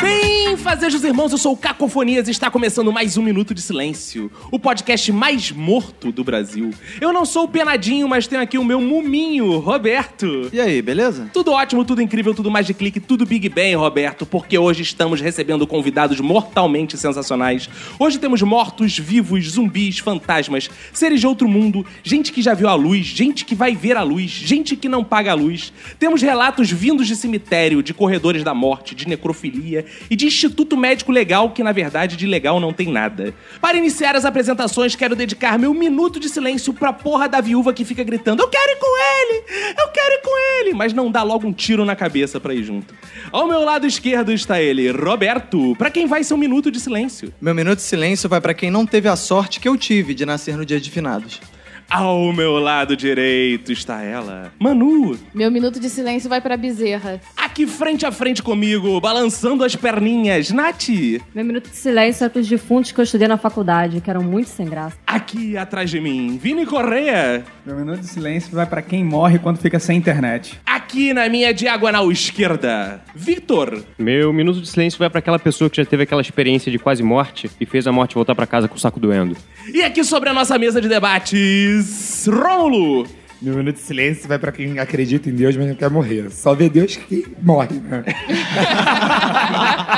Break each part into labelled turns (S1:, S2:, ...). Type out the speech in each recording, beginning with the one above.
S1: Bem, fazejos irmãos, eu sou o Cacofonias e está começando mais um Minuto de Silêncio, o podcast mais morto do Brasil. Eu não sou o Penadinho, mas tenho aqui o meu muminho, Roberto.
S2: E aí, beleza?
S1: Tudo ótimo, tudo incrível, tudo mais de clique, tudo Big Bang, Roberto, porque hoje estamos recebendo convidados mortalmente sensacionais. Hoje temos mortos, vivos, zumbis, fantasmas, seres de outro mundo, gente que já viu a luz, gente que vai ver a luz, gente que não paga a luz. Temos relatos vindos de cemitério, de corredores da morte, de necrofilia e de instituto médico legal, que na verdade de legal não tem nada. Para iniciar as apresentações, quero dedicar meu minuto de silêncio pra porra da viúva que fica gritando: Eu quero ir com ele! Eu quero ir com ele! Mas não dá logo um tiro na cabeça pra ir junto. Ao meu lado esquerdo está ele, Roberto, pra quem vai ser um minuto de silêncio.
S2: Meu minuto de silêncio vai pra quem não teve a sorte que eu tive de nascer no dia de finados.
S1: Ao meu lado direito está ela, Manu.
S3: Meu minuto de silêncio vai pra Bezerra.
S1: Aqui frente a frente comigo, balançando as perninhas, Nath.
S4: Meu minuto de silêncio é para os defuntos que eu estudei na faculdade, que eram muito sem graça.
S1: Aqui atrás de mim, Vini Correia.
S5: Meu minuto de silêncio vai pra quem morre quando fica sem internet.
S1: Aqui na minha diagonal esquerda, Victor.
S6: Meu minuto de silêncio vai pra aquela pessoa que já teve aquela experiência de quase morte e fez a morte voltar pra casa com o saco doendo.
S1: E aqui sobre a nossa mesa de debates, Rômulo.
S7: Meu minuto de silêncio vai pra quem acredita em Deus, mas não quer morrer. Só vê Deus que morre, né?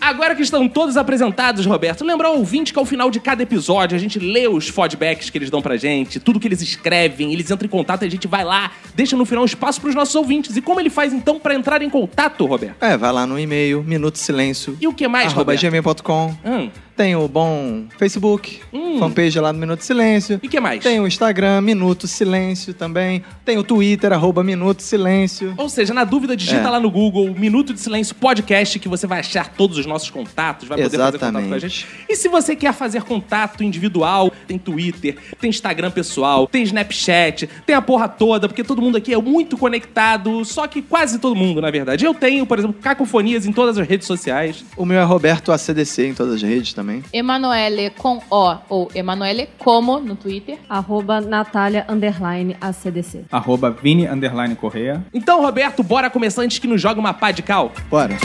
S1: Agora que estão todos apresentados, Roberto, lembrar o ouvinte que ao final de cada episódio a gente lê os feedbacks que eles dão pra gente, tudo que eles escrevem, eles entram em contato, a gente vai lá, deixa no final um espaço pros nossos ouvintes. E como ele faz então pra entrar em contato, Roberto?
S2: É, vai lá no e-mail, minuto de silêncio.
S1: E o que mais,
S2: arroba
S1: Roberto?
S2: gmail.com.
S1: Hum,
S2: Tem o bom Facebook,
S1: Hum.
S2: fanpage lá do Minuto de Silêncio.
S1: e o que mais?
S2: Tem um- o Instagram, Minuto Silêncio também. Tem o Twitter, arroba Minuto Silêncio.
S1: Ou seja, na dúvida, digita
S2: É.
S1: lá no Google um Minuto de Silêncio Podcast, que você vai achar todos os nossos contatos, vai poder fazer contato com a
S2: Exatamente.
S1: gente. E se você quer fazer contato individual, tem Twitter, tem Instagram pessoal, tem Snapchat, tem a porra toda, porque todo mundo aqui é muito conectado, só que quase todo mundo, na verdade. Eu tenho, por exemplo, cacofonias em todas as redes sociais.
S2: O meu é Roberto ACDC em todas as redes também.
S3: Emanuele com O ou Emanuele como no Twitter.
S4: Arroba Natália Underline ACDC.
S5: Arroba Vini Underline Correia.
S1: Então, Roberto, bora começar antes que nos jogue uma pá de cal.
S2: Bora.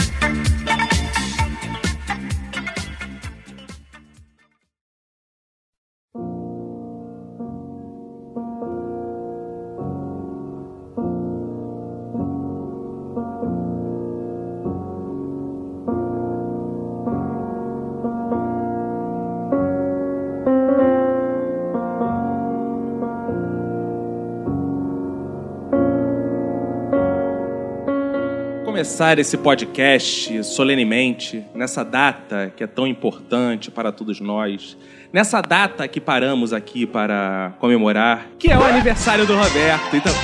S1: Começar esse podcast solenemente, nessa data que é tão importante para todos nós, nessa data que paramos aqui para comemorar, que é o aniversário do Roberto. Então,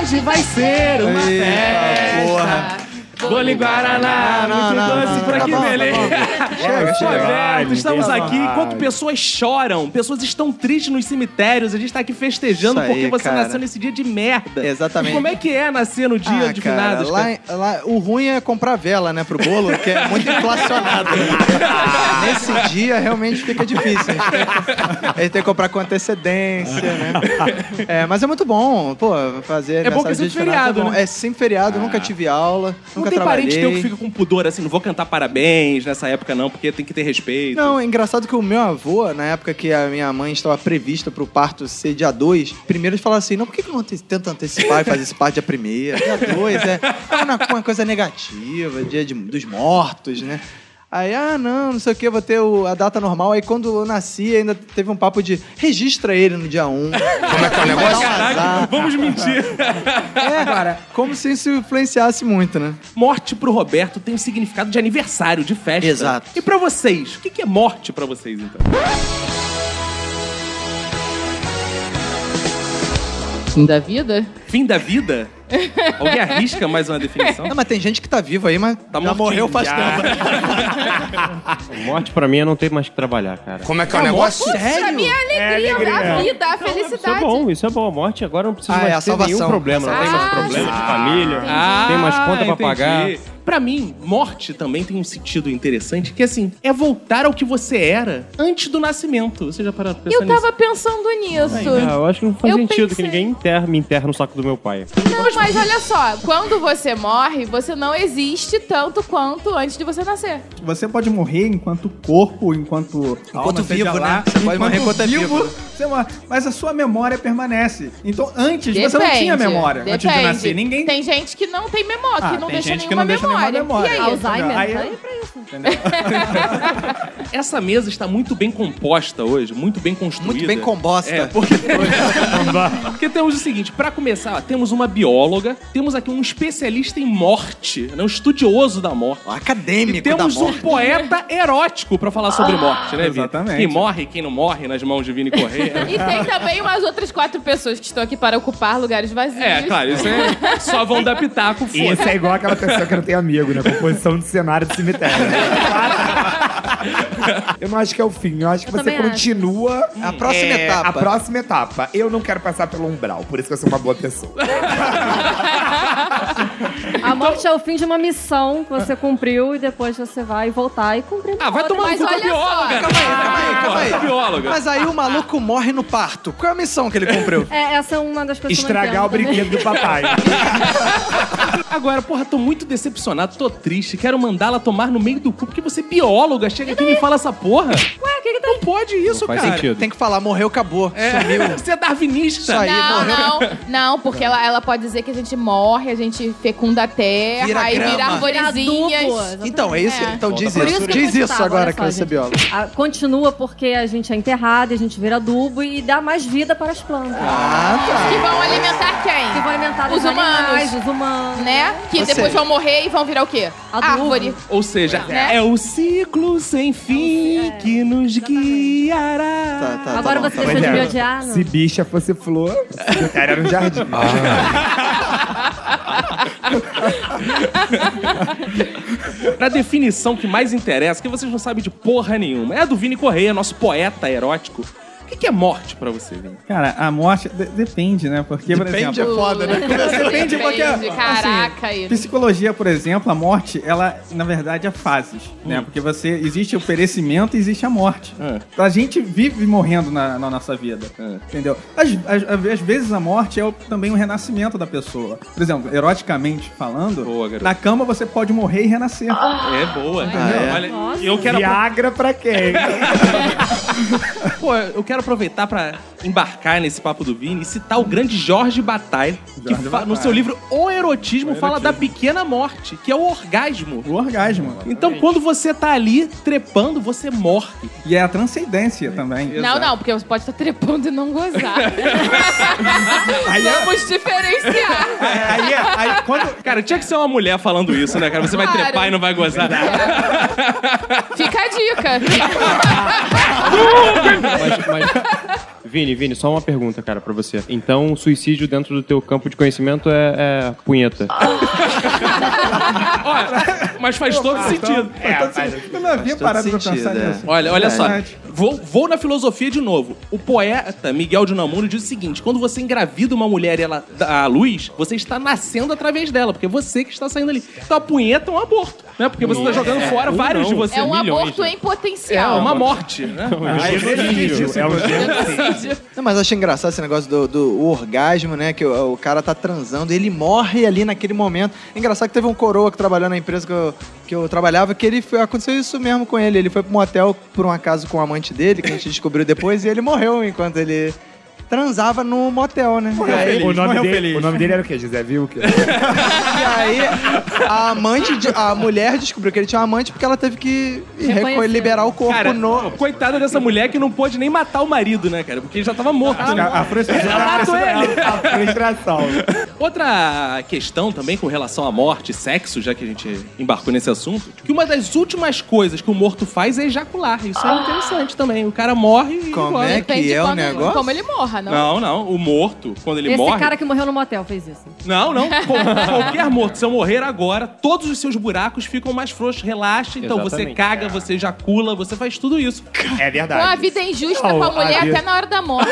S1: hoje vai ser uma
S2: Eita, porra.
S1: festa.
S3: Tá.
S1: Bolo e Guaraná,
S2: Não, não,
S1: muito
S2: não,
S1: doce
S2: não,
S1: por
S2: tá
S1: aqui,
S2: bom, tá
S1: beleza.
S2: bom. Chega, chega.
S7: Vai,
S1: Roberto,
S7: ninguém
S1: estamos aqui
S7: vai.
S1: enquanto pessoas choram, pessoas estão tristes nos cemitérios, a gente está aqui festejando
S2: Isso aí,
S1: porque você
S2: cara.
S1: nasceu nesse dia de merda.
S2: Exatamente.
S1: E como é que é nascer no dia
S2: Ah,
S1: de
S2: cara,
S1: finados,
S2: lá, lá- o ruim é comprar vela, né, pro bolo, que é muito inflacionado. Nesse dia realmente fica difícil. A gente tem que comprar com antecedência, né? É, mas é muito bom, pô, fazer
S1: É bom que é
S2: aniversário
S1: sempre
S2: de finados
S1: feriado,
S2: é bom.
S1: né?
S2: É sempre feriado, nunca tive aula,
S1: Não
S2: nunca
S1: tem
S2: trabalhei.
S1: parente teu que fica com pudor assim, não vou cantar parabéns nessa época não, porque tem que ter respeito.
S2: Não, é engraçado que o meu avô, na época que a minha mãe estava prevista pro parto ser dia 2, primeiro ele falava assim: não, por que, que não ante- tenta antecipar e fazer esse parto dia 1? Dia 2 é uma, uma coisa negativa, dia de- dos mortos, né? Aí, ah, não, não sei o que, vou ter o- a data normal. Aí quando eu nasci, ainda teve um papo de registra ele no dia 1. Um, Como é que é o negócio?
S1: Caraca, vamos mentir.
S2: É, cara, como se isso influenciasse muito, né?
S1: morte pro Roberto tem o significado de aniversário, de festa.
S2: Exato.
S1: E pra vocês, o que que é morte pra vocês então?
S3: Fim da vida?
S1: Fim da vida? Alguém arrisca mais uma definição?
S2: Não, mas tem gente que tá viva aí, mas
S1: Tá
S2: já
S1: mortinho.
S2: morreu faz
S1: Já.
S2: tempo.
S6: Morte pra mim é não ter mais que trabalhar, cara.
S8: Como é que é o negócio?
S3: Pra mim é a alegria,
S5: alegria.
S3: a vida, a
S6: Isso é
S3: felicidade.
S6: bom, isso é bom. A morte agora não precisa
S2: Ah, é a
S6: mais ter
S2: salvação.
S6: nenhum problema. Não tem mais
S3: Ah,
S6: problema de família, tem mais conta pra
S1: Ah, entendi.
S6: pagar.
S1: Pra mim, morte também tem um sentido interessante, que assim, é voltar ao que você era antes do nascimento. Você já parou pra pensar
S3: Eu tava pensando nisso.
S6: Ah, eu acho que não faz
S3: Eu
S6: sentido que
S3: pensei.
S6: ninguém enterra, me enterra no saco do meu pai.
S3: Não, mas olha só, quando você morre, você não existe tanto quanto antes de você nascer.
S5: Você pode morrer enquanto corpo, enquanto alma,
S2: Enquanto
S5: seja
S2: vivo,
S5: lá,
S2: né? Você pode morrer enquanto é vivo.
S5: você morre. Mas a sua memória permanece. Então, antes, você não tinha memória. Antes de
S3: depende.
S5: nascer, ninguém...
S3: Tem gente que não tem memória,
S5: Ah,
S3: que não
S5: tem
S3: deixa
S5: gente
S3: nenhuma
S5: que não deixa
S3: memória.
S5: nenhuma memória.
S3: E aí?
S4: Alzheimer,
S1: é
S5: Aí-
S4: tá aí pra isso.
S1: Essa mesa está muito bem composta hoje, muito bem construída.
S2: Muito bem com bosta.
S1: É, porque... porque temos o seguinte, pra começar, ó, temos uma bióloga, temos aqui um especialista em morte, né, um estudioso da morte.
S2: Acadêmico
S1: E temos
S2: da
S1: um
S2: morte. Ah,
S1: poeta erótico pra falar sobre morte, né, Vini?
S5: Exatamente.
S1: Quem morre, quem não morre, nas mãos de Vini Correia.
S3: E tem também umas outras quatro pessoas que estão aqui para ocupar lugares vazios.
S1: É, claro, isso é. Só vão dar pitaco,
S8: Isso
S1: foda
S8: é igual aquela pessoa que não tem amigo, né? Composição de cenário de cemitério. eu não acho que é o fim. Eu acho que
S4: Eu
S8: você
S4: também acho.
S8: continua...
S2: A próxima
S8: É,
S2: etapa.
S8: A próxima etapa. Eu não quero passar pelo umbral, por isso que eu sou uma boa pessoa.
S4: A morte é o fim de uma missão que você cumpriu e depois você vai voltar e cumprir.
S1: Ah, vai tomar
S3: Mas
S1: no cu da
S3: olha só,
S1: bióloga!
S2: Calma aí, calma aí, calma aí.
S1: Ah, Bióloga!
S2: Mas aí o maluco morre no parto. Qual é a missão que ele cumpriu?
S4: É, essa é uma das coisas que eu
S8: Estragar
S4: não
S8: o
S4: entendo
S8: brinquedo do papai. né?
S1: Agora, porra, tô muito decepcionado, tô triste, quero mandá-la tomar no meio do cu, porque você é bióloga, chega aqui e me fala essa porra.
S4: também. Ué, o que que tá
S1: Não pode isso,
S6: Faz
S1: cara.
S6: sentido.
S2: Tem que falar, morreu, acabou. Sumiu.
S1: Você é darwinista.
S2: Isso aí.
S3: Não,
S2: morreu.
S3: não, não, porque ela, ela pode dizer que a gente morre, a gente fecunda a terra,
S2: Vira
S3: aí vira
S2: grama.
S4: Vira
S3: arvorezinhas.
S4: adubo.
S2: Então, é isso.
S3: É.
S2: Então diz
S4: Por
S2: isso.
S4: isso que eu
S2: diz
S4: gostava,
S2: isso agora
S4: olha
S2: que
S4: só,
S2: você é
S4: gente.
S2: biólogo.
S4: Ah, continua porque a gente é enterrado, e a gente vira adubo e dá mais vida para as plantas.
S2: Ah,
S3: Que vão alimentar quem?
S4: Que vão alimentar os,
S3: Os humanos.
S4: animais, os humanos.
S3: Né? Que
S2: Ou
S3: depois
S2: seja,
S3: vão morrer e vão virar o quê?
S4: adubo.
S3: Árvore.
S1: Ou seja,
S3: É.
S1: é. o ciclo sem
S4: É,
S1: fim que nos guiará.
S2: tá. Tá, tá,
S4: Agora
S2: bom,
S4: você
S2: tá bom.
S4: deixou de
S8: Pois
S4: me
S8: é.
S4: odiar, não?
S8: Se bicha fosse flor, cara era um jardim.
S9: Ah.
S5: Ah.
S1: Pra definição que mais interessa, que vocês não sabem de porra nenhuma, é a do Vini Correia, nosso poeta erótico. O que que é morte pra você, Vini?
S5: Cara, a morte... de- depende, né? Porque, por exemplo...
S2: Depende, é foda, né?
S5: Depende, porque, assim,
S3: Caraca, aí.
S5: Psicologia, por exemplo, a morte, ela, na verdade, é fases, né? Porque você existe o perecimento e existe a morte. Então,
S1: É.
S5: A gente vive morrendo na, na nossa vida, entendeu? Às, às- às vezes a morte é o- também o renascimento da pessoa. Por exemplo, eroticamente falando,
S1: Boa, garoto.
S5: na cama você pode morrer e renascer.
S3: Ah.
S1: É boa.
S5: é?
S1: Olha,
S4: Nossa.
S1: eu quero
S8: Viagra pra quem?
S1: Pô, eu quero aproveitar pra embarcar nesse papo do Vini e citar o grande Jorge Bataille, que fa-
S5: Jorge
S1: no
S5: Bataille.
S1: seu livro O Erotismo fala da pequena morte, que é o orgasmo.
S5: O orgasmo.
S1: Então, quando você tá ali trepando, você morre.
S5: E é a transcendência também.
S3: Não, não, porque você pode estar trepando e não gozar.
S5: Aí é-
S3: Vamos diferenciar.
S5: Aí, é- aí quando,
S1: Cara, tinha que ser uma mulher falando isso, né, cara? Você vai
S3: Claro.
S1: trepar e não vai gozar.
S3: Fica a dica.
S6: Mas, mas- Vini, Vini, só uma pergunta, cara, pra você. Então, suicídio dentro do teu campo de conhecimento é, é punheta.
S1: Olha, mas É, faz todo sentido.
S5: Então, É, assim, eu não havia parado pra
S2: sentido,
S5: pensar
S2: é.
S5: nisso.
S1: Olha, olha só,
S5: Verdade.
S1: vou, vou na filosofia de novo. O poeta Miguel de Unamuno diz o seguinte: quando você engravida uma mulher e ela dá à luz, você está nascendo através dela, porque é você que está saindo ali. Então a punheta é um aborto, né? Porque você está jogando fora vários de você.
S3: É um
S6: milhões,
S3: aborto
S6: né?
S3: em
S1: É
S3: potencial.
S1: uma morte, né?
S5: Ah,
S8: É um
S2: Não, mas eu acho engraçado esse negócio do, do orgasmo, né? Que o, o cara tá transando, ele morre ali naquele momento. É engraçado que teve um coroa que trabalhou na empresa que eu, que eu trabalhava, que ele foi- aconteceu isso mesmo com ele. Ele foi pro motel, por um acaso, com o amante dele, que a gente descobriu depois, e ele morreu enquanto ele transava no motel, né? E aí,
S8: o, nome
S5: morreu
S8: dele,
S5: feliz.
S8: o nome dele era o quê? José Vilker?
S2: e aí, a amante, de- a mulher descobriu que ele tinha um amante porque ela teve que ir reco-
S4: Reconhecer.
S2: liberar o corpo
S1: Cara,
S2: no.
S1: coitada dessa mulher que não pôde nem matar o marido, né, cara? Porque ele já tava morto.
S3: Ah,
S1: né?
S5: A, a
S10: É
S5: frustração.
S1: Ela matou ele.
S8: A frustração.
S1: Outra questão também com relação à morte e sexo, já que a gente embarcou nesse assunto, que uma das últimas coisas que o morto faz é ejacular. Isso é interessante também. O cara morre e
S2: Como
S1: goza.
S2: é que
S3: Depende
S2: é o
S3: quando-
S2: negócio?
S3: Como ele morra, Porra, não.
S1: Não, não. O morto, quando ele
S4: Esse
S1: morre.
S4: cara que morreu no motel fez isso.
S1: Não, não. Qual- qualquer morto, se eu morrer agora, todos os seus buracos ficam mais frouxos. Relaxa. Então você
S6: Exatamente.
S1: caga, você ejacula, você faz tudo isso.
S5: É
S3: Pô, a
S5: verdade.
S3: vida é injusta
S5: Não,
S3: com a
S5: a
S3: mulher
S5: vida-
S3: até na hora da morte.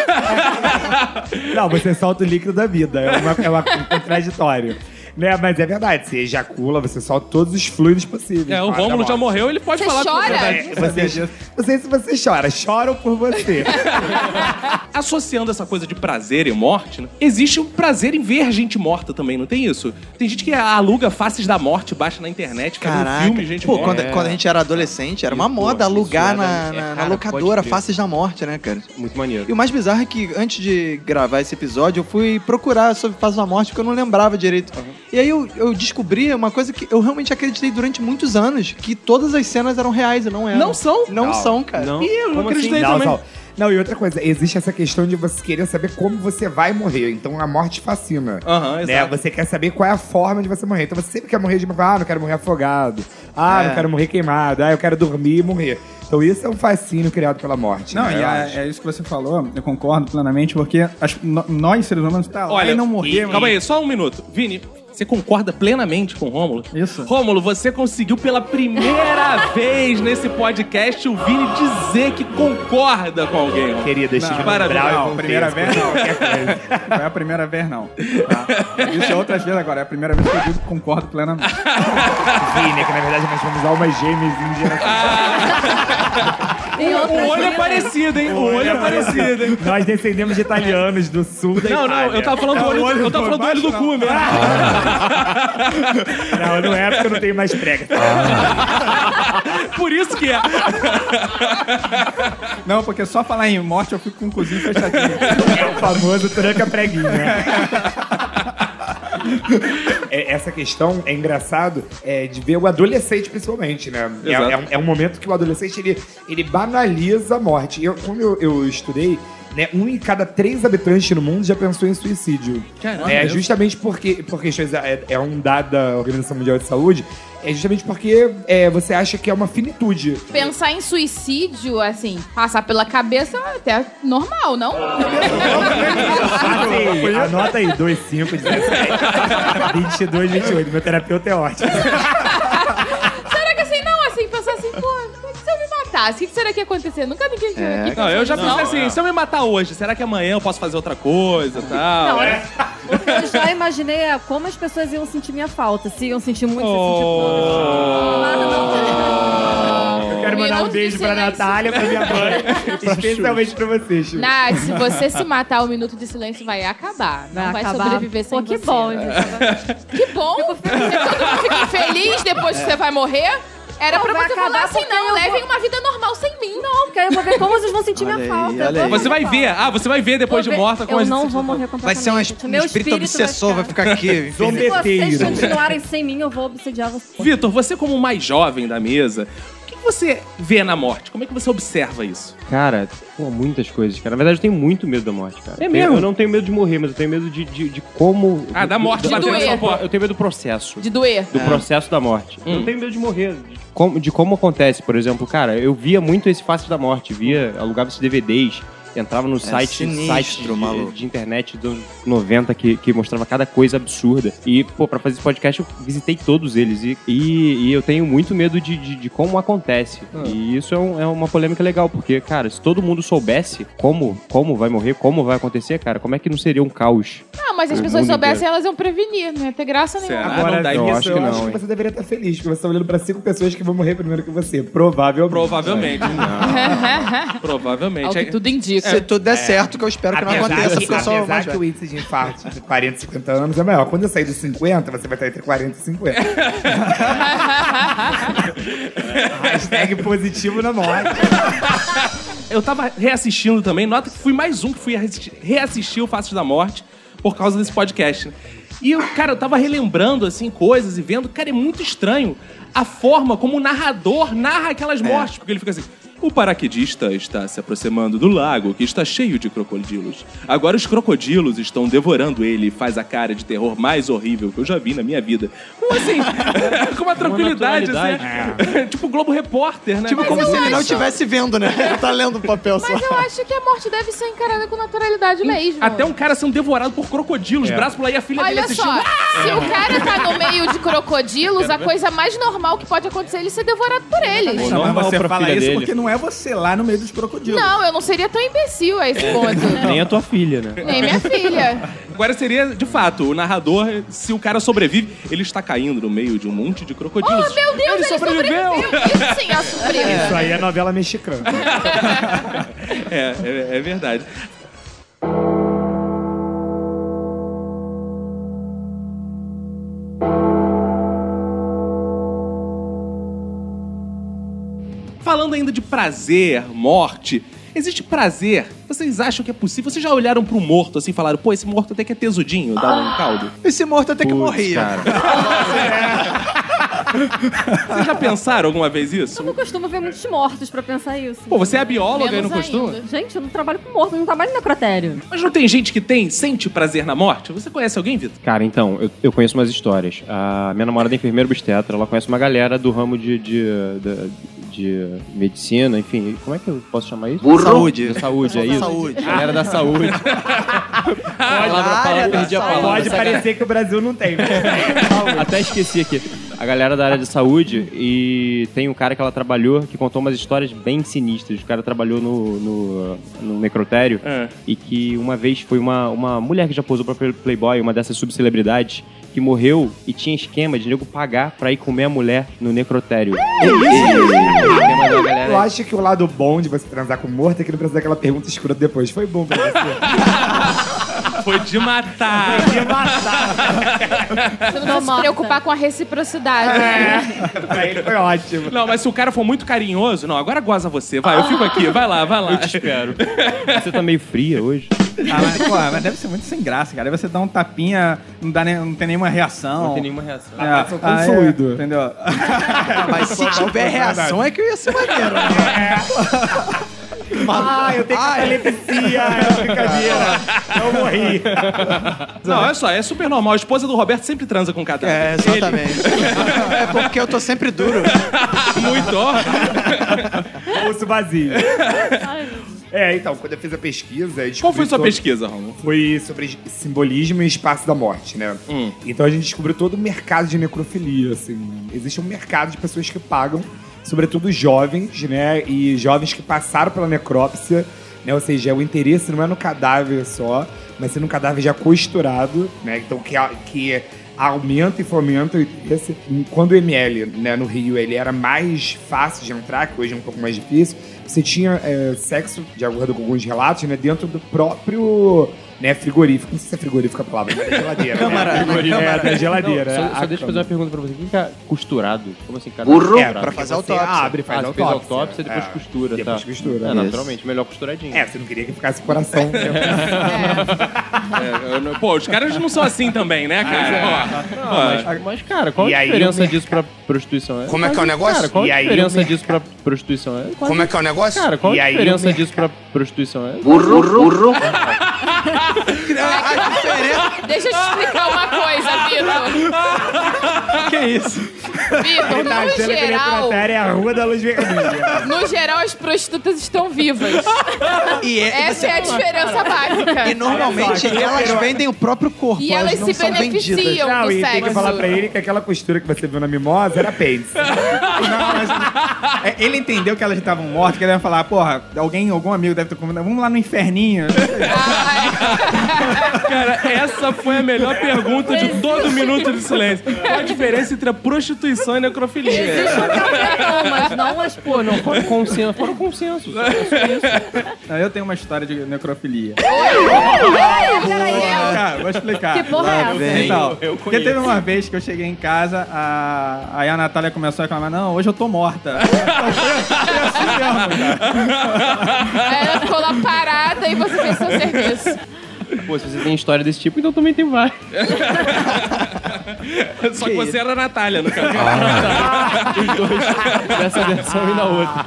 S5: Não, você solta o líquido da vida. É, uma, é uma, um contraditório. Né? Mas é verdade, você ejacula, você solta todos os fluidos possíveis.
S1: É, o
S5: Fala,
S1: Rômulo
S5: tá
S1: já
S5: bom.
S1: morreu, ele pode
S3: Você
S1: falar
S3: chora?
S1: propriedade.
S5: É, você, não sei se você chora, choram por você.
S1: Associando essa coisa de prazer e morte, né, existe um prazer em ver gente morta também, não tem isso? Tem gente que aluga faces da morte, baixa na internet, faz um
S2: Caraca.
S1: filme, gente
S2: Pô,
S1: morta.
S2: quando, quando a gente era adolescente, era uma
S6: Pô,
S2: moda
S6: É. isso
S2: alugar
S6: era-
S2: na,
S6: é,
S2: na- na
S6: cara,
S2: locadora
S6: pode crer.
S2: Faces da Morte, né, cara?
S6: Muito maneiro.
S2: E o mais bizarro é que antes de gravar esse episódio, eu fui procurar sobre Faces da Morte, porque eu não lembrava direito. E aí eu, eu descobri uma coisa que eu realmente acreditei durante muitos anos, que todas as cenas eram reais e não eram.
S1: Não são.
S2: Não,
S5: Não. assim?
S2: são, cara.
S6: Não.
S1: Ih, eu
S6: Como
S1: acreditei
S5: Não,
S1: também.
S5: só- não, e outra coisa, existe essa questão de você querer saber como você vai morrer. Então a morte fascina.
S1: Aham,
S5: Né?
S1: Ah, exato.
S5: Você quer saber qual é a forma de você morrer. Então você sempre quer morrer de uma forma. Ah, não quero morrer afogado. Ah, não quero morrer queimado. Ah, eu quero dormir e morrer. Então isso é um fascínio criado pela morte.
S10: Não,
S5: né?
S10: e
S5: Eu
S10: a-
S5: acho.
S10: é isso que você falou, eu concordo plenamente, porque as- no- nós, seres humanos, tá lá
S1: Olha,
S10: e não morremos.
S1: Calma aí, só um minuto. Vini, você concorda plenamente com o Rômulo?
S10: Isso.
S1: Rômulo, você conseguiu pela primeira vez nesse podcast o Vini dizer que concorda com alguém.
S5: Querida, Steve
S1: parabéns.
S5: Brown,
S10: Não, é
S5: eu
S10: primeira
S5: confesso,
S10: vez não.
S5: qualquer coisa.
S10: Não é a primeira vez, não. Tá? Isso é outras vezes agora, é a primeira vez que eu digo que concordo plenamente.
S5: Vini, que na verdade nós vamos almas gêmeas em geração.
S4: Em
S1: O
S4: outras
S1: olho é
S4: vidas-
S1: parecido, hein? O olho é parecido, hein?
S5: Nós descendemos de italianos do sul da
S1: Não, não,
S5: Itália.
S1: eu tava falando do
S10: É o
S1: olho,
S10: olho
S1: eu tava
S10: por
S1: falando do, olho do
S10: baixo,
S1: cu
S10: não. Ah.
S1: mesmo.
S5: Não, não é porque eu não tenho mais prega.
S1: Por isso que é.
S10: Não, porque só falar em morte eu fico com o cozinho fechadinho.
S5: É o famoso tranca-preguinho, né? É, Essa questão é engraçado é, de ver o adolescente, principalmente, né? É,
S1: Exato.
S5: é um, é um momento que o adolescente ele, ele banaliza a morte. Eu, quando eu, eu estudei, né, um em cada três habitantes no mundo já pensou em suicídio.
S1: Caramba,
S5: é
S1: Deus.
S5: justamente porque, por questões é, é um dado da Organização Mundial de Saúde. É justamente porque é, você acha que é uma finitude.
S3: Pensar em suicídio, assim, passar pela cabeça é até normal, não?
S5: Assim, anota aí, 2, 5, 17, 22, 28. Meu terapeuta é ótimo.
S3: Será que assim, não, assim, pensar assim, pô, como é que se eu me matasse? O que que será que ia acontecer? Nunca ninguém tinha
S2: É,
S3: aqui.
S1: Não, eu já pensei assim, se eu me matar hoje, será que amanhã eu posso fazer outra coisa e tal?
S4: Não, O que eu já imaginei é como as pessoas iam sentir minha falta. Se iam sentir muito,
S1: Oh.
S4: se iam sentir pouco.
S5: Eu quero mandar um
S3: Minuto de
S5: beijo pra
S3: silêncio.
S5: Natália, pra minha mãe, especialmente pra vocês. Chu.
S3: Nath, se você se matar, o minuto de silêncio vai acabar. Não vai, sobreviver sem
S4: Pô, que
S3: você.
S4: bom, gente.
S3: Que bom. Todo mundo fica feliz depois que
S1: É.
S3: você vai morrer. Era
S4: Não,
S3: pra
S4: vai
S3: você falar
S4: acabar
S3: assim,
S4: porque
S3: não,
S4: eu
S3: levem
S4: vou-
S3: uma vida normal sem mim. Não,
S4: Porque aí eu vou ver como vocês vão sentir
S2: Olha
S4: minha
S2: aí,
S4: falta.
S2: olha aí.
S4: Como
S1: Você vai
S4: minha
S1: ver.
S4: falta.
S1: Ah, você vai ver depois de
S4: Vou ver-
S1: morta como
S4: Eu
S1: a gente
S4: não
S1: se-
S4: vou morrer
S2: Vai
S4: completamente.
S2: ser um, es-
S4: Meu
S2: um espírito
S4: espírito vai
S2: obsessor, vai
S4: ficar-
S2: ficar aqui.
S4: Se vocês
S5: Zombeteiro.
S4: continuarem sem mim, eu vou obsediar vocês.
S1: Vitor, você como o mais jovem da mesa, o que que você vê na morte? Como é que você observa isso?
S6: Cara, pô, muitas coisas, cara. Na verdade, eu tenho muito medo da morte, cara. É mesmo? Eu não tenho medo de morrer, mas eu tenho medo de, de, de como.
S1: Ah, da morte
S6: do-
S3: batendo
S6: eu
S3: na sua
S6: tenho-
S1: porta.
S6: Eu tenho medo do processo.
S3: de doer.
S6: Do processo da morte. É. Eu
S1: Hum.
S6: não tenho medo de morrer. De como, de como acontece, por exemplo, cara, eu via muito esse Face da Morte, via, alugava esses DVDs, entrava no site,
S2: É sinistro,
S6: site
S2: maluco.
S6: de, de internet dos anos 90 que, que mostrava cada coisa absurda. E, pô, pra fazer esse podcast eu visitei todos eles. E, e, e eu tenho muito medo de, de, de como acontece.
S2: Ah.
S6: E isso é, um- é uma polêmica legal, porque, cara, se todo mundo soubesse como, como vai morrer, como vai acontecer, cara, como é que não seria um caos?
S3: Não, Ah, mas se as
S6: O
S3: pessoas
S6: mundo
S3: soubessem, elas iam prevenir. Não ia ter graça nenhuma.
S1: Será? Ah,
S5: é
S1: não dá
S6: não,
S1: isso.
S6: acho que
S5: eu acho
S6: não,
S5: que
S6: hein.
S5: você deveria estar feliz, porque você tá olhando pra cinco pessoas que vão morrer primeiro que você. Provável.
S1: Provavelmente. Provavelmente.
S3: Ao que tudo indica.
S2: Se tudo der
S6: É.
S2: certo, que eu espero que não aconteça,
S5: Apesar, que,
S2: porque eu sou o
S5: apesar
S2: mais
S5: que
S2: velho.
S5: o índice de infarto de 40 e 50 anos é maior. Quando eu sair dos 50, você vai estar entre 40 e 50. Hashtag positivo na morte.
S1: Eu tava reassistindo também, nota que fui mais um que fui reassisti- reassistir o Fatos da Morte por causa desse podcast. né? E, eu, cara, eu tava relembrando, assim, coisas e
S2: É.
S1: vendo. Cara, é muito estranho a forma como o narrador narra aquelas mortes. Porque ele fica assim... O paraquedista está se aproximando do lago, que está cheio de crocodilos. Agora os crocodilos estão devorando ele e faz a cara de terror mais horrível que eu já vi na minha vida. Como assim? Com uma tranquilidade, assim. tipo Globo Repórter, né?
S2: Tipo, como
S3: eu
S2: se ele não
S3: acho-
S2: estivesse vendo, né? Ele tá lendo o papel só.
S3: Mas eu acho que a morte deve ser encarada com naturalidade mesmo.
S1: Até um cara sendo devorado por crocodilos, braço pra lá e a filha dele
S3: Olha
S1: assistindo.
S3: só, se o cara tá no meio de crocodilos, a coisa mais normal que pode acontecer é ele ser devorado por eles.
S11: Não, mas
S6: normal
S11: você
S6: pra
S11: fala
S6: filha
S11: isso
S6: dele.
S11: porque não é você lá no meio dos crocodilos.
S3: Não, eu não seria tão imbecil a esse ponto.
S6: Nem a tua filha, né?
S3: Nem minha filha.
S1: Agora seria, de fato, o narrador, se o cara sobrevive, ele está caindo no meio de um monte de
S3: Oh,
S1: crocodilos.
S3: meu Deus, ele, sobreviveu! Isso sim é surpresa.
S5: Isso aí é novela mexicana.
S1: É, é, é verdade. Falando ainda de prazer, morte, existe prazer? Vocês acham que é possível? Vocês já olharam para um morto assim e falaram, pô, esse morto até que é tesudinho, dá
S3: Ah,
S1: um caldo?
S2: Esse morto até que morria.
S1: Vocês já pensaram alguma vez
S4: Eu
S1: isso?
S4: não costumo ver muitos mortos pra pensar isso.
S1: Pô, você é bióloga e não
S3: Menos
S1: costuma?
S3: ainda.
S4: Gente, eu não trabalho com morto, eu não trabalho em necrotério.
S1: Mas não tem gente que tem, sente prazer na morte? Você conhece alguém, Vitor?
S6: Cara, então, eu, eu conheço umas histórias. A minha namorada é enfermeira obstetra, ela conhece uma galera do ramo de, de, da- de medicina, enfim. Como é que eu posso chamar isso?
S2: Saúde.
S6: Da saúde, é isso?
S2: Saúde.
S6: Galera da saúde.
S2: Palavra, palavra, perdi a palavra.
S5: Pode parecer que o Brasil não tem. né?
S6: Até esqueci aqui. A galera da área de saúde e tem um cara que ela trabalhou que contou umas histórias bem sinistras. O cara trabalhou no, no, no necrotério
S1: É.
S6: e que uma vez foi uma, uma mulher que já posou pra Play- Playboy, uma dessas subcelebridades, que morreu e tinha esquema de nego pagar pra ir comer a mulher no necrotério. Esquema da galera.
S5: Eu acho que o lado bom de você transar com morto é que não precisa daquela pergunta escura depois. Foi bom pra você.
S1: Foi de matar.
S3: Você não precisa se preocupar com a reciprocidade.
S5: pra ele foi ótimo.
S1: Não, mas se o cara for muito carinhoso, não, agora goza você. Vai, eu fico aqui, vai lá, vai lá. Eu te espero.
S6: Você tá meio fria hoje.
S11: Ah, mas, pô, mas deve ser muito sem graça, cara. Aí você dá um tapinha, não, dá nem- não tem nenhuma reação.
S6: Não tem nenhuma reação.
S11: É,
S5: só tem
S11: ah, é,
S5: fluido.
S11: entendeu?
S2: Mas se tiver reação, é que eu ia ser maneiro. né?
S5: Ah, eu tenho catalepsia. É uma brincadeira. Eu morri.
S1: Não, olha só, é super normal. A esposa do Roberto sempre transa com cadáver.
S2: É, exatamente. É porque eu tô sempre duro.
S1: Ele- muito, ó.
S5: Bolso vazio. É, então, quando eu fiz a pesquisa... eu
S1: Qual
S5: descobri
S1: foi sua
S5: todo-
S1: pesquisa, Romulo?
S5: Foi sobre simbolismo e espaço da morte, né?
S1: Hum.
S5: Então a gente descobriu todo o mercado de necrofilia, assim. né? Existe um mercado de pessoas que pagam, sobretudo jovens, né? E jovens que passaram pela necrópsia, né? Ou seja, o interesse não é no cadáver só, mas sim no cadáver já costurado, né? Então que, a- que aumenta e fomenta o interesse. Quando o ML, né, no Rio, ele era mais fácil de entrar, que hoje é um pouco mais difícil, você tinha é, sexo, de acordo com alguns relatos, né? Dentro do próprio... Né, frigorífico, não sei se é frigorífico a palavra, mas é geladeira. né?
S2: Câmara, né?
S5: É,
S2: Câmara.
S5: da geladeira.
S6: Só,
S5: é,
S6: só
S5: a
S6: deixa eu fazer
S5: cama.
S6: uma pergunta pra você. Quem tá costurado? Como assim, cadáver? Burro?
S5: É,
S2: pra fazer
S5: porque você
S2: autópsia.
S5: Abre, faz
S6: Ah, você fez
S5: autópsia.
S6: autópsia, depois
S5: É,
S6: costura,
S5: depois
S6: tá?
S5: costura.
S6: É,
S5: Isso.
S6: naturalmente, melhor costuradinho.
S5: É, você não queria que ficasse com o coração.
S1: É, eu não- Pô, os caras não são assim também, né, cara? Ó,
S6: Não, mas, mas, cara, qual
S5: E
S6: a
S5: aí
S6: diferença
S5: o mercado-
S6: disso pra prostituição?
S12: Como é que é o
S6: quase-
S12: negócio?
S6: Cara, qual
S5: E
S6: a
S5: aí o
S6: diferença
S5: mercado-
S6: disso pra prostituição? É quase-
S12: Como é que é o negócio?
S6: Cara, qual
S5: E
S6: a
S5: aí o
S6: diferença
S5: mercado-
S6: disso pra prostituição? É
S3: Deixa eu te explicar uma coisa, Vitor.
S1: que isso?
S3: Vitor, no geral,
S5: é a rua da luz vermelha.
S3: no geral, as prostitutas estão vivas.
S2: E, é-
S3: Essa é a diferença básica.
S2: e normalmente elas vendem o próprio corpo.
S3: é- E elas
S2: não
S3: se
S2: são vendidas.
S3: beneficiam
S5: Não,
S3: Então, do
S5: e tem que falar pra
S3: sexo.
S5: ele que aquela costura que você viu na mimosa era pênis.
S11: É, Ele entendeu que elas estavam mortas, que ele ia falar, porra, alguém, algum amigo deve ter comido. Vamos lá no inferninho.
S1: Cara, essa foi a melhor pergunta de todo o Minuto de Silêncio. Qual a diferença entre a prostituição e a necrofilia?
S4: Não, mas não as pô, não.
S6: Foram consenso, foram consenso.
S11: Não, eu tenho uma história de necrofilia.
S4: Peraí,
S11: Cara, vou explicar.
S4: que porra é essa?
S2: Vem.
S11: Então, porque teve uma vez que eu cheguei em casa, a... aí a Natália começou a reclamar, não, hoje eu tô morta.
S5: assim
S3: Aí Ela ficou lá parada e você fez seu serviço.
S6: Pô, se você tem história desse tipo, então também tem várias.
S1: Só que você era a Natália, no caso.
S9: Nessa versão e na outra.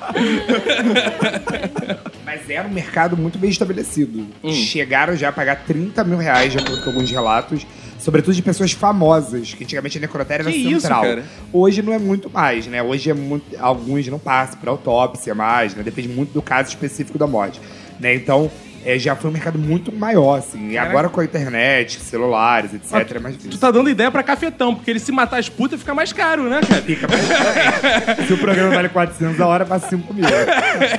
S6: Mas era um mercado muito bem estabelecido.
S2: Hum.
S6: Chegaram já a pagar 30 mil reais, de acordo com alguns relatos, sobretudo de pessoas famosas, que antigamente a necrotéria era
S1: Que isso,
S6: central.
S1: cara?
S6: Hoje não é muito mais, né? Hoje é muito- alguns não passam para autópsia mais, né? Depende muito do caso específico da morte. Né? Então, é, já foi um mercado muito maior, assim. E agora com a internet, celulares, etc.
S1: Ah,
S6: é mais
S1: Tu
S6: difícil.
S1: tá dando ideia pra cafetão, porque ele se matar as putas fica mais caro, né, cara?
S6: Fica mais Se o programa vale 400 a hora, passa 5 mil.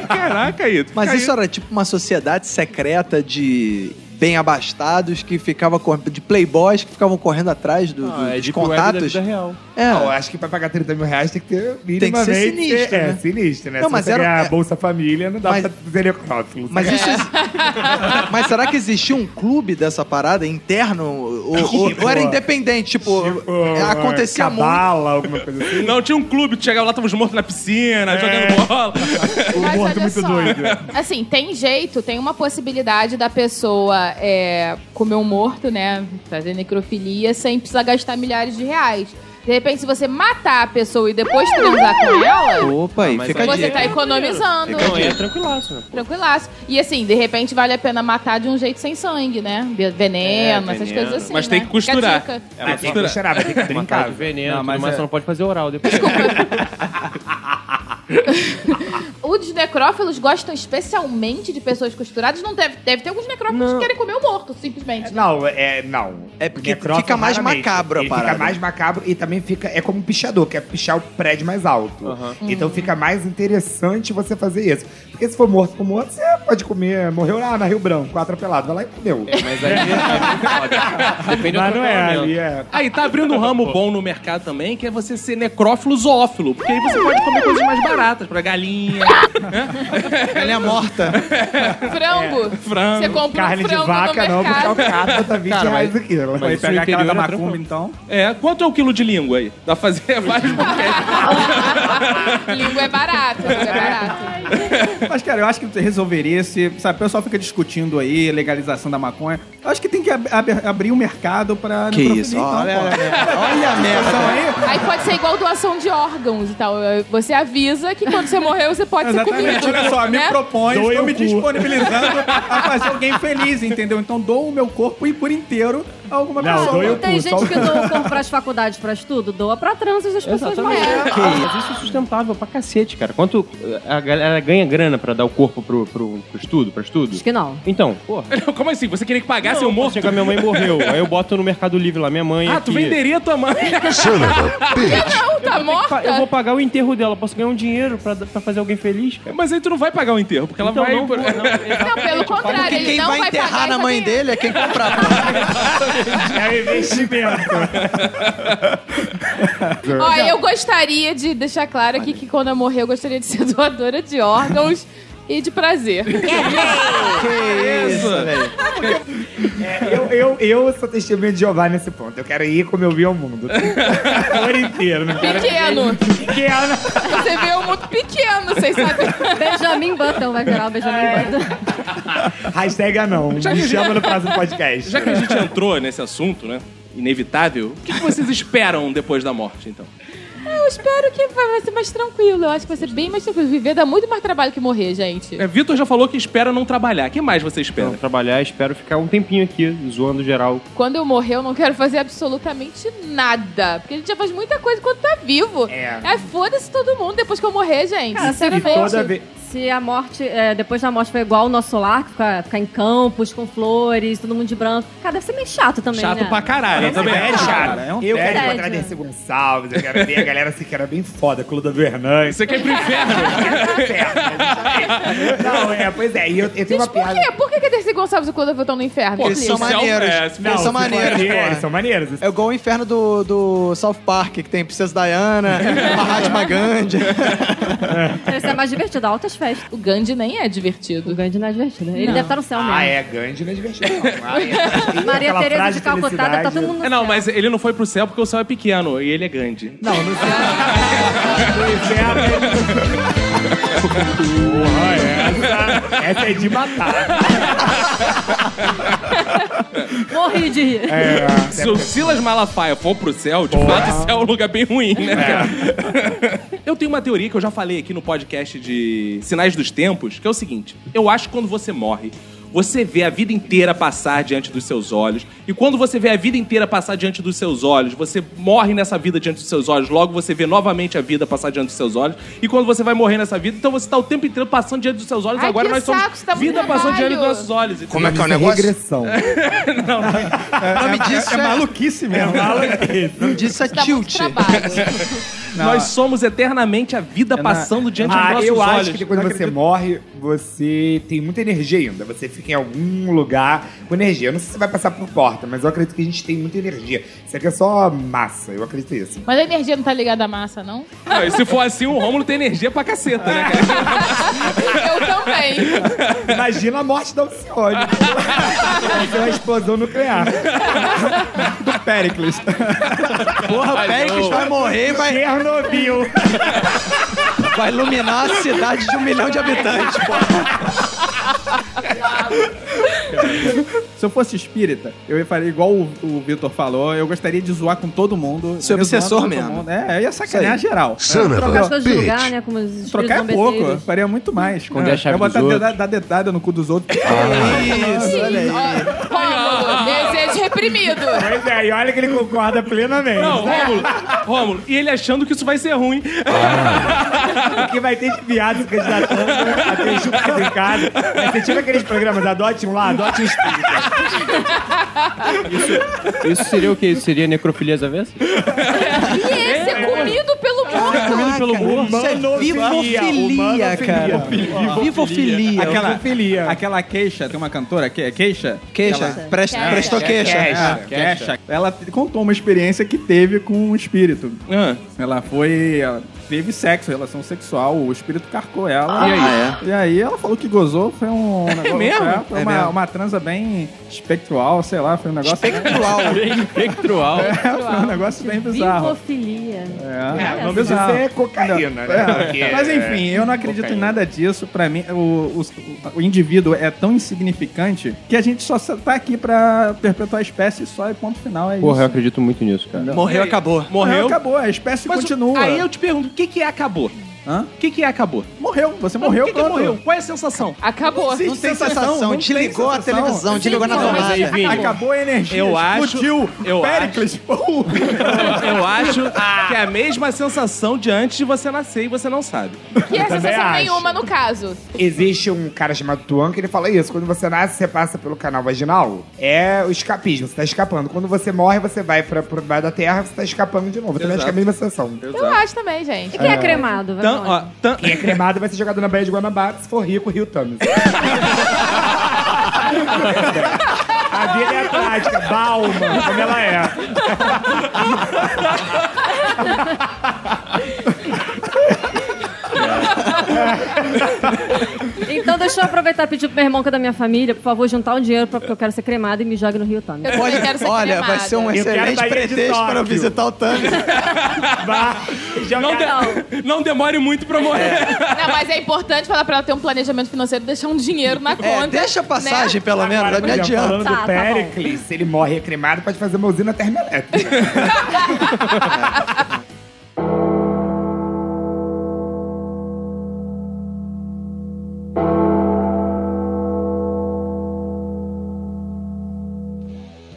S1: Caraca, Ito.
S13: Mas
S1: Caiu.
S13: isso era tipo uma sociedade secreta de bem abastados que ficava correndo, de playboys que ficavam correndo atrás do, do- dos contatos.
S9: real.
S13: É.
S6: Não, eu acho que pra pagar 30 mil reais tem que ter
S13: Tem que ser
S6: minimamente-
S13: sinistro,
S6: É,
S13: né?
S6: sinistro, né?
S13: Não,
S6: Se
S13: mas
S6: você
S13: era-
S6: ganhar
S13: é-
S6: Bolsa Família, não dá
S13: Mas-
S6: pra ter necrófilo.
S13: Mas
S6: sabe?
S13: isso. Mas será que existia um clube dessa parada interno? Ou, ou- ou era independente? Tipo, acontecia muito.
S6: cabala, alguma coisa assim.
S1: Não, tinha um clube, tu chegava lá, tava os mortos na
S9: É.
S1: piscina, jogando bola.
S6: O
S3: Mas
S6: morto
S3: olha
S6: muito
S3: só,
S6: doido.
S3: Assim, tem jeito, tem uma possibilidade da pessoa é, comer um morto, né? Fazer necrofilia sem precisar gastar milhares de reais. De repente, se você matar a pessoa e depois transar com ela,
S13: Opa, aí, fica a
S3: você
S13: dica.
S3: tá economizando.
S9: Não, é tranquilaço, né?
S3: Tranquilaço. E assim, de repente vale a pena matar de um jeito sem sangue, né? De- Veneno,
S9: É,
S3: essas
S9: veneno.
S3: coisas assim.
S1: Mas
S3: né?
S1: tem que costurar.
S3: Fica a dica.
S6: Ah, tem que chorar, vai ter que
S9: Matar
S6: brincar. né?
S9: de Ah, veneno,
S5: Não,
S9: tudo
S5: mas
S9: mais,
S5: é-
S9: só não pode fazer oral depois.
S3: Os necrófilos gostam especialmente de pessoas costuradas. Não deve, deve ter alguns necrófilos que querem comer o morto, simplesmente.
S6: Não, é. Não.
S13: É porque
S6: Necrófilo,
S13: fica mais
S6: raramente.
S13: macabro a
S6: Ele
S13: parada.
S6: Fica mais macabro e também fica. É como um pichador, que é pichar o prédio mais alto. Então fica
S3: Uhum.
S6: mais interessante você fazer isso. Porque se for morto por morto, você pode comer. Morreu lá na Rio Branco, atropelado. Vai lá e comeu.
S9: Mas aí é foda. Depende do
S6: Mas não é
S9: atropelamento.
S6: ali, é.
S1: Aí tá abrindo um ramo bom no mercado também, que é você ser necrófilo zoófilo. Porque aí você pode comer coisas mais baratas, pra galinha,
S13: Ela é morta.
S3: É, Frango. Você
S1: frango.
S3: compra
S6: Carne
S3: um
S6: de
S3: frango
S6: vaca,
S3: no
S6: não, porque
S3: mercado.
S6: alcatra tá 20 reais o quilo.
S5: Foi
S9: isso no
S5: pegar aquela da
S9: interior é
S5: macumba,
S9: tranquilo.
S5: então.
S1: É, quanto é o quilo de língua aí? Dá pra fazer vários boquetes.
S3: Língua é barato, língua é barato.
S5: Mas, cara, eu acho que resolveria se. Sabe, o pessoal fica discutindo aí legalização da maconha. Eu acho que tem que ab- ab- abrir o mercado pra.
S13: Que
S5: necrofilia,
S13: isso,
S5: então,
S13: olha,
S5: pô.
S13: olha, olha a merda.
S5: Então, aí,
S3: Aí pode ser igual doação de órgãos e tal. Você avisa que quando você morrer, você pode ser
S5: Exatamente,
S3: comido.
S5: olha só, me
S3: né?
S5: propõe,
S6: Doe
S5: estou
S6: o
S5: me
S6: cu.
S5: disponibilizando a fazer alguém feliz, entendeu? Então dou o meu corpo e por inteiro a alguma
S6: Não,
S5: pessoa.
S6: doe o
S4: Tem
S6: cu, só
S4: gente
S6: o-
S4: que doa o campo pras faculdades, pra estudo, doa pra transas das pessoas
S9: Exatamente.
S4: morrerem.
S9: Que isso? Mas isso é sustentável pra cacete, cara. Quanto eh, a galera ganha grana pra dar o corpo pro, pro, pro estudo, pra estudo?
S4: Acho que não.
S9: Então, porra.
S1: Não, Como assim? Você queria que pagasse o
S9: Não,
S1: morto?
S9: Chega, minha mãe morreu. Aí eu boto no Mercado Livre lá, minha mãe. é
S1: Ah, tu
S9: aqui.
S1: venderia a tua mãe.
S3: Não, tá morta?
S9: Ah, Eu vou pagar o enterro dela, posso ganhar um dinheiro pra, pra fazer alguém feliz, cara.
S1: Mas aí tu não vai pagar o enterro, porque ela
S9: Então
S1: vai...
S9: não, vou, não,
S3: Não, pelo contrário,
S13: É Porque
S3: ele
S13: quem
S3: não
S13: vai
S3: pagar
S13: enterrar na
S3: essa
S13: mãe
S3: criança.
S13: dele é quem comprar.
S6: É um investimento.
S3: Ó, eu gostaria de deixar claro aqui que quando eu morrer, eu gostaria de ser doadora de órgãos e de prazer.
S13: Que isso,
S1: Isso.
S13: velho.
S6: É, Eu, eu, eu sou testemunha de Jeová nesse ponto. Eu quero ir como eu vi ao mundo. O ano inteiro, né? não quero
S3: Pequeno.
S6: que é ela.
S3: Você vê o mundo pequeno, vocês sabem.
S4: Benjamin Button vai virar o Benjamin Button.
S6: Hashtag anão. Me chama no próximo podcast.
S1: Já que a gente entrou nesse assunto, né? Inevitável. O que que vocês esperam depois da morte, então?
S3: Eu espero que vai vai ser mais tranquilo. Eu acho que vai ser bem mais tranquilo. Viver dá muito mais trabalho que morrer, gente.
S1: É, Vitor já falou que espera não trabalhar. O que mais você espera?
S9: Vou trabalhar, espero ficar um tempinho aqui, zoando geral.
S3: Quando eu morrer, eu não quero fazer absolutamente nada. Porque a gente já faz muita coisa quando tá vivo.
S6: É.
S3: Ai, foda-se todo mundo depois que eu morrer, gente.
S4: Cara, se
S3: Sinceramente.
S6: Toda vez.
S4: Se a morte, é, depois da morte foi igual o nosso lar, que fica, fica em campos, com flores, todo mundo de branco. Cara, deve ser meio chato também,
S1: Chato
S4: né?
S1: pra caralho. Eu também.
S6: É chato.
S5: cara, é um
S6: eu quero
S4: tédio.
S6: encontrar Dercy Gonçalves, eu quero ver a galera assim que era bem foda, Clodovil Hernandes.
S1: Você quer ir pro inferno?
S6: Não, é, pois é. E eu, eu tenho
S3: Mas
S6: uma
S3: por
S6: piada.
S3: quê? Por que que a Dercy Gonçalves e o Clodovil estão no inferno?
S1: Pô,
S3: Me
S13: Eles são
S3: explica.
S1: Isso é um-
S13: maneiros.
S1: é,
S6: Não, tipo,
S13: Eles são maneiros,
S6: Eles
S13: porra.
S6: são maneiros. assim.
S13: É igual o inferno do, do South Park, que tem Princesa Diana, Mahatma Gandhi.
S4: Deve ser mais divertido, altas festas.
S3: O Gandhi nem é
S4: O
S3: divertido.
S4: Gandhi não é divertido. né? Ele deve estar no céu mesmo.
S6: Ah, é, Gandhi não é divertido. não. Ah, é.
S4: Maria
S6: Aquela
S4: Tereza
S6: frase
S4: de Calcutá deve estar
S6: felicidade.
S4: todo mundo no
S1: É, Não,
S4: céu.
S1: mas ele não foi pro céu porque o céu é pequeno e ele é grande.
S6: Não, não sei. Do inferno. Porra, é essa. Essa é de matar.
S4: Morri de rir.
S6: É,
S1: Se o Silas Malafaia for pro céu, de fato, o céu é um lugar bem ruim, né? cara?
S14: É.
S1: Eu tenho uma teoria que eu já falei aqui no podcast de Sinais dos Tempos, que é o seguinte: eu acho que quando você morre, você vê a vida inteira passar diante dos seus olhos, e quando você vê a vida inteira passar diante dos seus olhos, você morre nessa vida diante dos seus olhos, logo você vê novamente a vida passar diante dos seus olhos, e quando você vai morrer nessa vida, então você tá o tempo inteiro passando diante dos seus olhos,
S3: Ai,
S1: agora
S3: que
S1: nós
S3: saco,
S1: somos
S3: isso dá muito
S1: vida passando diante dos
S3: trabalho.
S1: nossos olhos.
S14: Como é que é o
S6: Isso é
S14: negócio?
S6: regressão.
S13: nome disso
S5: É
S13: é,
S5: maluquice mesmo.
S13: o nome disso é
S3: Dá muito
S13: tilt.
S3: trabalho.
S5: Não,
S1: Nós somos eternamente a vida
S5: na-
S1: passando diante dos
S6: Ah,
S1: nossos
S6: eu
S1: olhos.
S6: acho que quando você morre, você tem muita energia ainda. Você fica em algum lugar com energia. Eu não sei se você vai passar por porta, mas eu acredito que a gente tem muita energia. Isso aqui é só massa, eu acredito nisso.
S3: Mas a energia não tá ligada à massa, não?
S1: Não, e se for assim, o Rômulo tem energia pra caceta, né, cara?
S3: Ah, Eu também.
S6: Imagina a morte da Alcione. Vai ser uma explosão nuclear.
S5: do Pericles.
S13: Porra, o Péricles vai morrer e vai,
S6: Chernobyl.
S13: vai iluminar a cidade de um milhão de habitantes, porra.
S5: Se eu fosse espírita, eu faria igual o, o Vitor falou, eu gostaria de zoar com todo mundo.
S13: Ser
S5: Eu ia zoar
S13: obsessor
S5: com todo
S13: mesmo.
S5: mundo. É, eu ia sacanear geral. É,
S14: Son of
S4: Trocar as
S14: a
S4: coisas de lugar,
S14: bitch.
S4: né? Como os espíritos
S5: Trocar é pouco, eu
S4: obedecidos.
S5: faria muito mais. É.
S9: Esconder a chave
S5: eu
S9: dos
S5: botar
S9: outros. Ah.
S5: dar, dar dedada no cu dos outros.
S13: Isso, olha aí.
S3: Rômulo, desejo reprimido.
S6: Pois é, e olha que ele concorda plenamente.
S1: Não, Rômulo, Rômulo, e ele achando que isso vai ser ruim.
S6: Porque vai ter de viado se candidatando a ter chupado em casa. Vai ter tipo aqueles programas, adote um lá, adote um espírito.
S9: Isso seria o quê? Isso seria necrofilia às avessas?
S3: E esse é comido pelo mundo.
S13: Caraca,
S1: pelo morro.
S13: Isso é
S6: Humanofilia,
S13: vivofilia, cara. Vivofilia.
S5: Aquela,
S6: Filia.
S5: aquela queixa, tem uma cantora que é queixa?
S13: Queixa, presta,
S3: Queixa.
S13: prestou queixa.
S5: Ela, queixa. Ela contou uma experiência que teve com um espírito.
S1: Ah,
S5: Ela foi. Ela teve sexo, relação sexual, o espírito carcou ela.
S13: Ah,
S5: e aí?
S13: é?
S5: E aí ela falou que gozou, foi um negócio.
S1: mesmo?
S5: é, foi
S13: É
S5: uma,
S13: mesmo.
S5: uma transa bem espectral, sei lá,
S3: é?
S5: foi um negócio.
S13: Espectral.
S9: Espectrual.
S1: É.
S5: foi um negócio bem bizarro.
S4: Bicofilia.
S5: É,
S6: É,
S5: não
S6: mas isso
S5: bizarro.
S6: é cocaína, né? Porque-
S5: É. Mas enfim,
S1: é
S5: eu não acredito em nada disso. Pra mim, o, o, o indivíduo é tão insignificante que a gente só tá aqui pra perpetuar a espécie só e ponto final. É
S9: Porra, eu
S5: isso.
S9: acredito muito nisso, cara.
S13: Morreu, acabou.
S5: Morreu,
S1: morreu.
S5: acabou, a espécie
S1: Mas
S5: continua.
S1: Aí eu te pergunto, o que que é acabou?
S5: Hã?
S1: O que que é acabou?
S5: Morreu, você
S1: Não,
S5: morreu,
S1: o que que é
S5: pronto.
S1: morreu? Qual é a sensação?
S3: Acabou.
S5: Sim.
S13: Não tem sensação,
S5: sensação, não
S13: desligou
S5: tem
S13: a
S5: sensação.
S13: televisão, desligou na
S3: Desligou, mas
S13: tomada.
S3: aí, Vini,
S5: Acabou a energia.
S1: Eu acho-
S5: explodiu.
S1: eu
S5: Péricles. pô.
S1: Eu acho que é a mesma sensação de antes de você nascer e você não sabe.
S3: Que é
S6: também
S3: sensação
S6: acho.
S3: nenhuma no caso.
S6: Existe um cara chamado Tuan que ele fala isso. Quando você nasce, você passa pelo canal vaginal. É o escapismo, você tá escapando. Quando você morre, você vai pra, pro baixo da terra, você tá escapando de novo. Eu também acho que é a mesma sensação.
S3: Eu acho também,
S4: E
S3: gente.
S4: quem é cremado?
S1: Tan,
S4: Vai pra onde?
S1: Então, ó, tan-
S6: Quem é cremado vai ser jogado na Baía de Guanabara. Se for rico, Rio Thames. a vida é atlântica. Balma, como ela é.
S4: Então deixa eu aproveitar e pedir pro meu irmão que é da minha família, por favor, juntar um dinheiro pra, porque eu quero ser cremada e me jogue no Rio Tâmega.
S3: Eu também quero ser
S13: Olha,
S3: cremada.
S13: vai ser um
S6: Eu quero
S13: excelente
S6: sair de
S13: pretexto
S6: Tóquio.
S13: para eu visitar o Tami.
S6: Vá, joga-
S1: Não, de- não demore muito pra morrer.
S3: Não, mas é importante falar pra ela ter um planejamento financeiro, deixar um dinheiro na
S13: É,
S3: conta.
S13: deixa a passagem,
S3: né?
S13: pelo menos,
S6: Agora,
S13: vai me
S6: por exemplo,
S13: adianta.
S6: Falando
S4: Tá, tá
S6: do Pericles, se ele morre e é cremado, pode fazer uma usina termoelétrica.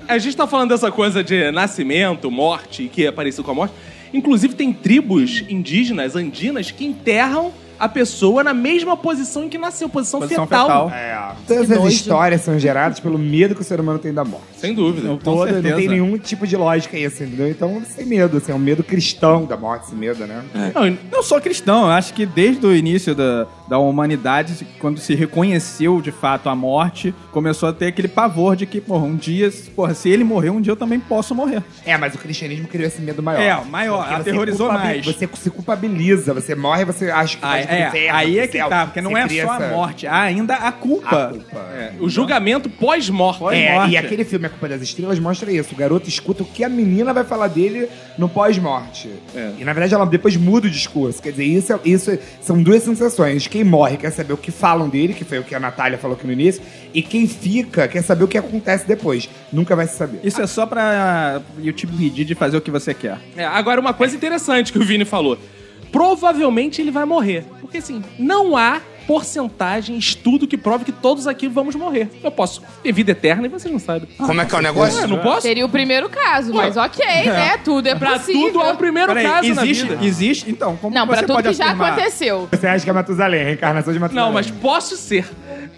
S1: A gente tá falando dessa coisa de nascimento, morte, que é parecido com a morte. Inclusive, tem tribos indígenas, andinas, que enterram a pessoa na mesma posição em que nasceu, posição,
S5: Posição
S1: fetal.
S5: fetal.
S6: É. Todas as histórias são geradas pelo medo que o ser humano tem da morte.
S1: Sem dúvida.
S5: Com
S6: Toda, não
S5: certeza.
S6: tem nenhum tipo de lógica isso, entendeu? Então, sem medo, assim, é um medo cristão da morte, esse medo, né?
S5: Não, não só cristão, eu acho que desde o início da, da humanidade, quando se reconheceu de fato a morte, começou a ter aquele pavor de que, porra, um dia, porra, se ele morrer, um dia eu também posso morrer.
S6: É, mas o cristianismo criou esse medo maior.
S5: É, o maior,
S6: Porque você
S5: aterrorizou
S6: culpabi-
S5: mais.
S6: Você se culpabiliza, você morre, você acha que
S1: Ah,
S6: vai mais pro
S5: É,
S6: inferno,
S5: aí é
S6: pro
S5: que
S6: céu.
S5: tá, porque não
S6: Você
S5: é
S6: cria
S5: só a
S6: essa-
S5: morte, É. há ainda a
S6: A
S5: culpa.
S6: culpa.
S1: O julgamento pós-morte.
S6: É,
S5: Pós-morte.
S6: e aquele filme A Culpa das Estrelas mostra isso. O garoto escuta o que a menina vai falar dele no pós-morte. E na verdade ela depois muda o discurso. Quer dizer, isso, é- isso é- são duas sensações. Quem morre quer saber o que falam dele, que foi o que a Natália falou aqui no início, e quem fica quer saber o que acontece depois. Nunca vai se saber.
S5: Isso é só pra YouTube pedir de fazer o que você quer.
S1: É, agora, uma coisa interessante que o Vini falou. Provavelmente ele vai morrer. Porque, assim, não há porcentagem, estudo que prove que todos aqui vamos morrer. Eu posso ter vida eterna e vocês não sabem.
S6: Ah,
S14: Como é que é o negócio?
S1: Ué, não posso?
S3: Seria o primeiro caso, mas ok, né? Tudo é
S1: Pra
S3: possível.
S1: tudo é o primeiro
S5: Peraí,
S1: caso
S5: existe,
S1: na vida.
S5: existe. Então, como
S3: Não,
S5: você
S3: pra tudo
S5: pode
S3: que já
S5: afirmar?
S3: aconteceu.
S6: Você acha que é Matusalém, a reencarnação de Matusalém.
S1: Não, mas posso ser.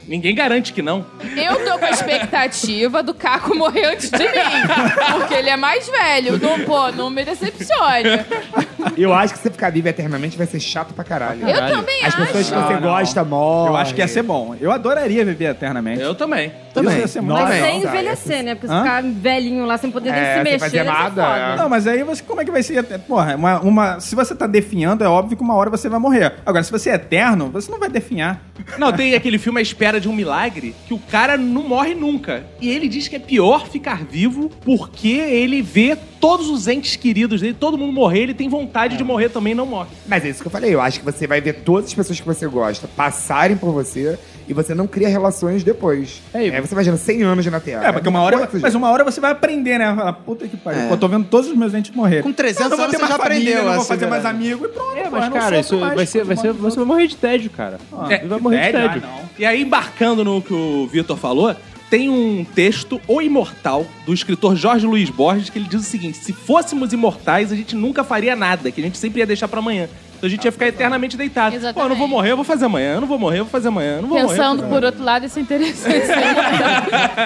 S1: Ninguém garante que não.
S3: Eu tô com a expectativa do Caco morrer antes de mim. Porque ele é mais velho. Não, pô, não me decepcione.
S6: Eu acho que você ficar vivo eternamente vai ser chato pra caralho.
S3: Eu também
S6: As
S3: acho.
S6: pessoas que você
S5: Não, não.
S6: gosta morrem.
S5: Eu acho que é ia ser bom. Eu adoraria viver eternamente.
S1: Eu também.
S5: Isso ia ser muito
S6: Nossa.
S4: Mas
S5: legal.
S4: sem envelhecer, né? Porque se
S5: tá, é Hã?
S4: ficar velhinho lá sem poder nem
S6: É,
S4: se
S6: sem
S4: mexer,
S6: fazer
S4: vai ser
S6: nada,
S4: foda.
S5: Não, mas aí você, como é que vai ser? eter- Porra, uma, uma- se você tá definhando, é óbvio que uma hora você vai morrer. Agora, se você é eterno, você não vai definhar. É,
S1: Não, tem aquele filme A Espera de um Milagre, que o cara não morre nunca. E ele diz que é pior ficar vivo porque ele vê todos os entes queridos dele, todo mundo morrer, ele tem vontade de morrer também e não morre.
S6: Mas é isso que eu falei, eu acho que você vai ver todas as pessoas que você gosta passarem por você e você não cria relações depois.
S5: É,
S6: É,
S5: e-
S6: você imagina 100 anos na Terra.
S5: É, porque uma hora,
S6: Coisa,
S5: mas uma hora você vai aprender, né? Falar, puta que pariu,
S13: É.
S5: pô, eu tô vendo todos os meus entes morrer.
S13: Com 300
S5: Eu não vou
S13: anos
S5: ter
S13: você
S5: mais
S13: já
S5: família,
S13: aprendeu
S5: eu não
S13: a
S5: vou
S13: se
S5: fazer mais
S13: virar.
S5: amigo e pronto.
S9: É,
S5: porra,
S9: mas
S5: eu não
S9: cara,
S5: sofro
S9: isso
S5: mais
S9: vai ser,
S5: com
S9: vai ser,
S5: os
S9: você
S5: mortos.
S9: vai morrer de tédio, cara.
S5: É,
S9: Você vai morrer de
S5: tédio?
S9: tédio.
S5: Ah, não.
S1: E aí, embarcando no que o Vitor falou, tem um texto, O Imortal, do escritor Jorge Luiz Borges, que ele diz o seguinte: se fôssemos imortais, a gente nunca faria nada, que a gente sempre ia deixar pra amanhã. Então a gente ia ficar eternamente deitado.
S3: Exatamente.
S1: Pô, eu não vou morrer, eu vou fazer amanhã. Eu não vou morrer, eu vou fazer amanhã. Eu não vou morrer. eu vou
S3: Pensando por outro lado, isso é interessante.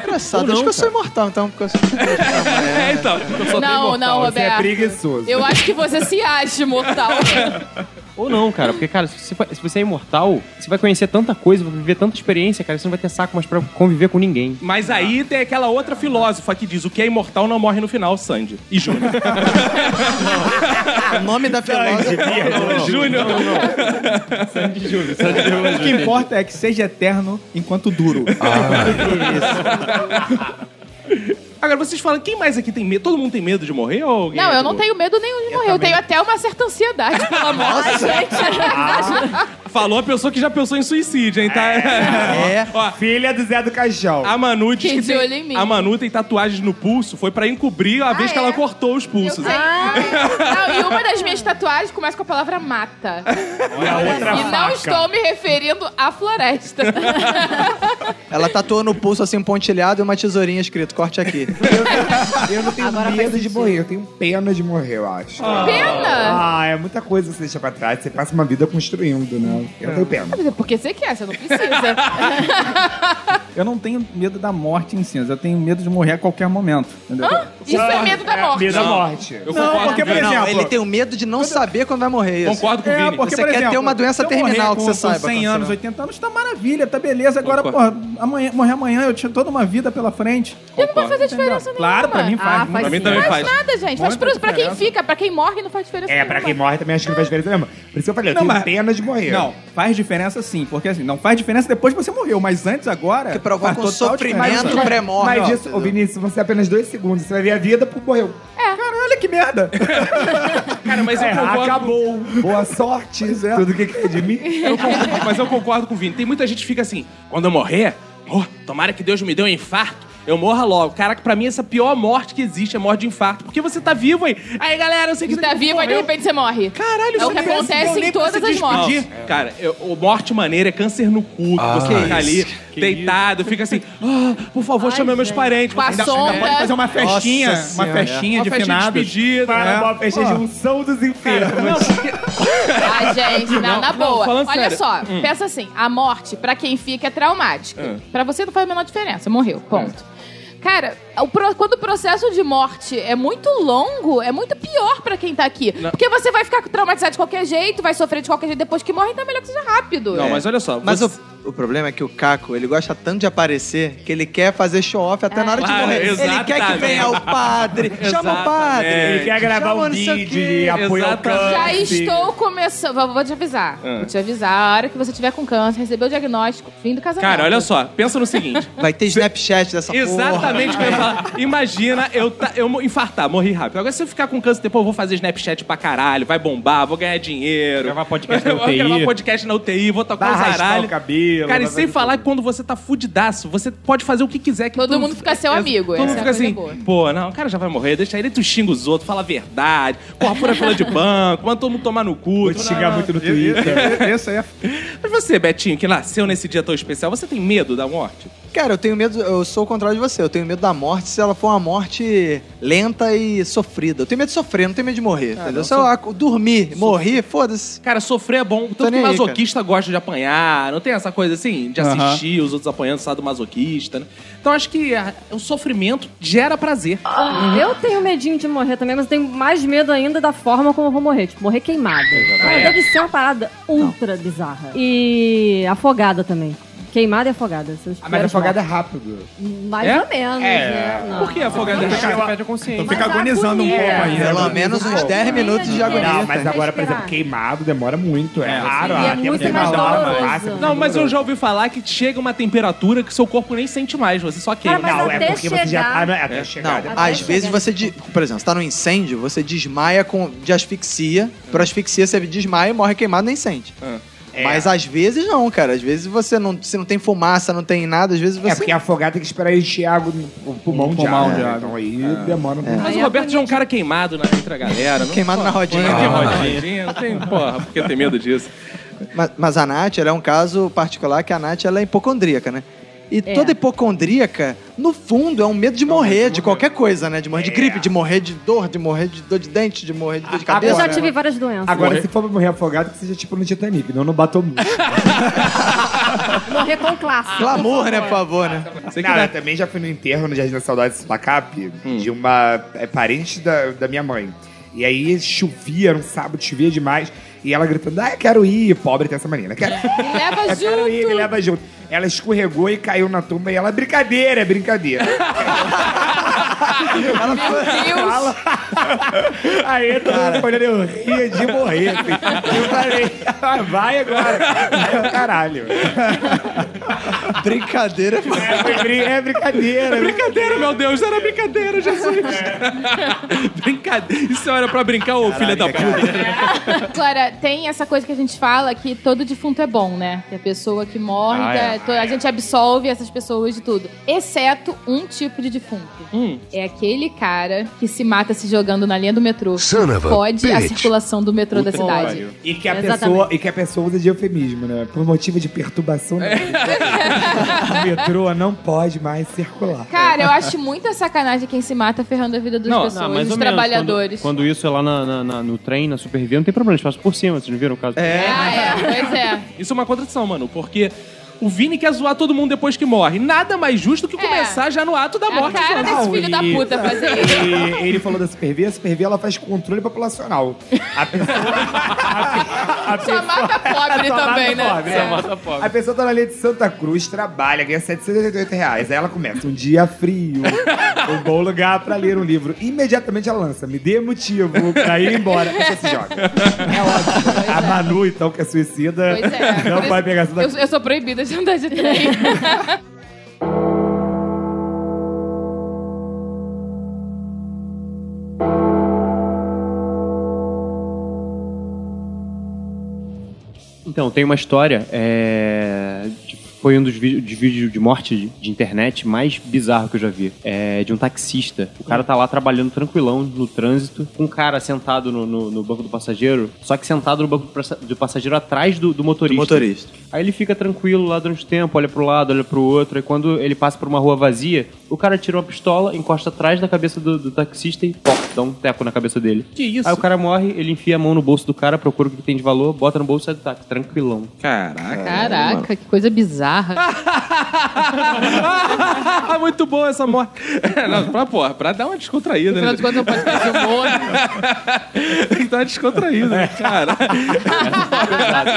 S13: Engraçado, acho que eu sou imortal, então, porque eu sou
S1: fazer amanhã. É, então. eu só tenho
S3: né? Não,
S1: imortal. assim.
S3: não,
S6: você é
S3: Roberto.
S6: preguiçoso.
S3: Eu acho que você se acha imortal.
S9: Ou não, cara. Porque, cara, se você, fa- se você é imortal, você vai conhecer tanta coisa, vai viver tanta experiência, cara, você não vai ter saco mais pra conviver com ninguém.
S1: Mas aí tem aquela outra filósofa que diz: o que é imortal não morre no final, Sandy. E Júnior.
S13: O nome da filósofa.
S1: Júnior.
S5: O que importa é que seja eterno enquanto duro.
S1: Agora vocês falam: quem mais aqui tem medo? Todo mundo tem medo de morrer ou alguém?
S3: Não,
S1: é
S3: eu
S1: de
S3: não
S1: boa?
S3: tenho medo nenhum de morrer. Eu tenho até uma certa ansiedade pela morte.
S1: Falou a pessoa que já pensou em suicídio, hein? Tá...
S13: É.
S1: Ó,
S6: Filha do Zé do Caixão.
S5: Ah,
S1: A Manu diz
S3: Que
S1: que
S3: de olho em
S1: tem,
S3: mim.
S1: a Manu tem tatuagens no pulso, foi pra encobrir a vez que
S3: é?
S1: ela cortou os
S3: Eu
S1: pulsos. É,
S3: sei. Ah, Não, e uma das minhas tatuagens começa com a palavra mata. e não estou me referindo à floresta.
S13: Ela tatuou no pulso assim um pontilhado e uma tesourinha escrito, corte aqui.
S6: Eu não tenho medo de morrer, eu tenho pena de morrer, eu acho.
S3: Pena!
S6: Ah, é muita coisa que você deixa pra trás, você passa uma vida construindo, né? Eu tenho pena.
S3: Mas é Porque você quer, você não precisa.
S5: Eu não tenho medo da morte em si, mas eu tenho medo de morrer a qualquer momento. Entendeu?
S9: Ah,
S3: Isso é medo da morte.
S6: Medo da morte.
S1: Eu
S5: Não, porque, por exemplo.
S13: Não, ele tem o medo de não saber quando vai morrer assim. isso.
S1: Concordo com o
S5: É,
S1: Vini.
S5: porque,
S13: Você
S5: por
S13: quer
S5: exemplo,
S13: ter uma doença
S5: se eu morrer
S13: terminal que
S5: com-
S13: você
S5: com
S13: saiba
S5: 100
S13: quando
S5: anos,
S13: você-
S5: 80 anos, tá maravilha, tá beleza. Agora,
S1: Concordo.
S5: porra, amanhã, morrer amanhã, eu tinha toda uma vida pela frente.
S3: E não vai fazer
S5: Entendeu?
S3: diferença nenhuma.
S5: Claro, pra mim faz.
S4: Ah, faz
S1: Pra mim
S4: sim.
S1: também
S3: Faz
S1: faz.
S3: nada, gente. Faz
S5: Muita
S3: pros, pra quem
S5: diferença.
S3: fica, pra quem morre não faz diferença
S6: É, pra quem morre também acho que não faz diferença mesmo. Por isso que eu falei, eu
S5: Não,
S6: tenho
S5: mas-
S6: pena de morrer.
S5: Não, faz diferença sim, porque assim, não faz diferença depois que você morreu, mas antes agora.
S13: Que provoca
S5: faz
S13: um
S5: total
S13: sofrimento
S5: diferença.
S13: do pré-morte.
S6: Mas
S13: Não,
S6: isso, ô Vinícius, vão ser apenas dois segundos. Você vai ver a vida por morreu.
S5: Caralho, que merda!
S1: Cara, mas eu
S6: É,
S1: concordo.
S6: acabou. Boa sorte, tudo que quer de mim.
S1: Eu concordo, mas eu concordo com o Vini. Tem muita gente que fica assim, quando eu morrer, oh, tomara que Deus me dê um infarto, eu morra logo. Caraca, pra mim essa é a pior morte que existe, é morte de infarto. Porque você tá vivo aí. Aí, galera, eu sei que
S3: Você tá
S1: vivo
S3: vivo e de repente você morre.
S1: Caralho,
S3: É o
S1: você
S3: que
S1: nem-
S3: acontece
S1: nem
S3: em todas
S1: precisa
S3: as mortes.
S1: despedir. Cara, eu- o morte maneira é câncer no cu. que você fica ali, deitado, fica assim, "Ah, por favor, chame meus parentes.
S3: Com a
S1: Ainda-
S3: sombra.
S5: Pode fazer uma festinha,
S13: Nossa
S5: uma
S13: Senhora.
S5: festinha
S1: uma
S5: de
S1: festinha de
S5: finados.
S1: despedida.
S6: Para
S1: né?
S6: uma festa de unção dos enfermos.
S3: Ah, gente, na, na
S1: não,
S3: boa.
S1: falando
S3: Olha
S1: sério. Hum.
S3: só, pensa assim: a morte, pra quem fica, é traumática. Pra você não faz a menor diferença, morreu, ponto. Cara, o pro- quando o processo de morte é muito longo, é muito pior pra quem tá aqui. Porque você vai ficar traumatizado de qualquer jeito, vai sofrer de qualquer jeito depois que morre, então é melhor que seja rápido.
S1: Não, mas olha só.
S2: Mas
S1: você-
S2: o, o problema é que o Caco, ele gosta tanto de aparecer que ele quer fazer show-off até na hora de
S6: Ah,
S1: Claro,
S2: morrer. Ele quer que
S1: exatamente.
S2: venha o padre. Chama o padre.
S1: Exatamente.
S6: Ele quer gravar
S2: Chama
S6: um
S2: não sei o
S6: vídeo
S2: quê.
S6: de apoio ao
S1: Exatamente.
S6: câncer.
S3: Já estou começando. Vou, vou te avisar.
S1: Hum.
S3: Vou te avisar. A hora que você tiver com câncer, receber o diagnóstico, fim do casamento.
S1: Cara, olha só, pensa no seguinte.
S2: Vai ter Snapchat dessa porra.
S1: Exatamente o que eu ia falar. Imagina eu, ta- eu mo- infartar, morri rápido. Agora, se eu ficar com câncer depois, eu vou fazer Snapchat pra caralho, vai bombar, vou ganhar dinheiro.
S5: Gravar podcast na
S1: Eu vou
S5: UTI.
S1: gravar podcast na UTI, vou
S6: Vai
S1: tocar os
S6: arrastar
S1: aralhos.
S6: o cabelo.
S1: Cara, e
S6: vai
S1: sem
S6: fazer
S1: falar que quando você tá fudidaço, você pode fazer o que quiser. Que
S3: Todo mundo fica seu
S1: Ex-
S3: amigo,
S1: Todo mundo
S3: essa
S1: fica
S3: é a coisa
S1: assim,
S3: boa.
S1: pô, não, o cara já vai morrer, deixa ele, tu xinga os outros, fala a verdade, corra por a fila de banco, manda todo mundo tomar no cu.
S6: Vou te
S1: tu-
S6: xingar muito no Twitter.
S15: Esse aí é
S1: Mas você, Betinho, que nasceu nesse dia tão especial, você tem medo da morte?
S2: Cara, eu tenho medo, eu sou o contrário de você. Eu tenho medo da morte se ela for uma morte lenta e sofrida. Eu tenho medo de sofrer, Ah, não tenho medo de morrer. entendeu? se eu ac- dormir, morrer, foda-se.
S1: Cara, sofrer é bom. Tanto
S2: Tô
S1: que
S2: nem aí,
S1: masoquista gosta de apanhar, não tem essa coisa assim, de
S15: Aham.
S1: assistir os outros apanhando, sabe, do masoquista, né? Então acho que a- o sofrimento gera prazer.
S4: Ah, Eu tenho medinho de morrer também, mas eu tenho mais medo ainda da forma como eu vou morrer. Tipo, morrer queimada. Ah, Deve ser uma parada ultra bizarra. E afogada também. Queimada e afogada. essas
S6: Ah, mas
S4: piores
S6: afogada é rápido.
S4: mortes. Mais
S1: É?
S4: ou menos,
S6: É.
S4: né?
S3: Ah,
S4: Não.
S1: Por que afogado
S5: Então
S1: deixa
S5: fica-
S1: eu-
S5: perde a consciência.
S15: Fica
S4: Mas a
S15: agonizando um
S4: agonia.
S15: pouco ainda.
S2: Pelo menos uns 10 minutos de
S4: Não,
S2: agonista.
S6: Não, mas agora, por
S4: Respirar.
S6: exemplo, queimado demora muito. É,
S15: É,
S6: raro.
S4: sim. E é
S6: ah,
S4: muito
S6: tem uma
S4: mais
S6: queimada, uma
S4: doloroso.
S6: massa,
S1: Não, mas eu já ouvi falar que chega uma temperatura que seu corpo nem sente mais, você só queima.
S4: Cara, mas
S6: Não, é
S4: até
S6: porque você já
S4: chegar-
S6: tá. Não, é até
S2: Não,
S6: chegar.
S4: Até
S2: às
S4: chegar
S2: vezes
S4: nesse
S2: você, de, por exemplo, você tá num incêndio, você desmaia com, de asfixia. Por asfixia, você desmaia e morre queimado nem sente.
S6: É.
S2: Mas às vezes não, cara. Às vezes você não, se não tem fumaça, não tem nada, às vezes você.
S6: É porque afogado tem que esperar encher água no pulmão, de
S15: pulmão
S6: água.
S15: de água.
S6: Então aí demora um pouco.
S1: Mas o
S4: Aí é
S1: Roberto já é um cara queimado na, entre a galera. Não,
S2: Queimado na rodinha.
S1: Não, queimado na
S2: Ah.
S1: rodinha. Não tem, porra, porque tem medo disso.
S2: Mas, mas a Nath, ela é um caso particular que a Nath ela é hipocondríaca, né? E
S4: É.
S2: toda hipocondríaca, no fundo, é um medo de morrer de qualquer coisa, né? De morrer de gripe, de morrer de dor, de morrer de dor de dente, de morrer de dor de
S4: Eu
S2: cabeça.
S4: já
S6: Agora-
S4: tive várias doenças.
S6: Agora,
S1: Morrer.
S6: se for pra morrer afogado, que seja tipo no Titanic, não no Batomu.
S4: Morrer com classe.
S2: Clamor, né, por favor, né?
S1: Sei que
S6: Não,
S1: dá-
S6: eu também já fui no enterro no Jardim da Saudade de Sulacap de uma é, parente da, da minha mãe. E aí chovia, era um sábado, chovia demais. E ela gritando, ah, eu quero ir. Pobre tem essa menina. Quero,
S3: Me leva
S6: eu quero ir, me
S3: junto.
S6: leva junto. Ela escorregou e caiu na tumba. E ela, brincadeira, é brincadeira.
S3: Meu Deus.
S6: aí todo mundo olhando, eu ria de morrer. Assim. Eu falei, "Ah, vai agora. Caralho.
S2: Brincadeira.
S6: É, brin- é brincadeira.
S1: Era brincadeira, meu Deus, era brincadeira, Jesus. É. brincadeira. Isso era pra brincar, ô filha da puta.
S3: Agora, tem essa coisa que a gente fala que todo defunto é bom, né? Que a pessoa que morre,
S5: Ah, é.
S3: que- to- a gente absolve essas pessoas de tudo. Exceto um tipo de defunto.
S6: Hum.
S3: É aquele cara que se mata se jogando na linha do metrô.
S9: Son of a
S3: Pode a
S9: bitch.
S3: circulação do metrô da cidade.
S6: E que, a
S4: Exatamente.
S6: pessoa, e que a pessoa usa de eufemismo, né? Por motivo de perturbação. né? o metrô não pode mais circular.
S3: Cara, eu acho muita sacanagem quem se mata ferrando a vida das pessoas, dos trabalhadores.
S5: Quando, quando isso é lá na- na- na- no trem, na Supervia, não tem problema, eles passam por cima, vocês não viram o caso?
S3: Ah, é, pois é.
S1: Isso é uma contradição, mano, porque o Vini quer zoar todo mundo depois que morre. Nada mais justo que
S3: É.
S1: começar já no ato da
S3: A
S1: morte.
S3: cara
S1: zoando.
S3: desse filho da puta fazer isso.
S6: E ele falou da Supervia, a Supervia ela faz controle populacional. A pessoa,
S3: Só mata pobre
S6: Só mata
S3: também, né?
S6: pobre, só
S3: É.
S6: a pessoa tá na linha de Santa Cruz, trabalha, ganha 788 reais. Aí ela começa, um dia frio, um bom lugar pra ler um livro. Imediatamente ela lança, me dê motivo pra ir embora. A pessoa se joga. É óbvio. A Manu, então, que é suicida,
S3: Pois é.
S6: não
S3: Por
S6: vai
S3: isso-
S6: pegar Santa
S3: Eu, eu sou proibida de andar de trem.
S5: Então, tem uma história. é, de- Foi um dos vídeos de, vídeo de morte de, de internet mais bizarro que eu já vi. É de um taxista. O cara tá lá trabalhando tranquilão no trânsito, com um cara sentado no, no- no banco do passageiro, só que sentado no banco do passa- do passageiro atrás do, do motorista.
S2: motorista.
S5: Aí ele fica tranquilo lá durante o tempo, olha pro lado, olha pro outro. E quando ele passa por uma rua vazia, o cara tira uma pistola, encosta atrás da cabeça do, do taxista e pop, dá um teco na cabeça dele.
S1: Que isso?
S5: Aí o cara morre, ele enfia a mão no
S3: é
S5: bolso do cara, procura o que tem de valor, bota no bolso e sai do táxi, tranquilão.
S1: Caraca.
S3: Caraca, que coisa
S14: bizarra.
S1: Muito boa essa morte. Não, pra, porra, pra dar uma descontraída,
S14: Afinal
S1: né?
S14: de contas, é um podcast de humor.
S1: Tem que dar uma descontraída, né? cara.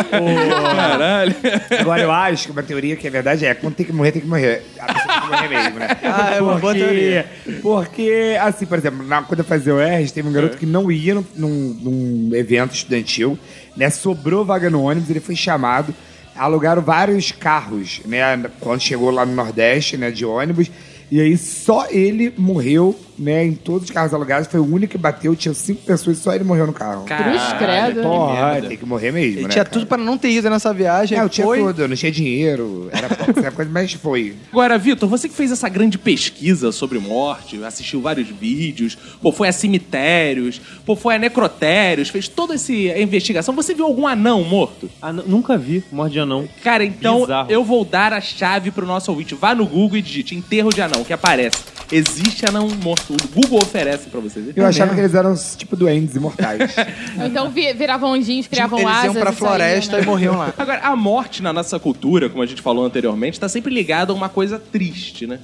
S1: Caralho.
S6: Agora eu acho que uma teoria que é verdade é quando tem que morrer, tem que morrer. A pessoa tem que morrer mesmo, né?
S13: Ah, é uma boa teoria.
S6: Porque, assim, por exemplo, na, quando eu fazia o ERG, teve
S13: É.
S6: um garoto que não ia num, num- num evento estudantil, né? Sobrou vaga no ônibus, ele foi chamado. Alugaram vários carros, né? Quando chegou lá no Nordeste, né? De ônibus. E aí só ele morreu, né? Em todos os carros alugados. Foi o único que bateu, tinha cinco pessoas, só ele morreu no carro.
S14: Cruz credo.
S6: Porra, tem que morrer mesmo,
S13: Ele
S6: né?
S13: tinha
S6: cara?
S13: tudo pra não ter ido nessa viagem.
S6: É, eu tinha
S13: foi,
S6: tudo, eu não tinha dinheiro, era pouco, era coisa, mas foi.
S1: Agora, Vitor, você que fez essa grande pesquisa sobre morte, assistiu vários vídeos, pô, foi a cemitérios, pô, foi a necrotérios, fez toda essa investigação. Você viu algum anão morto?
S9: Ah, n- nunca vi morte de anão.
S1: Cara, então
S9: Bizarro.
S1: eu vou dar a chave pro nosso ouvinte. Vá no Google e digite enterro de anão, que aparece. Existe anão morto. O Google oferece pra você ver.
S6: Eu achava que eles eram tipo duendes imortais.
S3: Ou então vi- viravam anjinhos, criavam
S13: Eles
S3: asas.
S13: iam pra
S3: e saíam,
S13: floresta
S3: né?
S13: e morriam lá.
S1: Agora, a morte na nossa cultura, como a gente falou anteriormente, está sempre ligada a uma coisa triste, né?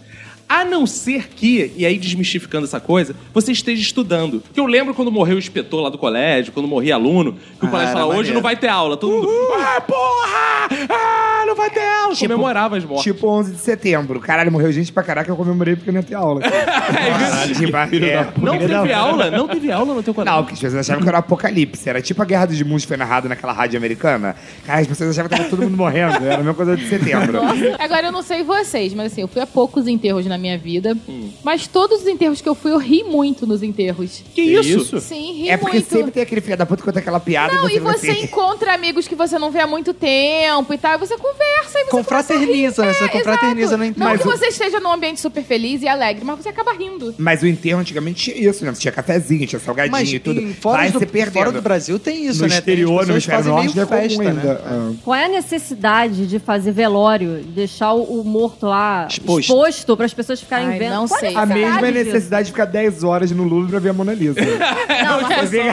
S1: A não ser que, e aí desmistificando essa coisa, você esteja estudando. Porque eu lembro quando morreu o inspetor lá do colégio, quando morria aluno, que o
S13: Ah,
S1: colégio
S13: era
S1: falava, hoje
S13: maneiro.
S1: não vai ter aula. Todo mundo, ah, porra! Ah, não vai ter aula! Comemorava as mortes.
S6: tipo 11 de setembro. Caralho, morreu gente pra caraca, eu comemorei porque não ia ter aula. Caralho, tipo, é,
S1: não teve
S6: não.
S1: aula? Não teve aula no teu
S6: Não,
S1: colégio?
S6: porque as pessoas achavam que era um apocalipse. Era tipo a Guerra dos Mundos que foi narrada naquela rádio americana. Cara, as pessoas achavam que tava todo mundo morrendo. Era a mesma coisa de setembro.
S3: Agora, eu não sei vocês, mas assim, eu fui a poucos enterros na minha vida. Mas todos os enterros que eu fui, eu ri muito nos enterros.
S1: Que isso?
S3: Sim, ri
S6: É porque
S3: muito.
S6: sempre tem aquele filho da puta que conta aquela piada
S3: Não,
S6: e
S3: e
S6: você... vai
S3: você
S6: ter-
S3: encontra amigos que você não vê há muito tempo e tal, e você conversa e você começa a rir.
S13: Confraterniza, né? Você confraterniza no
S3: É, Não
S13: enterro.
S3: que você esteja num ambiente super feliz e alegre, mas você acaba rindo.
S6: Mas o enterro antigamente tinha isso, né? Você tinha cafezinho, tinha salgadinho
S13: Mas
S6: e tudo.
S13: em- fora,
S6: vai
S13: do,
S6: se perdendo.
S13: fora do Brasil tem isso,
S6: no
S13: né? Tem
S6: exterior,
S13: as
S6: no
S13: pessoas que
S6: hemisfério
S13: fazem meio
S6: norte, não é comum
S13: festa,
S6: ainda.
S13: né?
S6: Ah.
S4: Qual é a necessidade de fazer velório, deixar o, o morto lá
S13: Exposto.
S4: exposto, para as pessoas ficarem
S3: Ai,
S4: vendo?
S3: não
S4: Qual
S3: sei.
S6: A mesma Tá é
S4: necessidade disso?
S6: necessidade de ficar 10 horas no Louvre pra ver a Mona Lisa.
S4: Não, mas-
S1: É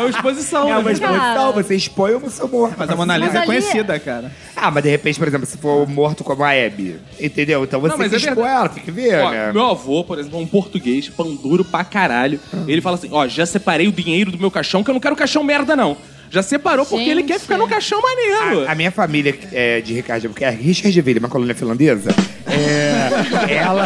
S1: uma exposição.
S6: é
S1: né?
S6: uma exposição,
S4: Cara.
S6: você expõe o seu morto.
S5: Mas a Mona Lisa
S4: Mas
S5: é
S4: ali-
S5: conhecida, cara.
S6: Ah, mas de repente, por exemplo, se for morto como a Abby, entendeu? Então você
S1: Não, mas é
S6: expõe
S1: verdade.
S6: ela, tem que ver,
S1: Ó,
S6: né?
S1: Meu avô, por exemplo, é um português, pão duro pra caralho.
S6: Ah.
S1: Ele fala assim: ó, já separei o dinheiro do meu caixão, que eu não quero caixão merda, não. Já separou porque ele quer
S3: Gente.
S1: ficar no caixão maneiro.
S6: A, a minha família é, de Ricardo Albuquerque, Richard Ville, uma colônia finlandesa, é, ela.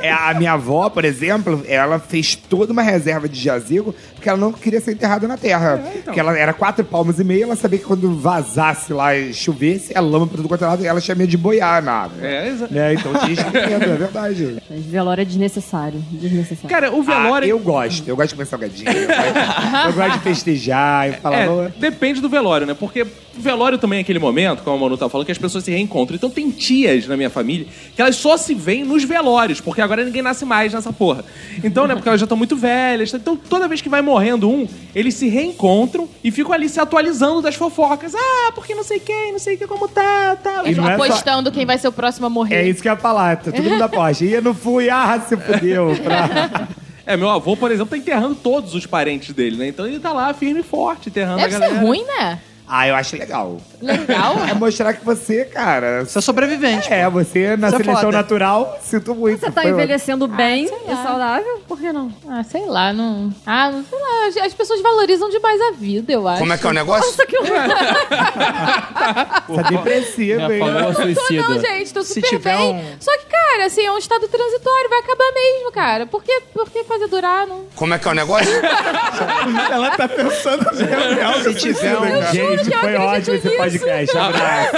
S6: é, a minha avó, por exemplo, ela fez toda uma reserva de jazigo porque ela não queria ser enterrada na terra.
S1: É, então.
S6: Porque ela era quatro palmos e meio, ela sabia que quando vazasse lá e chovesse, a lama pra tudo quanto é lado, ela tinha medo de boiar na água.
S1: É, exa-
S6: Né? Então tinha escondido, é verdade.
S4: Mas velório é desnecessário. Desnecessário.
S1: Cara, o
S6: Ah,
S1: velório. é
S6: eu gosto, eu gosto de comer salgadinho. Eu gosto, eu gosto de festejar, eu falo.
S1: É,
S6: "Vamos-
S1: depende do velório, né? Porque o velório também é aquele momento, como a Manu tá falando, que as pessoas se reencontram. Então tem tias na minha família que elas só se veem nos velórios, porque agora ninguém nasce mais nessa porra. Então, né? Porque elas já estão muito velhas. tá? Então toda vez que vai morrendo um, eles se reencontram e ficam ali se atualizando das fofocas. Ah, porque não sei quem, não sei quem, como tá, tal.
S6: E não é só-
S3: Apostando quem vai ser o próximo a morrer.
S6: É isso que eu ia falar, tá todo mundo aposta. E eu não fui, ah, se fudeu. Pra...
S1: É, meu avô, por exemplo, tá enterrando todos os parentes dele, né? Então ele tá lá firme e forte, enterrando
S3: Deve
S1: a
S3: ser
S1: galera.
S3: ruim, né?
S6: Ah, eu acho legal.
S3: Legal.
S6: É mostrar que você, cara.
S13: Você é sobrevivente.
S6: É, você na
S13: Isso é
S6: seleção
S13: foda.
S6: natural, sinto muito.
S4: Você tá
S6: foi-
S4: envelhecendo bem
S3: Ah, sei
S4: e
S3: lá.
S4: saudável? Por que não?
S3: Ah, sei lá, não. Ah, não sei lá. as- As pessoas valorizam demais a vida, eu acho.
S2: Como é que é o negócio?
S6: Tá depressivo,
S9: É a
S6: hein?
S9: famosa suicida.
S3: Não, gente, tô
S13: Se
S3: super
S13: tiver
S3: bem.
S13: um-
S3: Só que, cara, assim, é um estado transitório, vai acabar mesmo, cara. Por que, por que fazer durar? Não...
S2: Como é que é o negócio?
S5: Ela tá pensando
S6: É,
S13: né?
S5: mesmo.
S6: Se tiver um-
S3: juro que
S6: Gente,
S3: eu
S6: foi
S3: acredito
S6: ótimo esse
S3: nisso.
S6: podcast. abraço.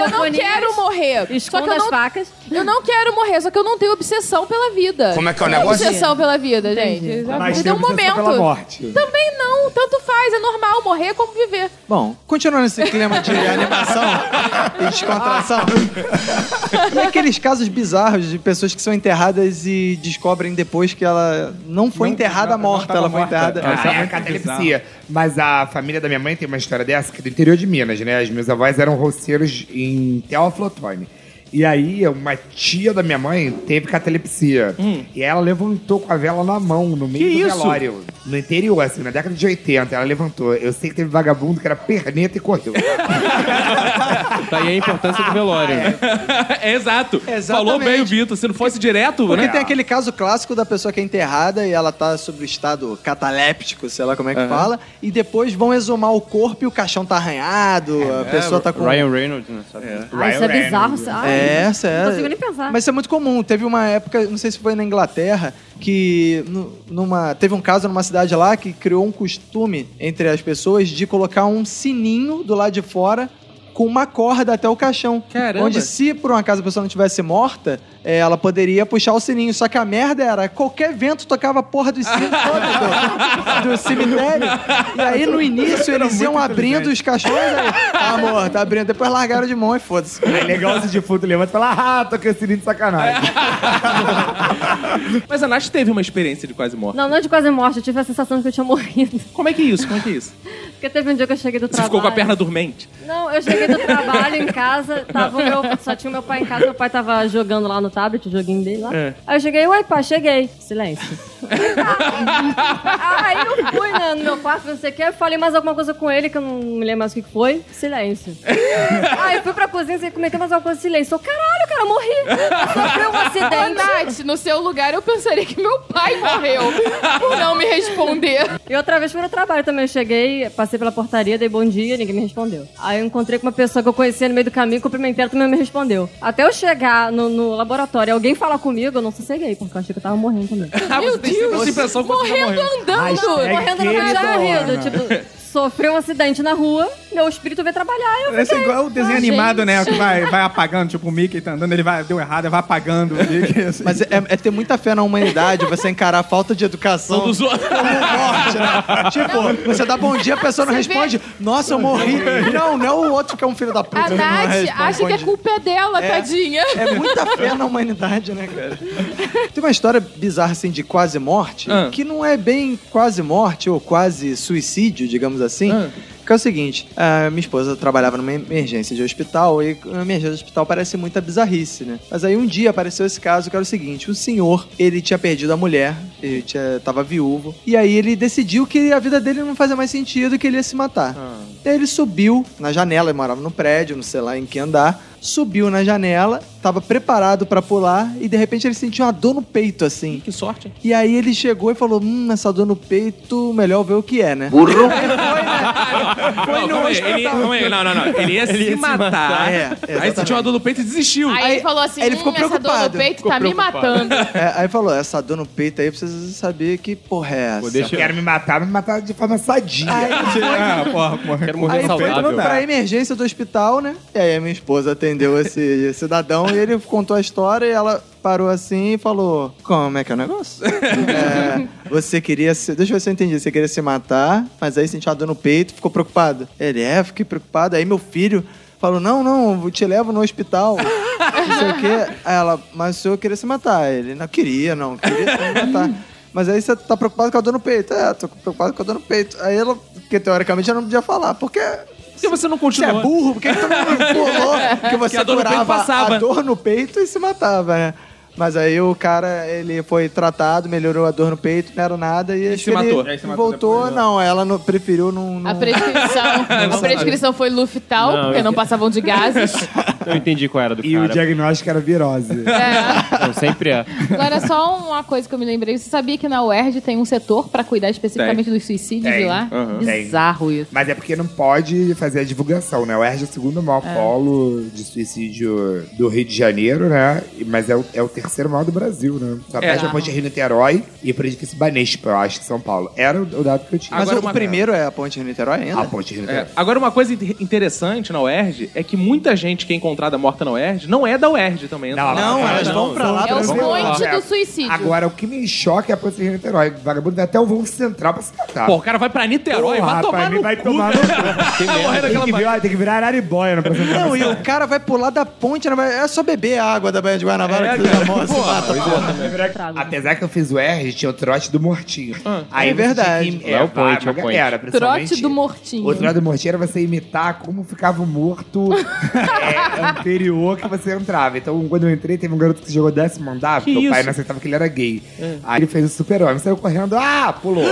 S3: Eu não quero morrer. Só que
S4: Esconda
S3: eu
S4: as
S3: não,
S4: facas.
S3: eu não quero morrer, só que eu não tenho obsessão pela vida.
S2: Como é que é o
S3: Não tenho
S2: negócio?
S3: Obsessão pela vida, gente.
S4: Entendi.
S3: Já
S6: Mas
S3: me
S6: tem
S3: deu um
S6: obsessão
S3: momento.
S6: pela morte.
S3: Também não, tanto faz, é normal morrer como viver.
S13: Bom, continuando esse clima de animação e descontração. E aqueles casos bizarros de pessoas que são enterradas e descobrem depois que ela não foi
S5: Não,
S13: enterrada
S5: não, não
S13: morta,
S5: tava
S13: ela foi
S5: morta.
S13: enterrada.
S5: Ah, isso é
S6: Ah, é a
S5: muito
S6: catalepsia. Mas a família da minha mãe tem uma história dessa, que é do interior de Minas, né? Os meus avós eram roceiros em Teoflotone. E aí, uma tia da minha mãe teve catalepsia. E ela levantou com a vela na mão, no meio
S1: Que
S6: do
S1: isso?
S6: velório. No interior, assim, na década de 80, ela levantou. Eu sei que teve vagabundo que era perneta e correu.
S9: Tá aí a importância do velório. né?
S1: É, exato. Falou bem o Vitor. Se não fosse direto,
S2: Porque
S1: né?
S2: tem aquele caso clássico da pessoa que é enterrada e ela tá sob o estado cataléptico, sei lá como é que fala, e depois vão exumar o corpo e o caixão tá arranhado, a pessoa tá com...
S9: Ryan Reynolds, né? sabe?
S4: Ah, isso é bizarro. isso- ai,
S2: É,
S4: Não
S2: sério.
S4: consigo nem pensar.
S2: Mas isso é muito comum. Teve uma época, não sei se foi na Inglaterra, que nu- numa, teve um caso numa cidade lá que criou um costume entre as pessoas de colocar um sininho do lado de fora com uma corda até o caixão.
S1: Caramba.
S2: Onde se por um acaso a pessoa não tivesse morta, eh, ela poderia puxar o sininho. Só que a merda era, qualquer vento tocava a porra do sino todo do, do cemitério. E aí no início eles iam abrindo os caixões. Aí, ah, amor, tá abrindo. Depois largaram de mão e foda-se.
S6: É legal se de fundo levanta e fala, ah, tô com esse lindo de sacanagem.
S1: Mas a Nath teve uma experiência de quase morte.
S4: Não, não de quase morte, eu tive a sensação de que eu tinha morrido.
S1: Como é que é isso? Como é que é isso?
S4: Porque teve um dia que eu cheguei do
S1: Você
S4: trabalho.
S1: ficou com a perna dormente?
S4: Não, eu cheguei do trabalho em casa, tava o meu, só tinha o meu pai em casa, meu pai tava jogando lá no tablet, o joguinho dele lá. Aí eu cheguei, uai, pá, cheguei. Silêncio. Aí eu fui né, no meu quarto, não sei o que, eu falei mais alguma coisa com ele, que eu não me lembro mais o que que foi. Silêncio. Aí eu fui pra cozinha, assim, comentei mais alguma coisa, silêncio. Eu, caralho, cara, eu morri. Eu sofri um
S3: Ô,
S4: acidente.
S3: Nath, no seu lugar eu pensaria que meu pai morreu por não me responder.
S4: E outra vez foi no trabalho também. Eu cheguei, passei pela portaria, dei bom dia, ninguém me respondeu. Aí eu encontrei com uma pessoa que eu conhecia no meio do caminho, cumprimentei, ela também não me respondeu. Até eu chegar no, no laboratório e alguém falar comigo, eu não sosseguei, porque eu achei que eu tava morrendo também.
S1: Ah, você tem sempre essa impressão quando você tá
S3: morrendo
S1: morrendo.
S3: andando.
S6: Hashtag
S4: Morrendo no meio
S6: é que
S4: da
S6: dor,
S4: corrida,
S6: né?
S4: tipo... Sofri um acidente na rua, meu espírito veio trabalhar. Eu...
S5: Esse é igual o desenho
S3: Ah,
S5: animado, né?
S3: gente.
S5: Que vai, vai apagando, tipo o Mickey tá andando, ele vai, deu errado, ele vai apagando o Mickey. Assim.
S2: Mas é, é ter muita fé na humanidade você encarar a falta de educação
S1: Dos outros.
S2: como um morte, né? Tipo, você dá bom dia, a pessoa não responde. Nossa, eu morri. Não, não é o outro que é um filho da puta.
S3: A
S2: que não
S3: Nath
S2: responde.
S3: acha que a culpa é dela,
S2: É.
S3: tadinha.
S2: É muita fé na humanidade, né, cara? Tem uma história bizarra, assim, de quase morte,
S1: Ah.
S2: que não é bem quase morte ou quase suicídio, digamos assim. Que é o seguinte, a minha esposa trabalhava numa emergência de hospital e a emergência de hospital parece muita bizarrice, né? Mas aí um dia apareceu esse caso que era o seguinte, o senhor, ele tinha perdido a mulher, ele tinha, tava viúvo, e aí ele decidiu que a vida dele não fazia mais sentido e que ele ia se matar.
S1: Ah.
S2: Daí ele subiu na janela, ele morava no prédio, não sei lá em que andar. Subiu na janela, tava preparado pra pular e de repente ele sentiu uma dor no peito assim.
S1: Que sorte, hein?
S2: E aí ele chegou e falou: Hum, essa dor no peito, melhor ver o que é, né?
S1: Ah, Não, calma aí, ele- calma aí, não, não, não. Ele ia se matar.
S2: É,
S1: aí
S2: exatamente.
S1: sentiu uma dor no peito e desistiu.
S3: Aí ele falou assim:
S2: Aí ele ficou
S3: hum, essa dor no
S2: preocupado.
S3: peito tá me matando.
S2: É, aí falou: Essa dor no peito aí precisa saber que porra é essa.
S9: Pô,
S6: Eu
S9: deixa
S6: quero me matar, me matar de forma sadia.
S5: ah, porra, porra.
S9: Quero morrer
S2: Aí
S9: saudável.
S2: foi pra emergência do hospital, né? E aí a minha esposa atendeu esse cidadão e ele contou a história e ela parou assim e falou: Como é que é o negócio? É, você queria se. Deixa eu ver se eu entendi. Você queria se matar, mas aí sentiu uma dor no peito, ficou preocupado. Ele é, fiquei preocupado. Aí meu filho. Falou, não, não, eu te levo no hospital. Não sei o quê. Aí ela, mas o senhor queria se matar. Ele, não, queria, não, queria se matar. Mas aí você tá preocupado com a dor no peito. É, tô preocupado com a dor no peito. Aí ela, porque teoricamente ela não podia falar, porque.
S1: Por que você não
S2: Você é
S1: continuou?
S2: burro, porque todo mundo pulou que você
S1: a dor no peito
S2: curava
S1: passava.
S2: a dor no peito e se matava, né? Mas aí o cara, ele foi tratado, melhorou a dor no peito, não era nada e, acho
S1: se
S2: que ele
S1: matou.
S5: E aí se matou
S2: voltou,
S5: depois, né?
S2: não, ela não, preferiu não... não-
S3: A prescrição, a prescrição foi Luftal,
S9: Não,
S3: porque não passavam de gases.
S9: Eu entendi qual era do
S6: E o
S9: cara.
S6: diagnóstico era virose.
S3: É.
S9: Não, sempre é.
S3: Agora, só uma coisa que eu me lembrei. Você sabia que na UERJ tem um setor pra cuidar especificamente dos suicídios
S6: Tem.
S3: de lá?
S6: Uhum.
S3: Bizarro isso.
S6: Mas é porque não pode fazer a divulgação, né? O ERJ é o segundo maior polo de suicídio do Rio de Janeiro, né? E- Mas é o, é o terceiro maior do Brasil, né?
S3: É.
S6: Só perde a Ponte Rio Niterói e pro edifício Banespa, eu acho, de São Paulo. Era o, o dado que eu tinha.
S2: Mas
S1: Agora
S2: o
S1: uma-
S2: primeiro é a ponte de Niterói ainda?
S6: A Ponte Rio
S1: É,
S6: Niterói.
S1: agora, uma coisa in- interessante na UERJ é que muita gente que é encontrada morta na UERJ não é da UERJ também. entra
S6: Não,
S1: lá.
S2: Não, elas vão pra lá.
S3: É o
S2: pra-
S3: point
S6: É.
S3: do suicídio.
S6: Agora, o que me choca é a Ponte Rio Niterói. Vagabundo vai até o voo central pra se matar.
S1: Pô, o cara vai pra Niterói,
S6: Porra,
S1: vai tomar
S6: rapaz,
S1: no
S6: vai
S1: cu.
S6: tomar no cu.
S1: Vai morrer
S6: Tem
S1: naquela
S6: que,
S1: ba-
S6: virar, tem que virar Araribóia na próxima
S2: Não, e o cara vai pular da ponte, né? Vai- é só beber a água da Baía de Guanabara
S1: É,
S2: que você
S1: cara.
S2: já morre, se mata.
S6: Apesar que eu fiz o R, tinha o trote do Mortinho. Aí
S2: É
S6: você tinha
S2: verdade.
S6: que-
S9: É o point, é o
S6: vaga-
S9: point.
S6: Era,
S3: Trote
S6: principalmente-
S3: do Mortinho.
S6: O trote do Mortinho era você imitar como ficava o morto. É, anterior que você entrava. Então, quando eu entrei, teve um garoto que jogou décimo andar, porque o pai não aceitava que ele era gay. Aí ele fez o super-homem, saiu correndo, ah, pulou.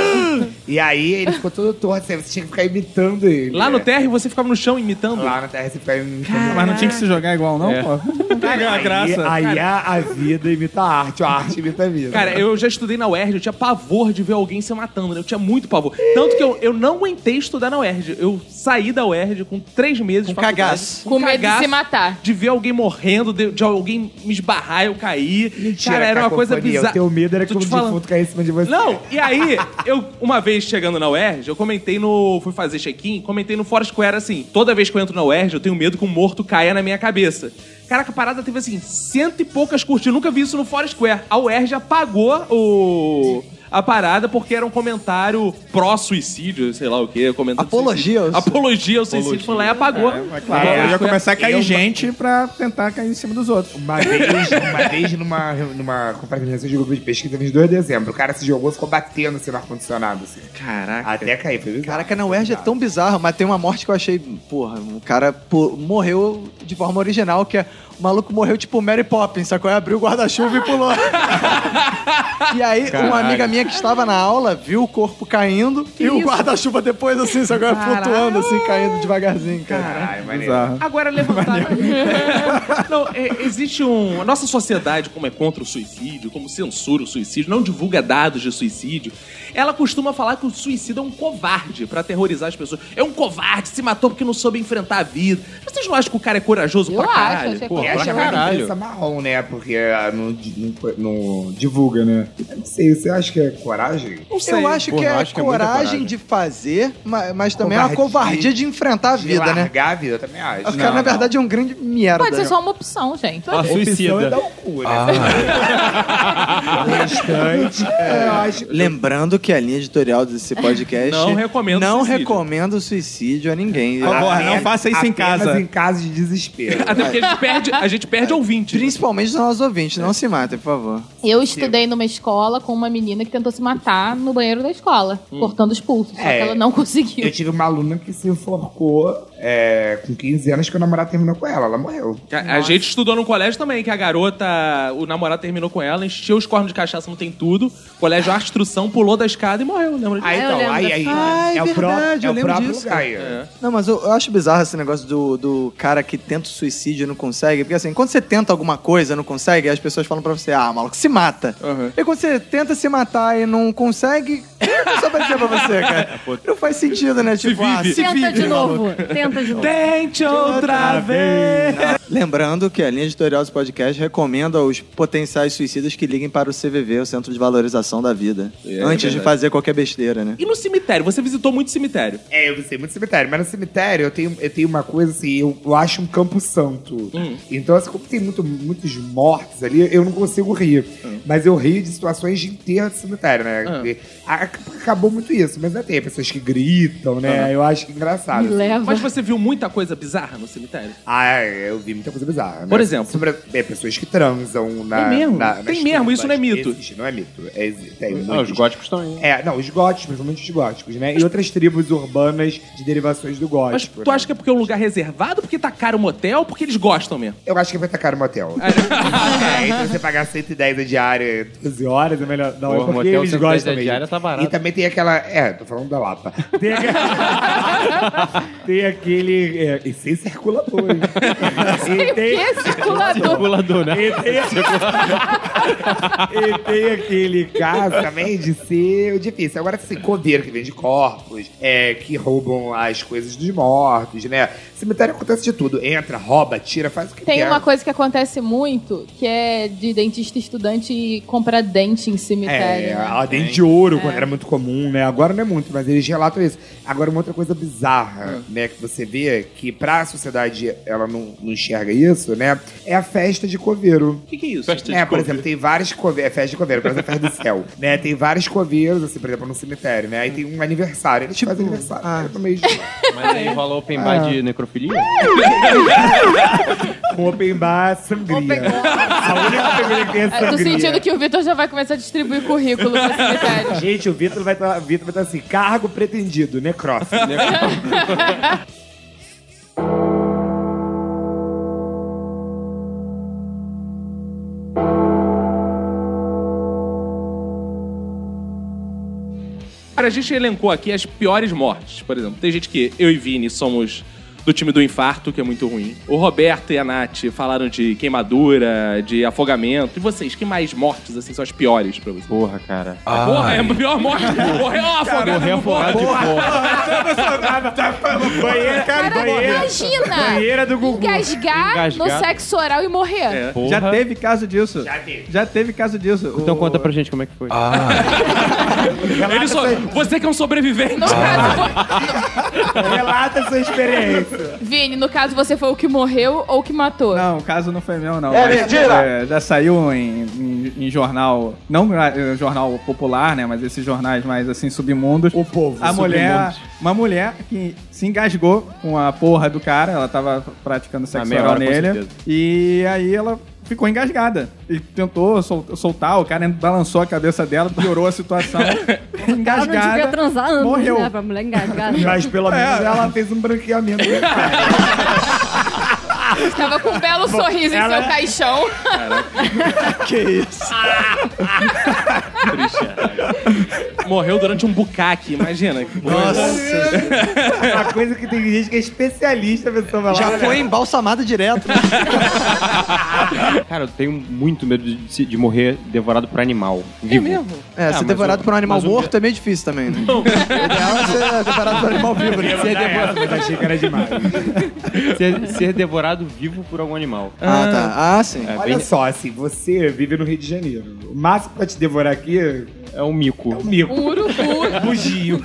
S6: e aí ele ficou todo torto, assim, você tinha que ficar imitando ele.
S1: Lá no
S6: né?
S1: terra você ficava no chão imitando.
S6: Lá no terra você ficava imitando
S5: Mas não tinha que se jogar igual, não, pô? Pega a
S6: Aí-
S5: graça.
S6: Aí, a, a vida imita a arte, a arte imita a vida.
S1: Cara, eu já estudei na UERJ, eu tinha pavor de ver alguém se matando, né? Eu tinha muito pavor. Tanto que eu, eu não aguentei estudar na UERJ. Eu saí da UERJ com três meses de
S2: Com
S1: faculdade,
S2: cagaço.
S3: Com medo de se matar.
S1: de ver alguém morrendo, de, de alguém me esbarrar, eu cair. cara, era uma coisa
S6: cacofonia.
S1: bizarra.
S6: O teu medo era que
S1: Tô
S6: um
S1: te falando.
S6: defunto caísse em cima de você.
S1: Não, e aí, eu, uma vez chegando na UERJ, eu comentei no. Fui fazer check-in, comentei no Foursquare assim: toda vez que eu entro na UERJ, eu tenho medo que um morto caia na minha cabeça. Caraca, a parada teve assim, cento e poucas curtidas. Eu nunca vi isso no Foursquare. A UERJ apagou o. A parada, porque era um comentário pró-suicídio, sei lá o quê. Comentário
S2: Apologia ao
S1: suicídio. Apologia ao suicídio. Foi lá e apagou. Então, assim,
S5: Claro,
S6: É,
S5: ia começar a cair
S1: um
S6: eu-
S5: gente pra tentar cair em cima dos outros.
S6: Uma vez, uma vez numa, numa confraternização de grupo de pesquisa, 22 de dezembro, o cara se jogou e ficou batendo assim no ar-condicionado, assim.
S2: Caraca.
S6: Até cair, foi bizarro.
S2: Caraca, na UERJ é tão bizarro, mas tem uma morte que eu achei. Porra, o cara pô, morreu de forma original, que é. O maluco morreu tipo Mary Poppins, sacou? Aí Abriu o guarda-chuva e pulou. e aí, uma amiga minha que estava na aula viu o corpo caindo e o guarda-chuva depois, assim, sacou? Flutuando, assim, caindo devagarzinho, cara.
S6: Caralho, maneiro.
S5: Bizarro.
S1: Agora levantaram. não, é, existe um. A nossa sociedade, como é contra o suicídio, como censura o suicídio, não divulga dados de suicídio, ela costuma falar que o suicídio é um covarde pra aterrorizar as pessoas. É um covarde, se matou porque não soube enfrentar a vida. Vocês não acham que o cara é corajoso
S3: Eu
S1: pra
S3: acho,
S1: caralho?
S3: achei
S1: Pô,
S6: É a
S3: corajoso.
S6: chamada imprensa marrom, né? Porque ah, não, di- não- não divulga, né? Eu não sei, você acha que é coragem?
S2: Eu acho que
S5: porra,
S2: é a
S5: acho que é muita
S2: coragem,
S5: coragem.
S2: de fazer, mas, mas também é uma
S6: Covardia.
S2: covardia de enfrentar a
S6: de
S2: vida, né?
S6: largar a vida, eu também acho.
S2: O cara, na verdade, é um grande merda.
S3: Pode ser só uma opção,
S9: A
S3: gente.
S6: Então é
S9: suicida.
S6: dar o cu, né?
S1: Ah.
S6: o restante, é
S5: É,
S6: eu acho
S2: Lembrando que a linha editorial desse podcast
S1: Não recomendo
S2: não
S1: suicídio.
S2: recomendo o suicídio a ninguém. Ah, é.
S5: Por favor,
S6: Apenas-
S5: não faça isso em
S6: apenas
S5: casa.
S6: em caso de desespero.
S1: Até porque a gente perde, a gente perde ouvinte.
S2: Principalmente os nossos ouvintes, não se matem, por favor.
S3: Eu estudei numa escola com uma menina que tentou se matar no banheiro da escola, cortando os pulsos. Só que
S6: Hum. É.
S3: ela não conseguiu.
S6: Eu tive uma aluna que se enforcou é, com 15 anos que o namorado terminou com ela. Ela morreu.
S1: A, a gente estudou no colégio também, que a garota, o namorado terminou com ela, encheu os cornos de cachaça, não tem tudo. O colégio, a instrução, pulou da escada e morreu, lembra disso?
S6: Aí
S4: eu
S6: então,
S4: lembro
S6: aí,
S4: dessa-
S6: aí.
S2: Ah, é
S6: é o
S2: verdade,
S6: próprio, é
S2: eu
S6: o
S2: lembro
S6: próprio
S2: disso, É.
S6: lugar. aí.
S2: Não, mas eu, eu acho bizarro esse negócio do, do cara que tenta o suicídio e não consegue. Porque assim, quando você tenta alguma coisa e não consegue, as pessoas falam pra você, ah, maluco, se mata.
S1: Uhum.
S2: E quando você tenta se matar e não consegue, o que a pessoa vai dizer pra você, cara? Não faz sentido, né? Tipo, ah, se
S4: Tenta de
S2: vive, maluco.
S4: novo. Tenta de novo.
S1: Tente outra vez!
S2: Lembrando que a linha editorial desse podcast recomenda aos potenciais suicidas que liguem para o CVV, o Centro de Valorização da Vida,
S13: É,
S2: antes de fazer qualquer besteira, né?
S1: E no cemitério? Você visitou muito cemitério.
S6: É, eu visitei muito cemitério, mas no cemitério eu tenho, eu tenho uma coisa assim, eu, eu acho um campo santo.
S4: Hum.
S6: Então, assim, como tem muito, muitos mortos ali, eu não consigo rir.
S4: Hum.
S6: Mas eu rio de situações de enterro de cemitério, né? E a- Acabou muito isso, mas ainda tem pessoas que gritam, né? Eu acho engraçado.
S4: Me
S6: assim.
S4: leva.
S1: Mas você viu muita coisa bizarra no cemitério?
S6: Ah, eu vi muita coisa bizarra. né?
S1: Por exemplo?
S6: Sobre é, pessoas que transam na.
S1: É mesmo?
S6: na-
S1: Tem
S6: nas
S1: mesmo,
S6: tumbas.
S1: isso não é mito.
S6: Existe, não é mito. É, exi- tem
S9: Ah, os
S6: muitos.
S9: góticos estão aí.
S6: É, não, os góticos, principalmente os góticos, né? E outras tribos urbanas de derivações do gótico.
S1: Mas tu
S6: né?
S1: acha que é porque é um lugar reservado, porque tá caro o motel, porque eles gostam mesmo?
S6: Eu acho que vai tacar o motel. é, então você pagar 110 a diária, 12 horas, é melhor. Não,
S9: Porra,
S6: é porque
S9: motel
S6: eles
S9: 110
S6: gostam
S9: a
S6: mesmo.
S9: diária tá barato.
S6: E também tem aquela... É, tô falando da Lapa. Tem, aquela- tem aquele... É, e sem circulador, hein? e tem...
S3: Que circulador.
S9: Pulador, né?
S6: E tem, e tem aquele caso também de ser difícil. Agora, assim, coveiro que vende corpos, é, que roubam as coisas dos mortos, né? Cemitério acontece de tudo. Entra, rouba, tira, faz o que é.
S3: Tem
S6: quer.
S3: uma coisa que acontece muito, que é de dentista estudante comprar dente em cemitério. né?
S6: É, a dente de ouro, quando era muito comum, né? Agora não é muito, mas eles relatam isso. Agora, uma outra coisa bizarra, né, que você vê, que pra sociedade ela não, não enxerga isso, né? É a festa de coveiro.
S1: O que, que é isso?
S6: É, por exemplo, tem vários coveiros, festa de coveiro, por exemplo, a festa do céu, né? Tem vários coveiros, assim, por exemplo, no cemitério, né? Aí tem um aniversário, eles fazem aniversário. tipo,
S2: ah.
S6: Eu também
S9: Mas aí rola open bar de necrofilia?
S6: com open bar, sangria. A única coisa que tem é
S3: Eu
S6: sangria.
S3: Tô sentindo que o Vitor já vai começar a distribuir currículo no cemitério.
S6: Gente, o Vitor vai estar tá assim, cargo pretendido, necrófilo.
S1: a gente elencou aqui as piores mortes, por exemplo. Tem gente que eu e Vini somos do time do infarto, que é muito ruim. O Roberto e a Nath falaram de queimadura, de afogamento. E vocês, que mais mortes, assim, são as piores pra vocês?
S9: Porra, cara.
S1: Porra, é a pior morte. Morreu afogado
S5: Morrer
S1: no bote.
S5: afogado de porra.
S6: Banheira,
S3: Cara,
S6: cara, banheira.
S3: imagina!
S6: Banheira do Gugu.
S3: Engasgar,
S9: Engasgar.
S3: no sexo oral e morrer.
S1: É.
S5: Já teve caso disso. Já teve. caso disso.
S9: Então
S5: O-
S9: conta pra gente como é que foi.
S1: Ele só- Você que é um sobrevivente.
S3: No caso,
S6: Relata sua experiência.
S3: vo- Vini, no caso você foi o que morreu ou o que matou?
S5: Não, o caso não foi meu, não. É mentira! já saiu em, em- em jornal, não eh, jornal popular, né? Mas esses jornais mais assim, submundos.
S6: O povo.
S5: A mulher, uma mulher que se engasgou com a porra do cara, ela tava praticando sexo
S9: meia
S5: oral
S9: hora, com
S5: nele.
S9: certeza.
S5: E aí ela ficou engasgada. E tentou sol- soltar, o cara balançou a cabeça dela, piorou a situação.
S4: Ela não devia
S5: engasgada.
S4: transar anos,
S5: morreu.
S4: né? Pra mulher engasgada.
S6: Mas pelo
S5: É.
S6: menos ela fez um branqueamento.
S3: Tava com um belo sorriso em seu caixão.
S1: Morreu durante um bucaque, imagina.
S13: Nossa,
S6: Uma coisa que tem gente que é especialista, a pessoa vai lá.
S13: já foi embalsamado direto. né?
S9: Cara, eu tenho muito medo de, de- de morrer devorado por animal. Vivo.
S13: É,
S9: Ah,
S13: ser
S9: mas
S13: devorado
S9: o-
S13: por um animal
S9: mas o-
S13: morto é meio difícil também, né? O ideal é ser devorado por um animal vivo, né? Ser
S5: é.
S13: devorado-
S6: Mas achei que era demais.
S9: Ser, ser devorado vivo por algum animal.
S13: Ah, tá. Ah, sim.
S9: É,
S6: Olha
S9: bem-
S6: só, assim, você vive no Rio de Janeiro. O máximo pra te devorar aqui é
S9: é um mico.
S6: um mico.
S3: Um urubu.
S6: Bugio.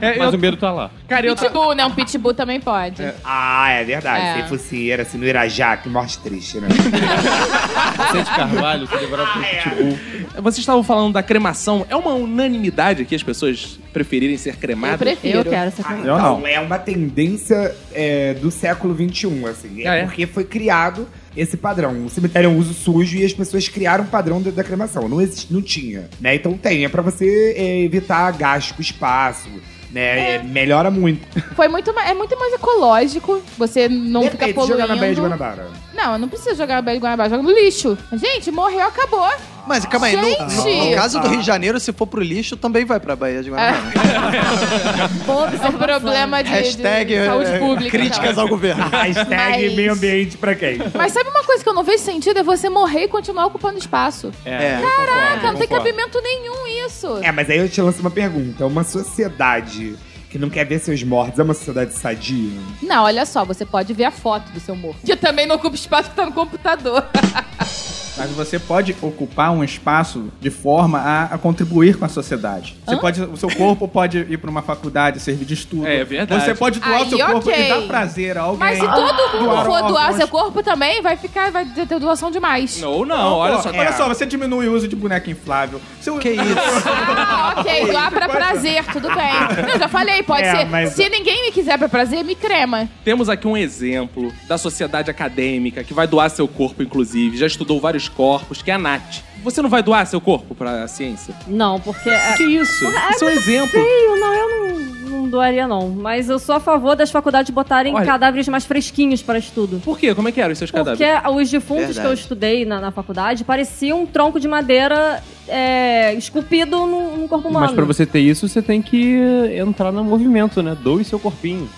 S1: É,
S9: Mas o
S1: eu-
S9: medo tá lá.
S1: cara, eu,
S3: Pitbull, né? Um pitbull também pode.
S6: Ah, é verdade.
S3: É.
S6: Sem focinheira, assim, no Irajá, que morte triste, né?
S9: Sete Carvalho, ser devorado
S6: Ah,
S9: por
S6: é.
S9: pitbull.
S1: Vocês estavam falando da cremação. É uma unanimidade que as pessoas preferirem ser
S3: Eu
S1: cremadas?
S3: prefiro.
S4: Eu Ah, quero essa coisa.
S5: Eu não.
S6: É uma tendência é, do século XXI, assim. É,
S1: Ah, é?
S6: porque foi criado esse padrão. O cemitério é um uso sujo e as pessoas criaram um padrão da, da cremação. Não, existe, não tinha, né? Então tem, é pra você é, evitar gasto com espaço, né? É, melhora muito.
S3: Foi muito, ma- é muito mais ecológico. Você não
S6: Depende,
S3: fica poluindo.
S6: jogar na Baía de Guanabara.
S3: Não, não precisa jogar na Baía de Guanabara. Joga no lixo. Gente, morreu, acabou.
S13: Mas calma aí, no,
S3: Gente!
S13: no
S9: Ah.
S13: caso do Rio de Janeiro, se for pro lixo, também vai pra Bahia de Guanabara.
S3: É
S4: Boa
S6: tá
S3: um
S4: observação.
S3: problema de, de
S13: Hashtag eh,
S6: é,
S3: saúde pública.
S13: críticas ao governo.
S6: Hashtag
S3: Mas-
S6: meio ambiente pra quem?
S3: Mas sabe uma coisa que eu não vejo sentido? É você morrer e continuar ocupando espaço.
S13: É.
S3: Caraca, não tem
S9: concordo.
S3: cabimento nenhum isso.
S6: É, mas aí eu te lanço uma pergunta. Uma sociedade que não quer ver seus mortos é uma sociedade sadia?
S3: Não, olha só, você pode ver a foto do seu morto. Que também não ocupa espaço que tá no computador.
S5: Mas você pode ocupar um espaço de forma a, a contribuir com a sociedade. Você pode, o seu corpo pode ir pra uma faculdade, servir de estudo.
S1: É verdade.
S5: Você pode doar
S3: Aí,
S5: o seu corpo
S3: ok.
S5: e dar prazer a alguém. Ah,
S3: Mas se todo mundo for doar seu corpo também, vai ficar, vai ter ter doação demais.
S1: Ou não, olha só.
S5: Olha só, você diminui o uso de boneca inflável. Seu...
S13: Que isso?
S3: Ah, ok, doar pra prazer, tudo bem. Não, já falei, pode
S6: É,
S3: ser.
S6: mas-
S3: Se ninguém me quiser pra prazer, me crema.
S1: Temos aqui um exemplo da sociedade acadêmica que vai doar seu corpo, inclusive. Já estudou vários corpos, que é a Nath. Você não vai doar seu corpo pra ciência?
S4: Não, porque... é-
S1: Que isso? Isso é um exemplo.
S4: Feio, não, eu não, não doaria, não. Mas eu sou a favor das faculdades botarem
S1: Olha-
S4: cadáveres mais fresquinhos para estudo.
S1: Por quê? Como é que eram os seus
S4: Porque
S1: cadáveres?
S4: os defuntos
S13: Verdade.
S4: que eu estudei na, na faculdade pareciam um tronco de madeira é, esculpido no, no corpo humano.
S9: Mas pra você ter isso, você tem que entrar no movimento, né? Doe seu corpinho.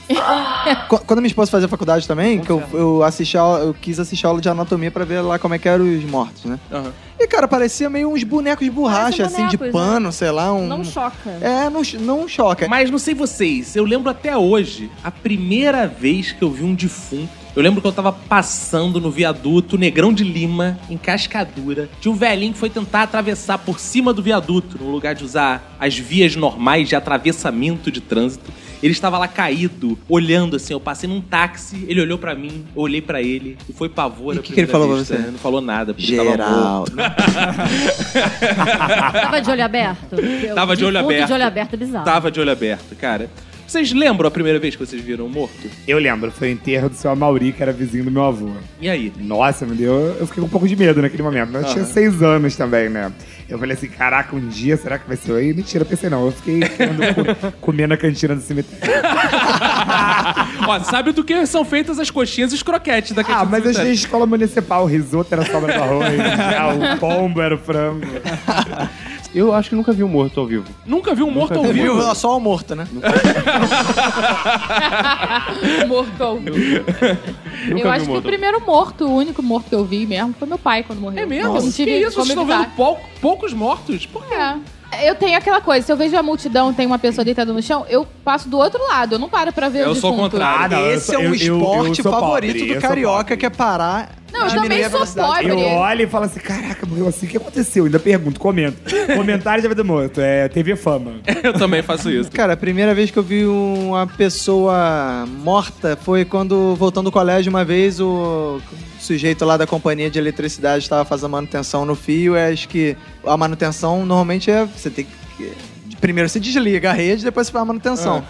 S13: Qu- Quando minha esposa fazia faculdade também, que eu, eu assisti a aula- eu quis assistir a aula de anatomia pra ver lá como é que eram os mortos, né?
S1: Aham.
S13: E, cara, parecia meio uns bonecos de borracha,
S4: Parece
S13: assim, de
S4: bonecos,
S3: né?
S13: pano, sei lá, um...
S4: Não choca.
S13: É, não, ch- não choca.
S1: Mas não sei vocês, eu lembro até hoje, a primeira vez que eu vi um defunto. Eu lembro que eu tava passando no viaduto Negrão de Lima, em Cascadura. Tinha um velhinho que foi tentar atravessar por cima do viaduto, no lugar de usar as vias normais de atravessamento de trânsito. Ele estava lá caído, olhando assim. Eu passei num táxi, ele olhou pra mim, eu olhei pra ele, e foi pavor.
S13: E
S1: à
S13: que que ele
S1: primeira
S13: falou pra
S1: vista,
S13: você?
S1: né? Não falou nada, porque ele tava morto.
S13: Geral.
S4: Tava de olho aberto. Eu-
S1: Tava de olho
S4: defunto
S1: aberto.
S4: de olho aberto é bizarro.
S1: Tava de olho aberto, cara. Vocês lembram a primeira vez que vocês viram um morto?
S6: Eu lembro, foi o enterro do seu Amauri, que era vizinho do meu avô.
S1: E aí?
S6: Nossa, me deu. Eu fiquei com um pouco de medo naquele momento. Eu tinha seis anos também, né? Eu falei assim: caraca, um dia será que vai ser eu? E mentira, eu pensei não. Eu fiquei comendo, comendo a cantina do cemitério.
S1: Ó, sabe do que são feitas as coxinhas e os croquetes da
S6: Ah,
S1: cantina do
S6: mas eu
S1: cemitério.
S6: tinha escola municipal, o risoto era sobra do arroz, ah, o pombo era o frango.
S9: Eu acho que nunca vi um morto ao vivo.
S1: Nunca vi um morto ao
S13: Você
S1: vivo.
S13: viu só o morto, né?
S3: morto ao vivo.
S9: Nunca
S3: eu
S9: vi
S3: acho
S9: um
S3: que o
S9: morto.
S3: primeiro morto, o único morto que eu vi mesmo, foi meu pai quando morreu.
S1: É mesmo?
S3: Eu não
S1: que
S3: tive
S1: isso?
S3: como
S1: Vocês estão
S3: evitar.
S1: vendo pou- poucos mortos? Por quê?
S3: É. Eu tenho aquela coisa, se eu vejo a multidão, tem uma pessoa deitada no chão, eu passo do outro lado, eu não paro pra ver o
S1: Eu
S3: defunto.
S1: sou o contrário.
S6: Ah, não, eu
S13: Esse
S6: sou-
S13: é
S6: eu-
S13: o
S6: eu- eu
S13: esporte
S6: sou
S13: favorito
S6: pobre, eu
S13: do
S6: sou
S13: carioca,
S6: pobre.
S13: que é parar.
S3: Não, eu
S13: diminuir
S3: também
S13: a
S3: sou
S13: velocidade.
S3: pobre.
S6: Eu olho e falo assim: caraca, morreu assim, o que aconteceu? Ainda pergunto, comento. Comentário de vida morto, é TV Fama.
S1: Eu também faço isso.
S13: Cara, a primeira vez que eu vi uma pessoa morta foi quando, voltando do colégio uma vez, o sujeito lá da companhia de eletricidade estava fazendo manutenção no fio. é, Acho que a manutenção normalmente é. Você tem que. Primeiro você desliga a rede, depois você faz a manutenção.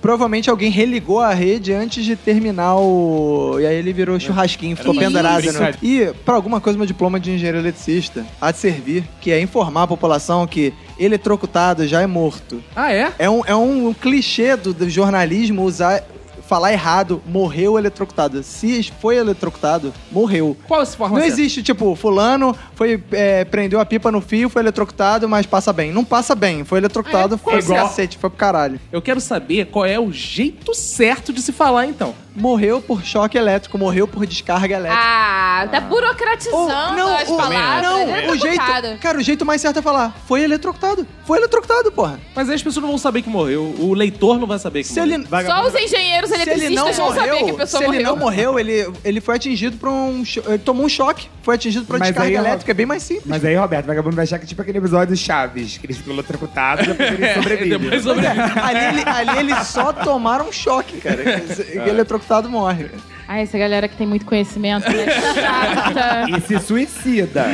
S13: Provavelmente alguém religou a rede antes de terminar o. E aí ele virou churrasquinho, ficou
S3: Ih,
S13: pendurado.
S9: brincadeira.
S13: né? E, pra alguma coisa, meu diploma de engenheiro eletricista há de servir, que é informar a população que eletrocutado já é morto.
S1: Ah, é?
S13: É um, é um clichê do, do jornalismo usar. Falar errado, morreu eletrocutado. Se foi eletrocutado, morreu.
S1: Qual esse forma
S13: Não existe, tipo, fulano foi, é, prendeu a pipa no fio, foi eletrocutado, mas passa bem. Não passa bem, foi eletrocutado, foi pro
S6: igual-
S13: cacete, foi pro caralho.
S1: Eu quero saber qual é o jeito certo de se falar, então.
S13: Morreu por choque elétrico, morreu por descarga elétrica.
S3: Ah, tá burocratizando
S13: Ou-
S3: as palavras. é
S13: não, o jeito. Cara, o jeito mais certo é falar, foi eletrocutado. Foi eletrocutado, porra.
S1: Mas aí as pessoas não vão saber que morreu. O leitor não vai saber que
S13: Se
S1: morreu.
S13: ele,
S3: Só os engenheiros
S13: Se ele não
S3: eletricistas vão saber que a
S13: morreu, se
S3: pessoa
S13: ele
S3: morreu.
S13: não morreu, ele, ele foi atingido por um. cho- Ele tomou um choque, foi atingido por uma
S6: Mas
S13: descarga
S6: aí, ó,
S13: elétrica, é bem mais simples.
S6: Mas aí, Roberto, o vagabundo vai achar que é tipo aquele episódio do Chaves, que eles ficam eletrocutados e depois eles
S3: É,
S6: sobrevivem.
S1: Depois
S13: Pois
S1: sobre...
S13: é, ali, ele, ali ele só tomaram um choque, cara.
S1: É.
S13: Ele eletrocutado morre. cara.
S3: Ai, Ah, essa galera que tem muito conhecimento, né? Chata.
S6: E se suicida.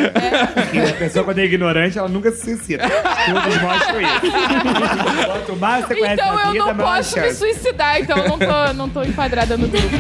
S6: E a pessoa, quando é ignorante, ela nunca se suicida. Todos mostram isso. Quanto mais você conhece
S3: Então
S6: a
S3: eu
S6: vida,
S3: não
S6: maior a
S3: posso me
S6: chance.
S3: suicidar, então eu não tô, não tô enquadrada no grupo.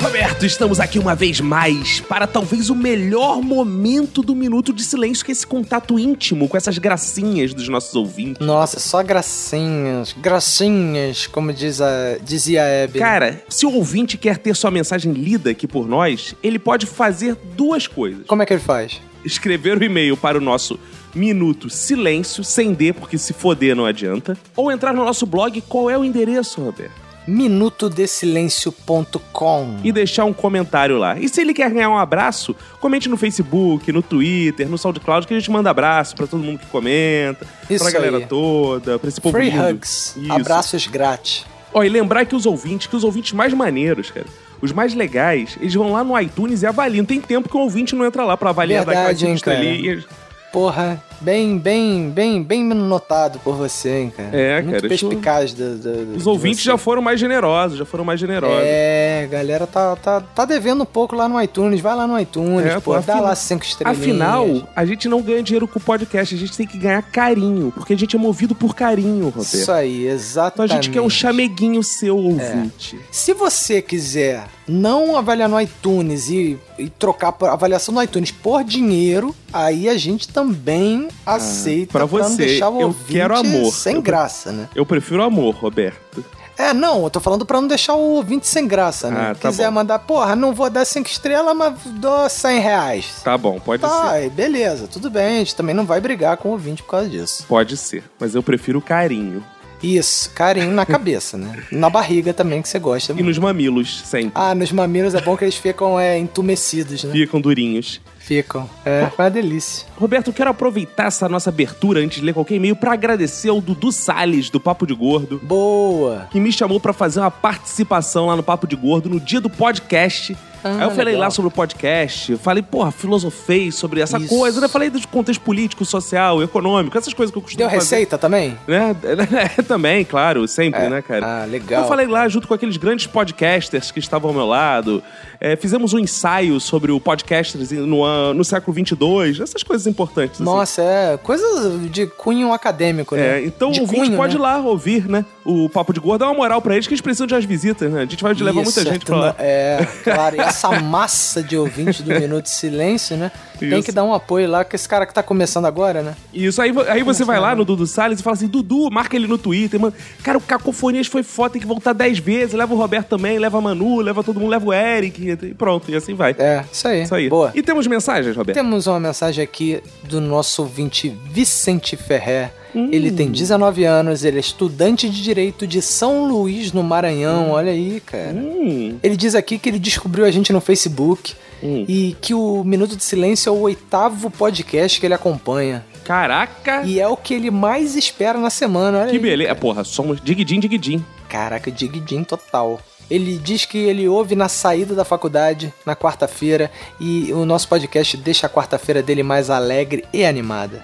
S1: Roberto, estamos aqui uma vez mais para talvez o melhor momento do Minuto de Silêncio, que é esse contato íntimo com essas gracinhas dos nossos ouvintes.
S2: Nossa, só gracinhas. Gracinhas, como diz a, dizia a Hebe. né?
S1: Cara, se o ouvinte quer ter sua mensagem lida aqui por nós, ele pode fazer duas coisas.
S2: Como é que ele faz?
S1: escrever o e-mail para o nosso Minuto Silêncio, sem D, porque se foder não adianta. Ou entrar no nosso blog, qual é o endereço, Roberto?
S2: Minutodesilencio.com
S1: E deixar um comentário lá. E se ele quer ganhar um abraço, comente no Facebook, no Twitter, no SoundCloud, que a gente manda abraço pra todo mundo que comenta,
S2: Isso
S1: pra galera
S2: aí.
S1: toda, pra esse povo
S2: Free
S1: lindo.
S2: hugs.
S1: Isso.
S2: Abraços grátis.
S1: Ó, e lembrar que os ouvintes, que os ouvintes mais maneiros, cara, os mais legais, eles vão lá no iTunes e avaliam. Tem tempo que o ouvinte não entra lá pra avaliar, dá aquela
S2: Verdade, hein,
S1: assistida
S2: cara.
S1: ali. e-
S2: Porra, bem, bem, bem, bem notado por você, hein, cara.
S1: É,
S2: Muito
S1: cara, isso-
S2: perspicaz do, do- do-
S1: Os
S2: de
S1: ouvintes
S2: você.
S1: já foram mais generosos, já foram mais generosos.
S2: É, galera tá, tá, tá devendo um pouco lá no iTunes. Vai lá no iTunes,
S1: É,
S2: pô.
S1: pô,
S2: Dá
S1: afina-
S2: lá cinco estrelinhas.
S1: Afinal, a gente não ganha dinheiro com o podcast, a gente tem que ganhar carinho, porque a gente é movido por carinho, Roberto.
S2: Isso aí,
S1: Então a
S2: exatamente. É.
S1: gente quer um chameguinho seu, ouvinte.
S2: Se você quiser não avaliar no iTunes e, e trocar por avaliação no iTunes por dinheiro, aí a gente também aceita
S1: Ah, pra
S2: não
S1: você,
S2: deixar o
S1: eu
S2: ouvinte
S1: quero amor.
S2: sem
S1: Eu-
S2: graça, né?
S1: Eu prefiro amor, Roberto.
S2: É, não, eu tô falando pra não deixar o ouvinte sem graça, né?
S1: Ah, tá
S2: quiser
S1: bom.
S2: mandar, porra, não vou dar cinco estrelas, mas dou 100 reais.
S1: Tá bom, pode ser.
S2: Tá, e beleza, tudo bem, a gente também não vai brigar com o ouvinte por causa disso.
S1: Pode ser, mas eu prefiro carinho.
S2: Isso, carinho na cabeça, né? Na barriga também, que você gosta
S1: E
S2: muito.
S1: nos mamilos, sempre.
S2: Ah, nos mamilos é bom que eles ficam é, entumecidos, né?
S1: Ficam durinhos.
S2: Ficam. É, foi uma delícia.
S1: Roberto, eu quero aproveitar essa nossa abertura antes de ler qualquer e-mail pra agradecer ao Dudu Salles, do Papo de Gordo,
S2: Boa.
S1: que me chamou pra fazer uma participação lá no Papo de Gordo no dia do podcast.
S2: Ah,
S1: Aí eu falei
S2: legal.
S1: lá sobre o podcast, falei, porra, filosofei sobre essa
S2: Isso.
S1: coisa, né? Falei do contexto político, social, econômico, essas coisas que eu costumo
S2: Deu
S1: fazer.
S2: receita também?
S1: Né? Também, claro, sempre, né, cara?
S2: Ah, legal.
S1: Eu falei lá junto com aqueles grandes podcasters que estavam ao meu lado. É, fizemos um ensaio sobre o podcasters no, an- no século 22, essas coisas importantes. assim.
S2: Nossa, é coisa de cunho acadêmico, né?
S1: É, então
S2: De
S1: o ouvinte
S2: cunho,
S1: pode
S2: né?
S1: ir lá ouvir, né? o Papo de Gordo, dá uma moral pra eles que eles precisam de umas visitas, né? A gente vai levar
S2: Isso,
S1: muita gente pra lá.
S2: É, claro. E essa massa de ouvinte do Minuto de Silêncio, né? Tem
S1: Isso.
S2: que dar um apoio lá, que esse cara que tá começando agora, né?
S1: Isso, aí, vo- aí você vai lá no Dudu Salles e fala assim, Dudu, marca ele no Twitter, mano. Cara, o Cacofonias foi foda, tem que voltar 10 vezes. Leva o Roberto também, leva a Manu, leva todo mundo, leva o Eric. E pronto, e assim vai.
S2: É, isso aí.
S1: Isso aí.
S2: Boa.
S1: E temos mensagens, Roberto?
S2: Temos uma mensagem aqui do nosso ouvinte Vicente Ferrer. Ele tem 19 anos, ele é estudante de direito de São Luís, no Maranhão. Olha aí, cara.
S1: Hum,
S2: Ele diz aqui que ele descobriu a gente no Facebook e que o Minuto de Silêncio é o oitavo podcast que ele acompanha.
S1: Caraca!
S2: E é o que ele mais espera na semana. Olha
S1: Que
S2: aí.
S1: beleza. Porra, somos digdim, digdim.
S2: Caraca, digidinho total. Ele diz que ele ouve na saída da faculdade, na quarta-feira, e o nosso podcast deixa a quarta-feira dele mais alegre e animada.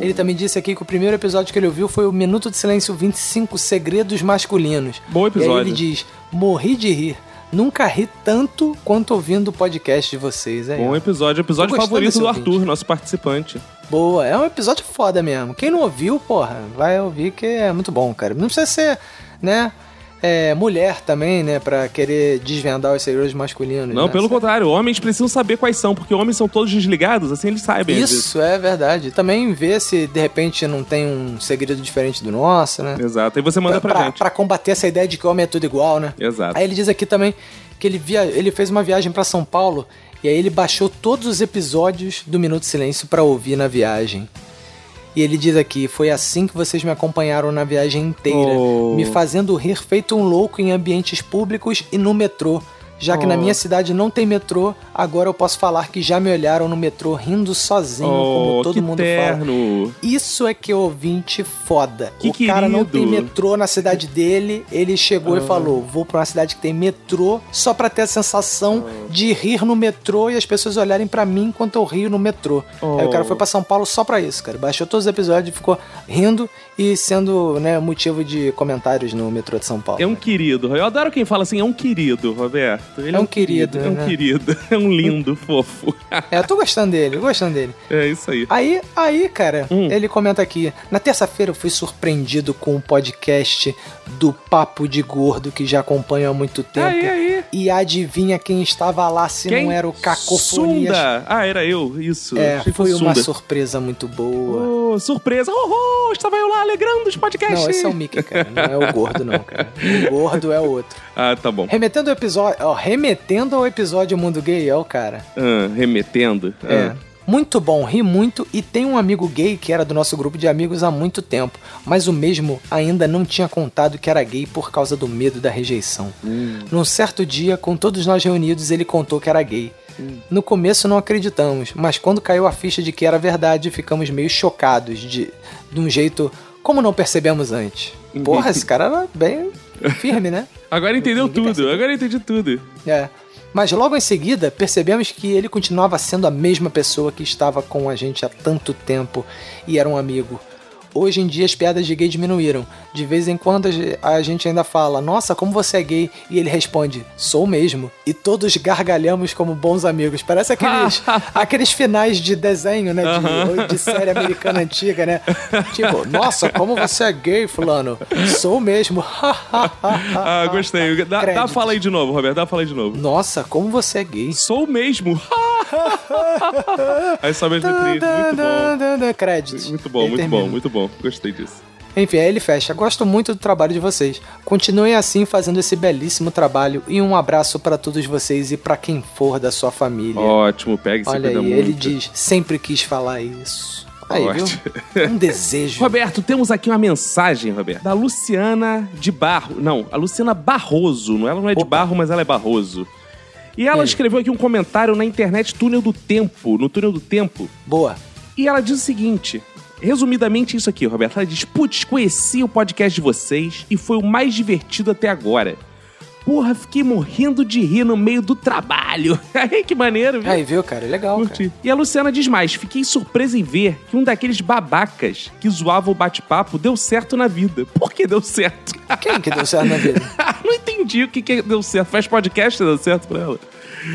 S2: Ele também disse aqui que o primeiro episódio que ele ouviu foi o Minuto de Silêncio 25 Segredos Masculinos.
S1: Bom episódio.
S2: E aí ele diz: morri de rir. Nunca ri tanto quanto ouvindo o podcast de vocês. É Aí,
S1: Bom
S2: ó.
S1: episódio, episódio
S2: Tô gostando
S1: favorito
S2: desse
S1: do
S2: ouvinte.
S1: Arthur, nosso participante.
S2: Boa, é um episódio foda mesmo. Quem não ouviu, porra, vai ouvir que é muito bom, cara. Não precisa ser, né, é, mulher também, né, pra querer desvendar os segredos masculinos.
S1: Não,
S2: né?
S1: pelo contrário, homens precisam saber quais são, porque homens são todos desligados, assim eles sabem. às vezes.
S2: Isso, é verdade. Também ver se, de repente, não tem um segredo diferente do nosso, né?
S1: Exato, aí você manda pra, gente.
S2: pra combater essa ideia de que homem é tudo igual, né?
S1: Exato.
S2: Aí ele diz aqui também que ele, via, ele fez uma viagem pra São Paulo e aí ele baixou todos os episódios do Minuto de Silêncio pra ouvir na viagem. E ele diz aqui: foi assim que vocês me acompanharam na viagem inteira,
S1: Oh.
S2: me fazendo rir feito um louco em ambientes públicos e no metrô. Já que na
S1: Oh.
S2: minha cidade não tem metrô, agora eu posso falar que já me olharam no metrô rindo sozinho, como
S1: Oh,
S2: todo
S1: que
S2: mundo fala.
S1: terno.
S2: Isso é que é ouvinte foda.
S1: Que
S2: o cara não tem
S1: querido. Ah.
S2: metrô na cidade dele, ele chegou e falou: vou pra uma cidade que tem metrô, só pra ter a sensação
S1: Ah.
S2: de rir no metrô e as pessoas olharem pra mim enquanto eu rio no metrô. Aí o
S1: Oh.
S2: cara foi pra São Paulo só pra isso, cara. Baixou todos os episódios, e ficou rindo e sendo né, motivo de comentários no metrô de São Paulo.
S1: É um querido. Eu adoro quem fala assim, é um querido, Roberto. Ele
S2: É um querido,
S1: É um
S2: né?
S1: querido. É um lindo, fofo.
S2: É, eu tô gostando dele, eu tô gostando dele.
S1: É isso aí.
S2: Aí, aí, cara,
S1: Hum.
S2: ele comenta aqui. Na terça-feira eu fui surpreendido com o podcast do Papo de Gordo, que já acompanho há muito tempo.
S1: Aí, aí.
S2: E adivinha quem estava lá se
S1: Quem?
S2: Ah, não era o Cacofonias?
S1: Sunda! Ah, era eu, isso.
S2: É,
S1: Achei que
S2: foi
S1: fosse
S2: uma
S1: Sunda.
S2: surpresa muito boa.
S1: Oh, surpresa! Oh, oh, estava eu lá alegrando os podcasts!
S2: Não, esse é o Mickey, cara. Não é o gordo, não, cara. O gordo é o outro.
S1: Ah, tá bom.
S2: Remetendo ao episódio. Ó, remetendo ao episódio Mundo Gay, ó, o cara.
S1: Ah, remetendo.
S2: É.
S1: Ah.
S2: Muito bom, ri muito e tem um amigo gay que era do nosso grupo de amigos há muito tempo, mas o mesmo ainda não tinha contado que era gay por causa do medo da rejeição. Num certo dia, com todos nós reunidos, ele contou que era gay. No começo não acreditamos, mas quando caiu a ficha de que era verdade, ficamos meio chocados de, de um jeito como não percebemos antes. Porra, esse cara era bem firme, né?
S1: Agora entendeu tudo, agora entendi tudo.
S2: É. Mas logo em seguida, percebemos que ele continuava sendo a mesma pessoa que estava com a gente há tanto tempo e era um amigo. Hoje em dia as piadas de gay diminuíram. De vez em quando a ge- a gente ainda fala, nossa, como você é gay? E ele responde, sou mesmo. E todos gargalhamos como bons amigos. Parece aqueles, aqueles finais de desenho, né? De,
S1: Aham.
S2: de série americana antiga, né? Tipo, nossa, como você é gay, fulano? Sou mesmo.
S1: Ah, gostei. Dá, dá
S2: Créditos.
S1: fala aí de novo, Roberto, dá fala aí de novo.
S2: Nossa, como você é gay.
S1: Sou mesmo. aí sobe as letrinhas. Muito bom.
S2: Crédito.
S1: Muito bom, muito bom, muito bom. Gostei disso.
S2: Enfim, aí ele fecha. Gosto muito do trabalho de vocês. Continuem assim fazendo esse belíssimo trabalho e um abraço pra todos vocês e pra quem for da sua família.
S1: Ótimo, pega esse
S2: Olha aí,
S1: cuida
S2: ele
S1: muito.
S2: diz, sempre quis falar isso. Aí,
S1: Tá Ótimo.
S2: viu? Um desejo.
S1: Roberto, temos aqui uma mensagem, Roberto, da Luciana de Barro. Não, a Luciana Barroso. Não, ela não é de Barro, mas ela é Barroso. E
S2: É.
S1: ela escreveu aqui um comentário na internet Túnel do Tempo, no Túnel do Tempo.
S2: Boa.
S1: E ela diz o seguinte: resumidamente, é isso aqui, Roberto. Ela diz: Putz, conheci o podcast de vocês e foi o mais divertido até agora. Porra, fiquei morrendo de rir no meio do trabalho. Ai, que maneiro, viu?
S2: Aí, viu, cara? Legal, cara.
S1: Curti. E a Luciana diz mais: fiquei surpresa em ver que um daqueles babacas que zoava o bate-papo deu certo na vida. Por que deu certo?
S2: Quem que deu certo na vida?
S1: não entendi o que, que deu certo. Faz podcast deu certo pra ela?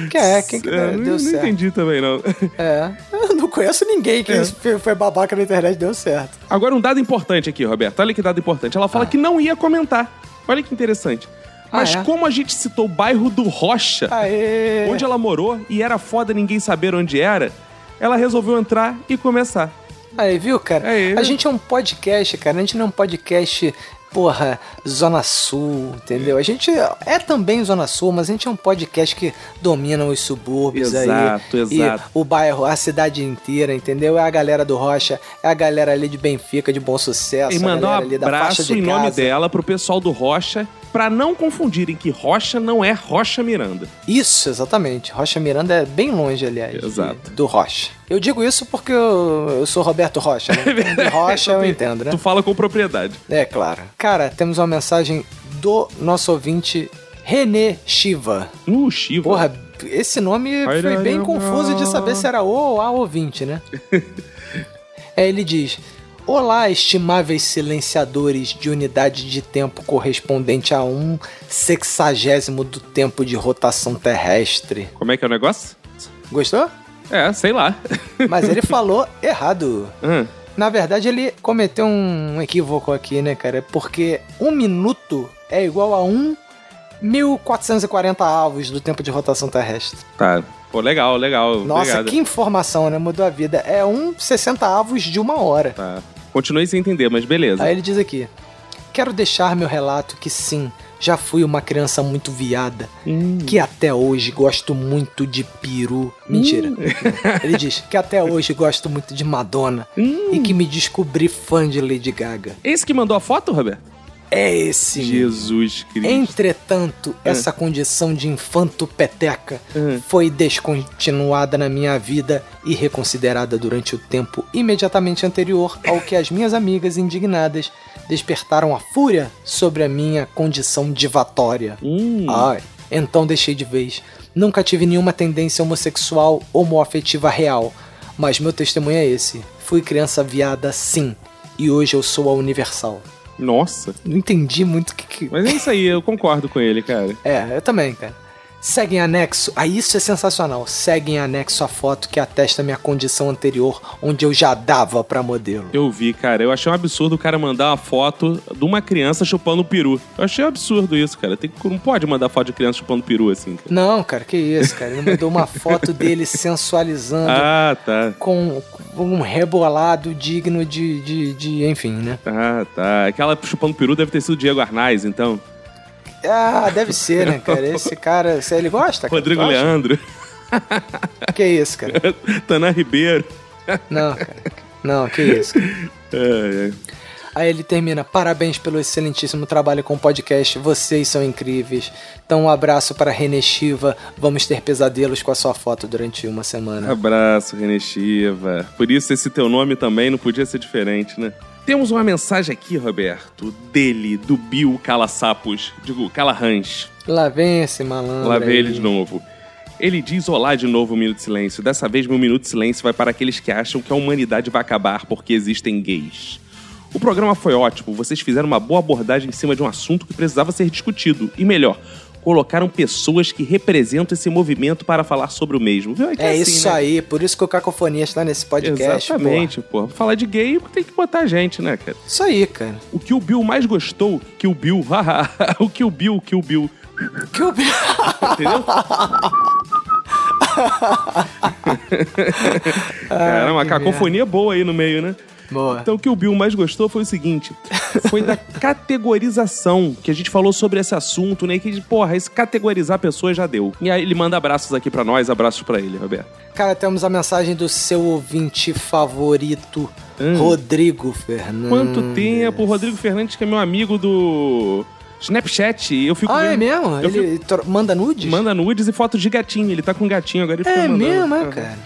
S2: Quem é? Quem que
S1: É,
S2: deu,
S1: não,
S2: deu
S1: não
S2: certo?
S1: entendi também, não.
S2: É. eu não conheço ninguém
S5: É.
S2: que foi- foi babaca na internet e deu certo.
S1: Agora, um dado importante aqui, Roberto. Olha que dado importante. Ela fala que não ia comentar. Olha que interessante. Mas
S2: Ah, é? Ah,
S1: como a gente citou o bairro do Rocha,
S2: Aê!
S1: onde ela morou, e era foda ninguém saber onde era, ela resolveu entrar e começar.
S2: Aí, viu, cara?
S1: Aí.
S2: A gente é um podcast, cara. A gente não é um podcast, porra, Zona Sul, entendeu? A gente é também Zona Sul, mas a gente é um podcast que domina os subúrbios
S1: Exato,
S2: aí. E
S1: exato.
S2: o bairro, a cidade inteira, entendeu? É a galera do Rocha, é a galera ali de Benfica, de Bom Sucesso,
S1: e
S2: a galera
S1: mandar um
S2: ali da faixa
S1: abraço
S2: de
S1: em nome
S2: Gaza.
S1: dela pro pessoal do Rocha, pra não confundirem que Rocha não é Rocha Miranda.
S2: Isso, exatamente. Rocha Miranda é bem longe, aliás.
S1: Exato.
S2: de- Do Rocha. Eu digo isso porque eu, eu sou Roberto Rocha,
S1: É
S2: né? De Rocha eu entendo, né?
S1: Tu fala com propriedade.
S2: É claro. Cara, temos uma mensagem do nosso ouvinte René Shiva.
S1: Uh, Shiva.
S2: Porra, esse nome
S1: Ai,
S2: foi
S1: não,
S2: bem
S1: não,
S2: confuso de saber se era O ou A ouvinte, né? é, ele diz: Olá, estimáveis silenciadores de unidade de tempo correspondente a um sexagésimo do tempo de rotação terrestre.
S1: Como é que é o negócio?
S2: Gostou?
S1: É, sei lá.
S2: Mas ele falou errado.
S1: Hum.
S2: Na verdade, ele cometeu um equívoco aqui, né, cara? Porque um minuto é igual a um 1440 avos do tempo de rotação terrestre.
S1: Tá. Pô, legal, legal.
S2: Nossa,
S1: Obrigado.
S2: que informação, né? Mudou a vida. É um 60 avos de uma hora.
S1: Tá. Continuei sem entender, mas beleza.
S2: Aí ele diz aqui: Quero deixar meu relato que sim, já fui uma criança muito viada, que até hoje gosto muito de peru. Mentira. Ele diz que até hoje gosto muito de Madonna e que me descobri fã de Lady Gaga.
S1: Esse É que mandou a foto, Roberto?
S2: É esse.
S1: Jesus Cristo.
S2: Entretanto, essa condição de infanto peteca foi descontinuada na minha vida e reconsiderada durante o tempo imediatamente anterior ao que as minhas amigas indignadas despertaram a fúria sobre a minha condição divatória.
S1: Hum.
S2: Ai, então deixei de vez. Nunca tive nenhuma tendência homossexual homoafetiva real, mas meu testemunho é esse. Fui criança viada sim, e hoje eu sou a universal.
S1: Nossa.
S2: Não entendi muito o que, que
S1: Mas é isso aí, eu concordo com ele, cara.
S2: é, eu também, cara. Segue em anexo. Aí isso é sensacional. Segue em anexo a foto que atesta minha condição anterior, onde eu já dava pra modelo.
S1: Eu vi, cara. Eu achei um absurdo o cara mandar uma foto de uma criança chupando peru. Eu achei um absurdo isso, cara. Tem, que- não pode mandar foto de criança chupando peru assim, cara.
S2: Não, cara, que isso, cara. Ele mandou uma foto dele sensualizando
S1: Ah, tá.
S2: com com um rebolado digno de, de, de. Enfim, né?
S1: Ah, tá. Aquela chupando peru deve ter sido Diego Arnaz, então.
S2: Ah, deve ser, né, cara? Esse cara, se ele gosta, cara.
S1: Rodrigo
S2: Tu acha?
S1: Leandro,
S2: Que isso, cara?
S1: Tana Ribeiro.
S2: Não, cara. Não, que isso. cara.
S1: É, é.
S2: Aí ele termina: Parabéns pelo excelentíssimo trabalho com o podcast, vocês são incríveis. Então, um abraço para René Shiva. Vamos ter pesadelos com a sua foto durante uma
S1: Ah.
S2: semana.
S1: Abraço, René Shiva. Por isso esse teu nome também não podia ser diferente, né? Temos uma mensagem aqui, Roberto, dele, do Bill Calasapos, digo, Calarrans.
S2: Lá vem esse malandro.
S1: Lá vem
S2: aí.
S1: ele de novo. Ele diz olá de novo, Minuto de Silêncio. Dessa vez, meu Minuto de Silêncio vai para aqueles que acham que a humanidade vai acabar porque existem gays. O programa foi ótimo, vocês fizeram uma boa abordagem em cima de um assunto que precisava ser discutido. E melhor, colocaram pessoas que representam esse movimento para falar sobre o mesmo. Viu? que
S2: É
S1: assim,
S2: isso
S1: né?
S2: aí, por isso que o Cacofonia está nesse podcast.
S1: Exatamente, pô. Falar de gay tem que botar gente, né, cara?
S2: pô. Isso aí, cara.
S1: O que o Bill mais gostou, que o Bill, haha, o que o Bill, que o Bill,
S2: Que o Bill-
S1: entendeu? Cara, uma
S2: que
S1: É, cacofonia boa aí no meio, né?
S2: Boa.
S1: Então, o que o Bill mais gostou foi o seguinte: foi da categorização que a gente falou sobre esse assunto, né? Que, porra, esse categorizar pessoas já deu. E aí ele manda abraços aqui pra nós, abraços pra ele, Roberto.
S2: Cara, temos a mensagem do seu ouvinte favorito, Rodrigo Fernandes.
S1: Hum. Quanto tempo, o Rodrigo Fernandes, que é meu amigo do Snapchat, e eu fico.
S2: Ah, é
S1: vendo-
S2: mesmo?
S1: Eu
S2: Ele tro- manda nudes?
S1: Manda nudes e fotos de gatinho. Ele tá com um gatinho agora e fica
S2: É
S1: mandando.
S2: mesmo, é, cara.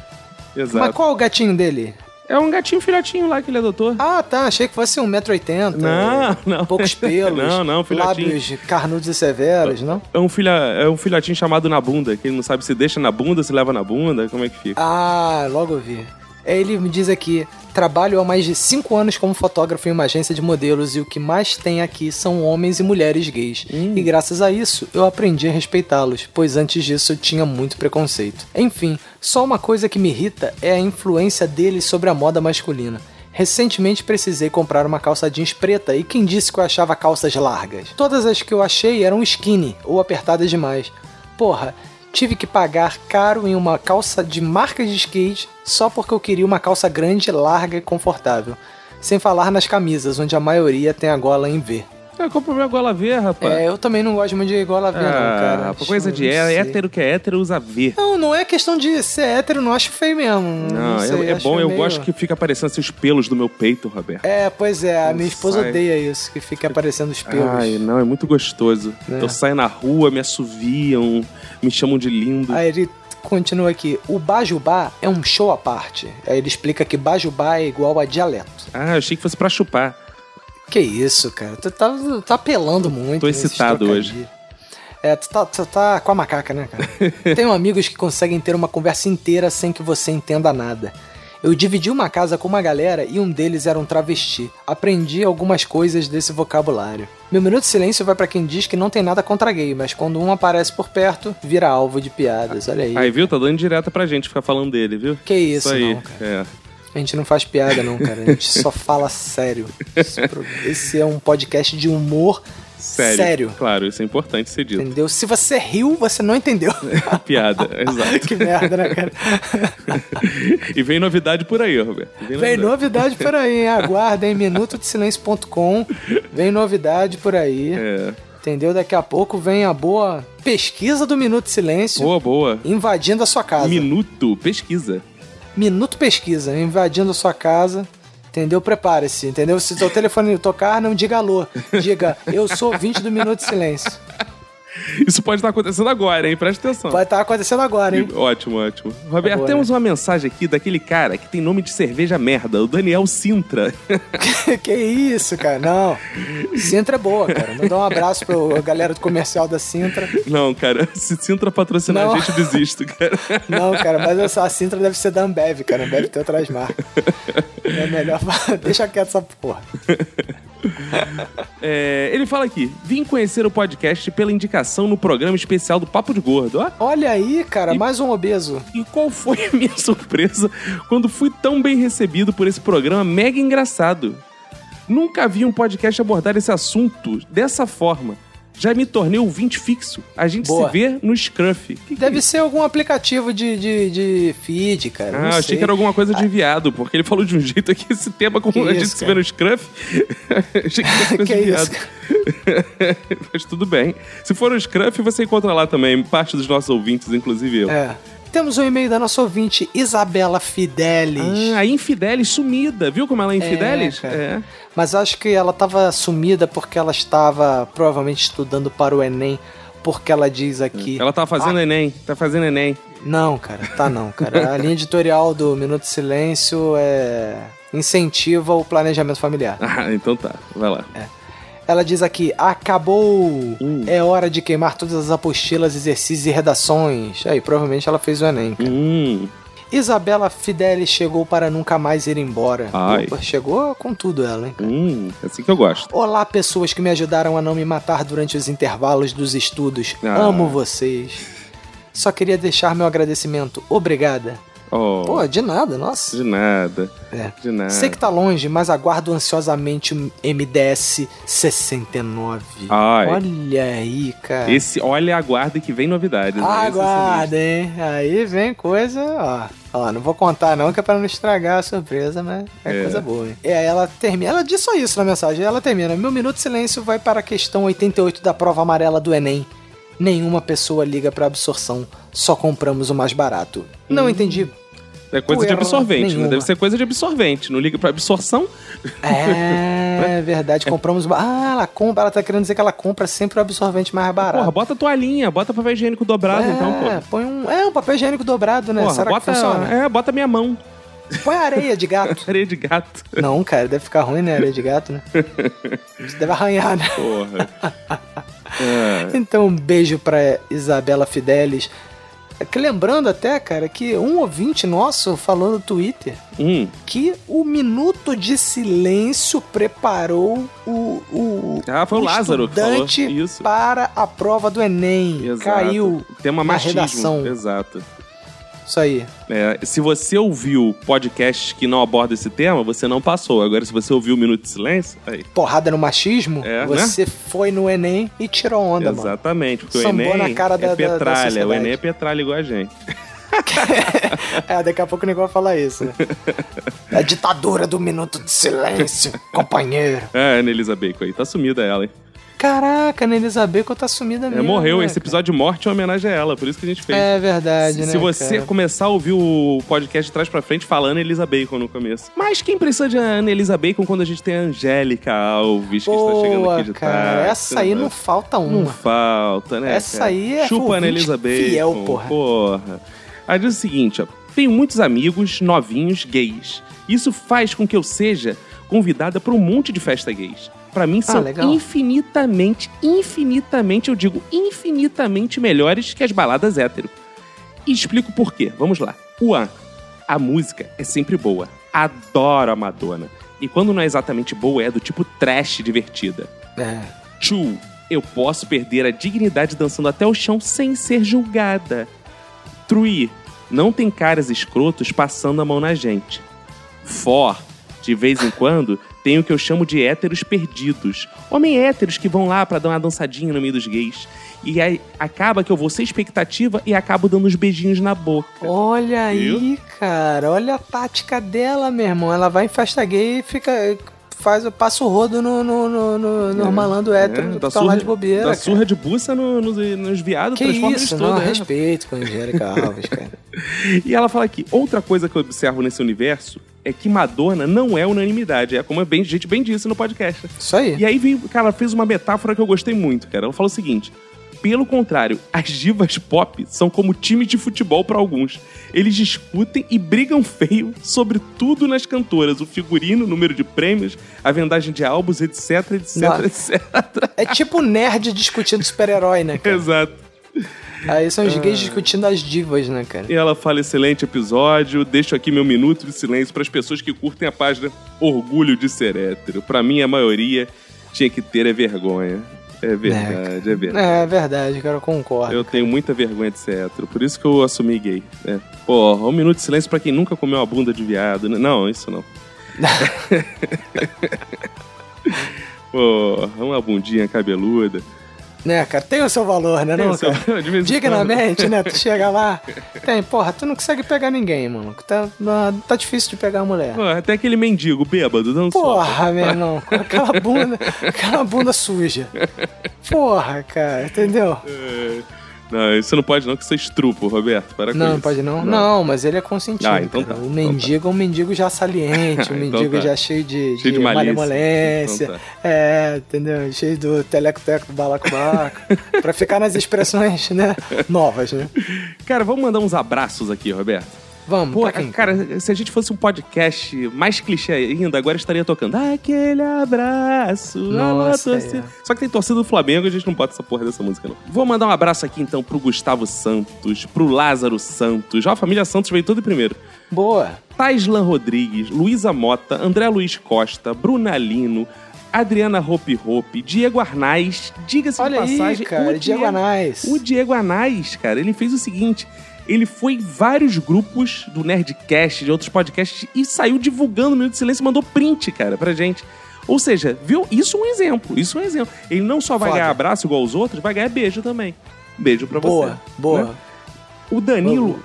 S1: Exato.
S2: Mas qual o gatinho dele?
S1: É um gatinho filhotinho lá que ele adotou.
S2: Ah, tá. Achei que fosse 1,80m.
S1: Não, não.
S2: Poucos pelos.
S1: Não, não, filhotinho.
S2: Lábios carnudos e severos, não?
S1: É um, filha, é um filhotinho chamado na bunda, que ele não sabe se deixa na bunda, se leva na bunda, como é que fica.
S2: Ah, logo vi. É, Ele me diz aqui: trabalho há mais de 5 anos como fotógrafo em uma agência de modelos e o que mais tem aqui são homens e mulheres gays. E graças a isso eu aprendi a respeitá-los, pois antes disso eu tinha muito preconceito. Enfim, só uma coisa que me irrita é a influência deles sobre a moda masculina. Recentemente precisei comprar uma calça jeans preta e quem disse que eu achava calças largas? Todas as que eu achei eram skinny ou apertadas demais. Porra, tive que pagar caro em uma calça de marca de skate só porque eu queria uma calça grande, larga e confortável. Sem falar nas camisas, onde a maioria tem a gola em V.
S1: É, qual o problema gola ver, rapaz?
S2: É, eu também não gosto muito de gola V, não, cara.
S1: Ah,
S2: Acho-
S1: coisa de
S2: não
S1: é,
S2: sei.
S1: hétero que é hétero usa V.
S2: Não, não é questão de ser hétero, não acho feio mesmo.
S1: Não, é-
S2: sei,
S1: é,
S2: acho
S1: bom, eu
S2: meio-
S1: gosto que fica aparecendo assim, os pelos do meu peito, Roberto.
S2: É, pois é, a minha esposa
S1: sai.
S2: odeia isso, que fica aparecendo os pelos.
S1: Ai, não, é muito gostoso. Eu saio na rua, me assoviam, me chamam de lindo.
S2: Aí ele continua aqui. O Bajubá é um show à parte. Aí ele explica que Bajubá é igual a dialeto.
S1: Ah, eu achei que fosse pra chupar.
S2: Que isso, cara. Tu tá, tá apelando muito.
S1: Tô
S2: nesses
S1: excitado
S2: trocadilhos.
S1: hoje.
S2: É, tu tá, tu tá com a macaca, né, cara? Tenho amigos que conseguem ter uma conversa inteira sem que você entenda nada. Eu dividi uma casa com uma galera e um deles era um travesti. Aprendi algumas coisas desse vocabulário. Meu minuto de silêncio vai pra quem diz que não tem nada contra gay, mas quando um aparece por perto, vira alvo de piadas. Olha aí.
S1: Aí, viu? Tá dando direta pra gente ficar falando dele, viu?
S2: Que isso,
S1: aí.
S2: não,
S1: É.
S2: A gente não faz piada, não, cara. A gente só fala sério. Esse pro- Esse é um podcast de humor sério.
S1: Sério. Claro, isso é importante ser dito.
S2: Entendeu? Se você riu, você não entendeu.
S1: A piada, exato.
S2: que merda, né, cara?
S1: E vem novidade por aí, Roberto. Vem
S2: Vem novidade por aí, hein? Aguardem minutodesilêncio.com. Vem novidade por aí.
S1: É,
S2: Entendeu? Daqui a pouco vem a boa pesquisa do Minuto de Silêncio
S1: Boa, boa.
S2: invadindo a sua casa.
S1: Minuto, pesquisa.
S2: Minuto Pesquisa, invadindo a sua casa. Entendeu? Prepare-se, entendeu? Se seu telefone tocar, não diga alô. Diga, eu sou ouvinte do Minuto de Silêncio.
S1: Isso pode estar acontecendo agora, hein? Presta atenção.
S2: Vai estar acontecendo agora, hein?
S1: E- Ótimo, ótimo. Roberto,
S2: Agora.
S1: temos uma mensagem aqui daquele cara que tem nome de cerveja merda, o Daniel Sintra.
S2: que isso, cara? Não. Sintra é boa, cara. Mandar um abraço pra galera do comercial da Sintra.
S1: Não, cara, se Sintra patrocinar
S2: Não.
S1: a gente, eu desisto, cara.
S2: Não, cara, mas essa, a Sintra deve ser da Ambev, cara. A Ambev tem outras marcas. É melhor. Deixa quieto essa porra.
S1: É, ele fala aqui: vim conhecer o podcast pela indicação no programa especial do Papo de Gordo. Ó,
S2: Olha aí, cara, mais um obeso.
S1: E qual foi a minha surpresa quando fui tão bem recebido por esse programa mega engraçado? Nunca vi um podcast abordar esse assunto dessa forma. Já me tornei ouvinte fixo. A gente
S2: Boa.
S1: se vê no Scruff. Que que é
S2: Deve
S1: isso?
S2: ser algum aplicativo de, de, de feed, cara.
S1: Ah,
S2: não
S1: achei
S2: sei.
S1: que era alguma coisa de viado, porque ele falou de um jeito aqui, esse tema, como
S2: Que
S1: a gente
S2: isso,
S1: se vê no Scruff. achei que era coisa
S2: Que
S1: de
S2: isso,
S1: viado. Mas tudo bem. Se for no Scruff, você encontra lá também, parte dos nossos ouvintes, inclusive eu.
S2: É. Temos um e-mail da nossa ouvinte, Isabela Fidelis.
S1: Ah, a Infidelis sumida, viu como ela é Infidelis?
S2: cara.
S1: É.
S2: Mas acho que ela estava sumida porque ela estava provavelmente estudando para o Enem. Porque ela diz aqui.
S1: Ela tá
S2: Ah.
S1: fazendo Enem, tá fazendo Enem.
S2: Não, cara, tá não, cara. A linha editorial do Minuto de Silêncio é. incentiva o planejamento familiar.
S1: Ah, então tá, vai lá.
S2: É. Ela diz aqui: acabou!
S1: Hum.
S2: É hora de queimar todas as apostilas, exercícios e redações. Aí, provavelmente ela fez o Enem. Cara.
S1: Hum,
S2: Isabela Fidelis chegou para nunca mais ir embora.
S1: Ai.
S2: Opa, chegou com tudo ela, hein?
S1: hum, é assim que eu gosto.
S2: Olá, pessoas que me ajudaram a não me matar durante os intervalos dos estudos.
S1: Ah.
S2: Amo vocês. Só queria deixar meu agradecimento. Obrigada.
S1: Oh,
S2: Pô, de nada, nossa.
S1: de nada,
S2: É.
S1: de nada.
S2: Sei que tá longe, mas aguardo ansiosamente um o MDS 69.
S1: Ai.
S2: Olha aí, cara.
S1: Esse, olha, aguarda que vem novidades.
S2: Ah,
S1: né? Esse é
S2: Aguarda, hein? Aí vem coisa, ó. Ó, não vou contar não, que é pra não estragar a surpresa, mas é,
S1: É.
S2: coisa boa, hein? E aí ela termina, ela diz só isso na mensagem, ela termina. Meu minuto de silêncio vai para a questão 88 da prova amarela do Enem. Nenhuma pessoa liga pra absorção, só compramos o mais barato. Não entendi.
S1: sinistro. É coisa de
S2: Poeira
S1: absorvente, né?
S2: nenhuma.
S1: Deve ser coisa de absorvente. Não liga pra absorção.
S2: É verdade, compramos. o ba- Ah, ela compra, ela tá querendo dizer que ela compra sempre o absorvente mais barato.
S1: Porra, bota toalhinha, bota papel higiênico dobrado,
S2: é,
S1: então, pô.
S2: põe um. É, um papel higiênico dobrado, né?
S1: Porra,
S2: Será
S1: bota,
S2: que funciona?
S1: é, bota minha mão.
S2: Põe areia de gato.
S1: Areia de gato.
S2: Não, cara, deve ficar ruim, né? Areia de gato, né? Você deve arranhar, né?
S1: Porra. É.
S2: Então, um beijo pra Isabela Fidelis. É que Lembrando até, cara, que um ouvinte nosso falou no Twitter
S1: Hum.
S2: que o minuto de silêncio preparou o, o,
S1: Ah, foi o
S2: o
S1: Lázaro que falou.
S2: estudante
S1: Isso.
S2: para a prova do Enem.
S1: Exato.
S2: Caiu
S1: Tem uma
S2: na
S1: machismo.
S2: redação.
S1: Exato.
S2: Isso aí.
S1: É, se você ouviu podcasts que não abordam esse tema, você não passou. Agora, se você ouviu o Minuto de Silêncio, aí.
S2: Porrada no machismo,
S1: É,
S2: você foi no Enem e tirou onda, mano.
S1: Exatamente, porque
S2: Sambou
S1: o Enem
S2: na cara
S1: é
S2: da- da- da
S1: petralha. o
S2: sociedade.
S1: Enem é petralha igual a gente.
S2: É, daqui a pouco o negócio vai falar isso. né? a ditadura do minuto de silêncio, companheiro.
S1: É, Anelisa Bacon aí. Tá sumida ela, hein?
S2: Caraca, Ana Elizabeth tá sumida
S1: É,
S2: mesmo.
S1: morreu.
S2: né,
S1: Esse episódio de morte é uma homenagem a ela. Por isso que a gente fez.
S2: É verdade, né?
S1: Se você
S2: cara?
S1: começar a ouvir o podcast de trás pra frente falando Elisa Bacon no começo. Mas quem precisa de Ana Elisa Bacon quando a gente tem a Angélica Alves, que está chegando
S2: Boa,
S1: aqui de
S2: cara.
S1: tarde?
S2: Essa aí não falta um. uma.
S1: Não falta, né?
S2: Essa
S1: cara?
S2: aí é
S1: Chupa
S2: ouvinte
S1: Ana Elisa Bacon.
S2: fiel, porra.
S1: porra. Aí diz o seguinte, ó. Tenho muitos amigos novinhos gays. Isso faz com que eu seja convidada pra um monte de festa gays. Pra mim são
S2: Ah, legal.
S1: infinitamente, infinitamente, eu digo infinitamente melhores que as baladas hétero. E explico por quê. Vamos lá. Juan, a música é sempre boa. Adoro a Madonna. E quando não é exatamente boa, é do tipo trash divertida.
S2: É.
S1: Chu, eu posso perder a dignidade dançando até o chão sem ser julgada. Trui, não tem caras escrotos passando a mão na gente. For, de vez em quando, tem o que eu chamo de héteros perdidos. Homem héteros que vão lá pra dar uma dançadinha no meio dos gays. E aí acaba que eu vou sem expectativa e acabo dando uns beijinhos na boca.
S2: Olha aí, cara. Olha a tática dela, meu irmão. Ela vai em festa gay e fica. Faz, passa o rodo no, no, no, no,
S1: É,
S2: no malandro hétero que
S1: dá
S2: tá lá de bobeira.
S1: dá
S2: cara.
S1: surra de buça no- nos, nos viados,
S2: que
S1: transforma eles
S2: isso, não,
S1: tudo, né?
S2: respeito com a Angélica Alves, cara.
S1: E ela fala aqui, outra coisa que eu observo nesse universo é que Madonna não é unanimidade. É como a bem- gente bem disse no podcast.
S2: Isso aí.
S1: E aí, veio, cara, ela fez uma metáfora que eu gostei muito, cara. Ela fala o seguinte... Pelo contrário, as divas pop são como time de futebol pra alguns. Eles discutem e brigam feio sobre tudo nas cantoras: o figurino, o número de prêmios, a vendagem de álbuns, etc, etc,
S2: Nossa.
S1: etc.
S2: É tipo nerd discutindo super-herói, né, cara?
S1: Exato.
S2: Aí são
S1: Ah.
S2: os gays discutindo as divas, né, cara?
S1: E ela fala: excelente episódio. Deixo aqui meu minuto de silêncio para as pessoas que curtem a página Orgulho de Ser Hétero. Para mim, a maioria tinha que ter é vergonha. É verdade, é verdade.
S2: É, é verdade, cara, eu concordo.
S1: Eu tenho muita vergonha de ser hétero, por isso que eu assumi gay. É. Porra, um minuto de silêncio pra quem nunca comeu uma bunda de viado. né? Não, isso não. Porra, uma bundinha cabeluda.
S2: Né, cara, tem o seu valor, né,
S1: Tem
S2: não,
S1: o seu-
S2: cara?
S1: de vez em
S2: Dignamente, né? Tu chega lá, tem, porra, tu não consegue pegar ninguém, mano. Tá, na- tá difícil de pegar a mulher.
S1: Porra, até aquele mendigo bêbado dançou.
S2: Porra, meu irmão, com aquela bunda, aquela bunda suja. Porra, cara, entendeu?
S1: É. Não, isso não pode não, que isso é estrupo, Roberto. Para com
S2: Não,
S1: isso.
S2: pode não. Não, mas ele é consentido.
S1: Ah, então
S2: cara.
S1: tá,
S2: O
S1: então
S2: mendigo é um mendigo já saliente, um
S1: Então
S2: mendigo
S1: tá.
S2: já cheio de,
S1: Cheio de malícia.
S2: malemolência.
S1: Então tá.
S2: É, entendeu? Cheio do teleco-teco do balacobaco. pra ficar nas expressões, né? Novas, né?
S1: Cara, vamos mandar uns abraços aqui, Roberto.
S2: Vamos,
S1: Pô,
S2: pra quem?
S1: cara, se a gente fosse um podcast mais clichê ainda, agora estaria tocando aquele abraço. alô,
S2: Nossa, é.
S1: torcida. Só que tem torcida do Flamengo, a gente não bota essa porra dessa música, não. Vou mandar um abraço aqui então pro Gustavo Santos, pro Lázaro Santos. Ó, a família Santos veio todo primeiro.
S2: Boa.
S1: Taislan Rodrigues, Luísa Mota, André Luiz Costa, Bruna Lino, Adriana Hope Hope, Diego Arnaz, diga-se de
S2: Olha aí,
S1: passagem,
S2: cara,
S1: o
S2: Diego Arnaz.
S1: O Diego Arnaz, cara, ele fez o seguinte, ele foi em vários grupos do Nerdcast, de outros podcasts, e saiu divulgando o Minuto de Silêncio e mandou print, cara, pra gente. Ou seja, viu? Isso é um exemplo, isso é um exemplo. Ele não só vai
S2: Foda.
S1: ganhar abraço igual os outros, vai ganhar beijo também. Beijo pra você.
S2: Boa, boa.
S1: né? O Danilo
S2: bom.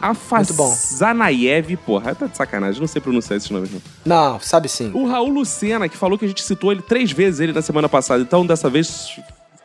S1: Afazanayev, porra, tá de sacanagem, não sei pronunciar esses nomes não.
S2: Não, sabe sim.
S1: O Raul Lucena, que falou que a gente citou ele três vezes ele na semana passada, então dessa vez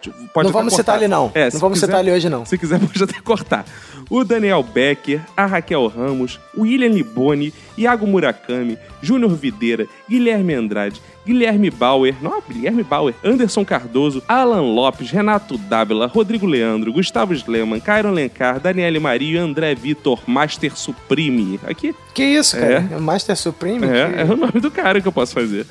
S1: tipo, pode até
S2: não vamos
S1: cortar.
S2: citar ele, não.
S1: É, se
S2: não vamos
S1: quiser-
S2: citar ele hoje, não.
S1: Se quiser, pode até cortar. O Daniel Becker, a Raquel Ramos, o William Liboni, Iago Murakami, Júnior Videira, Guilherme Andrade, Guilherme Bauer, não, Guilherme Bauer, Anderson Cardoso, Alan Lopes, Renato Dávila, Rodrigo Leandro, Gustavo Sleman, Cairo Lencar, Daniele Maria, André Vitor, Master Supreme. Aqui
S2: Que isso, cara? Master Supreme? que-
S1: é, é o nome do cara que eu posso fazer.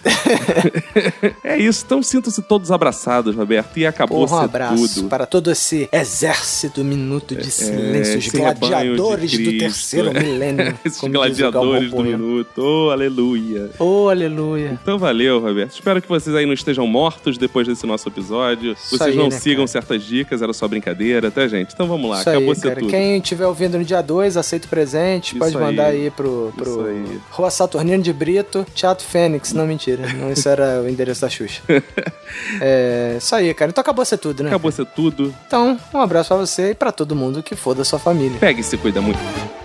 S1: é isso, então sintam-se todos abraçados, Roberto. E acabou
S2: um
S1: você
S2: abraço
S1: tudo. É,
S2: para todo esse exército minuto de silêncio, os
S1: esse rebanho de
S2: gladiadores do
S1: Cristo. É,
S2: terceiro milênio.
S1: Esses
S2: como diz o Galvão
S1: gladiadores do
S2: Bueno.
S1: minuto. Oh, aleluia.
S2: Oh, aleluia.
S1: Então valeu, Roberto. Espero que vocês aí não estejam mortos depois desse nosso episódio.
S2: Isso
S1: vocês
S2: aí,
S1: não
S2: né,
S1: sigam certas dicas, era só brincadeira, tá, gente? Então vamos lá,
S2: Isso
S1: acabou
S2: aí,
S1: ser
S2: cara.
S1: tudo.
S2: Quem é? estiver ouvindo no dia 2, aceita o presente,
S1: Isso
S2: pode
S1: aí.
S2: mandar aí pro, pro Rua Saturnino de Brito, Teatro Fênix. Não, mentira. Não, isso era o endereço da Xuxa. É, isso aí, cara. Então acabou ser tudo, né?
S1: Acabou ser tudo.
S2: Então, um abraço pra você e pra todo mundo que for da sua família.
S1: Pega e se cuida muito.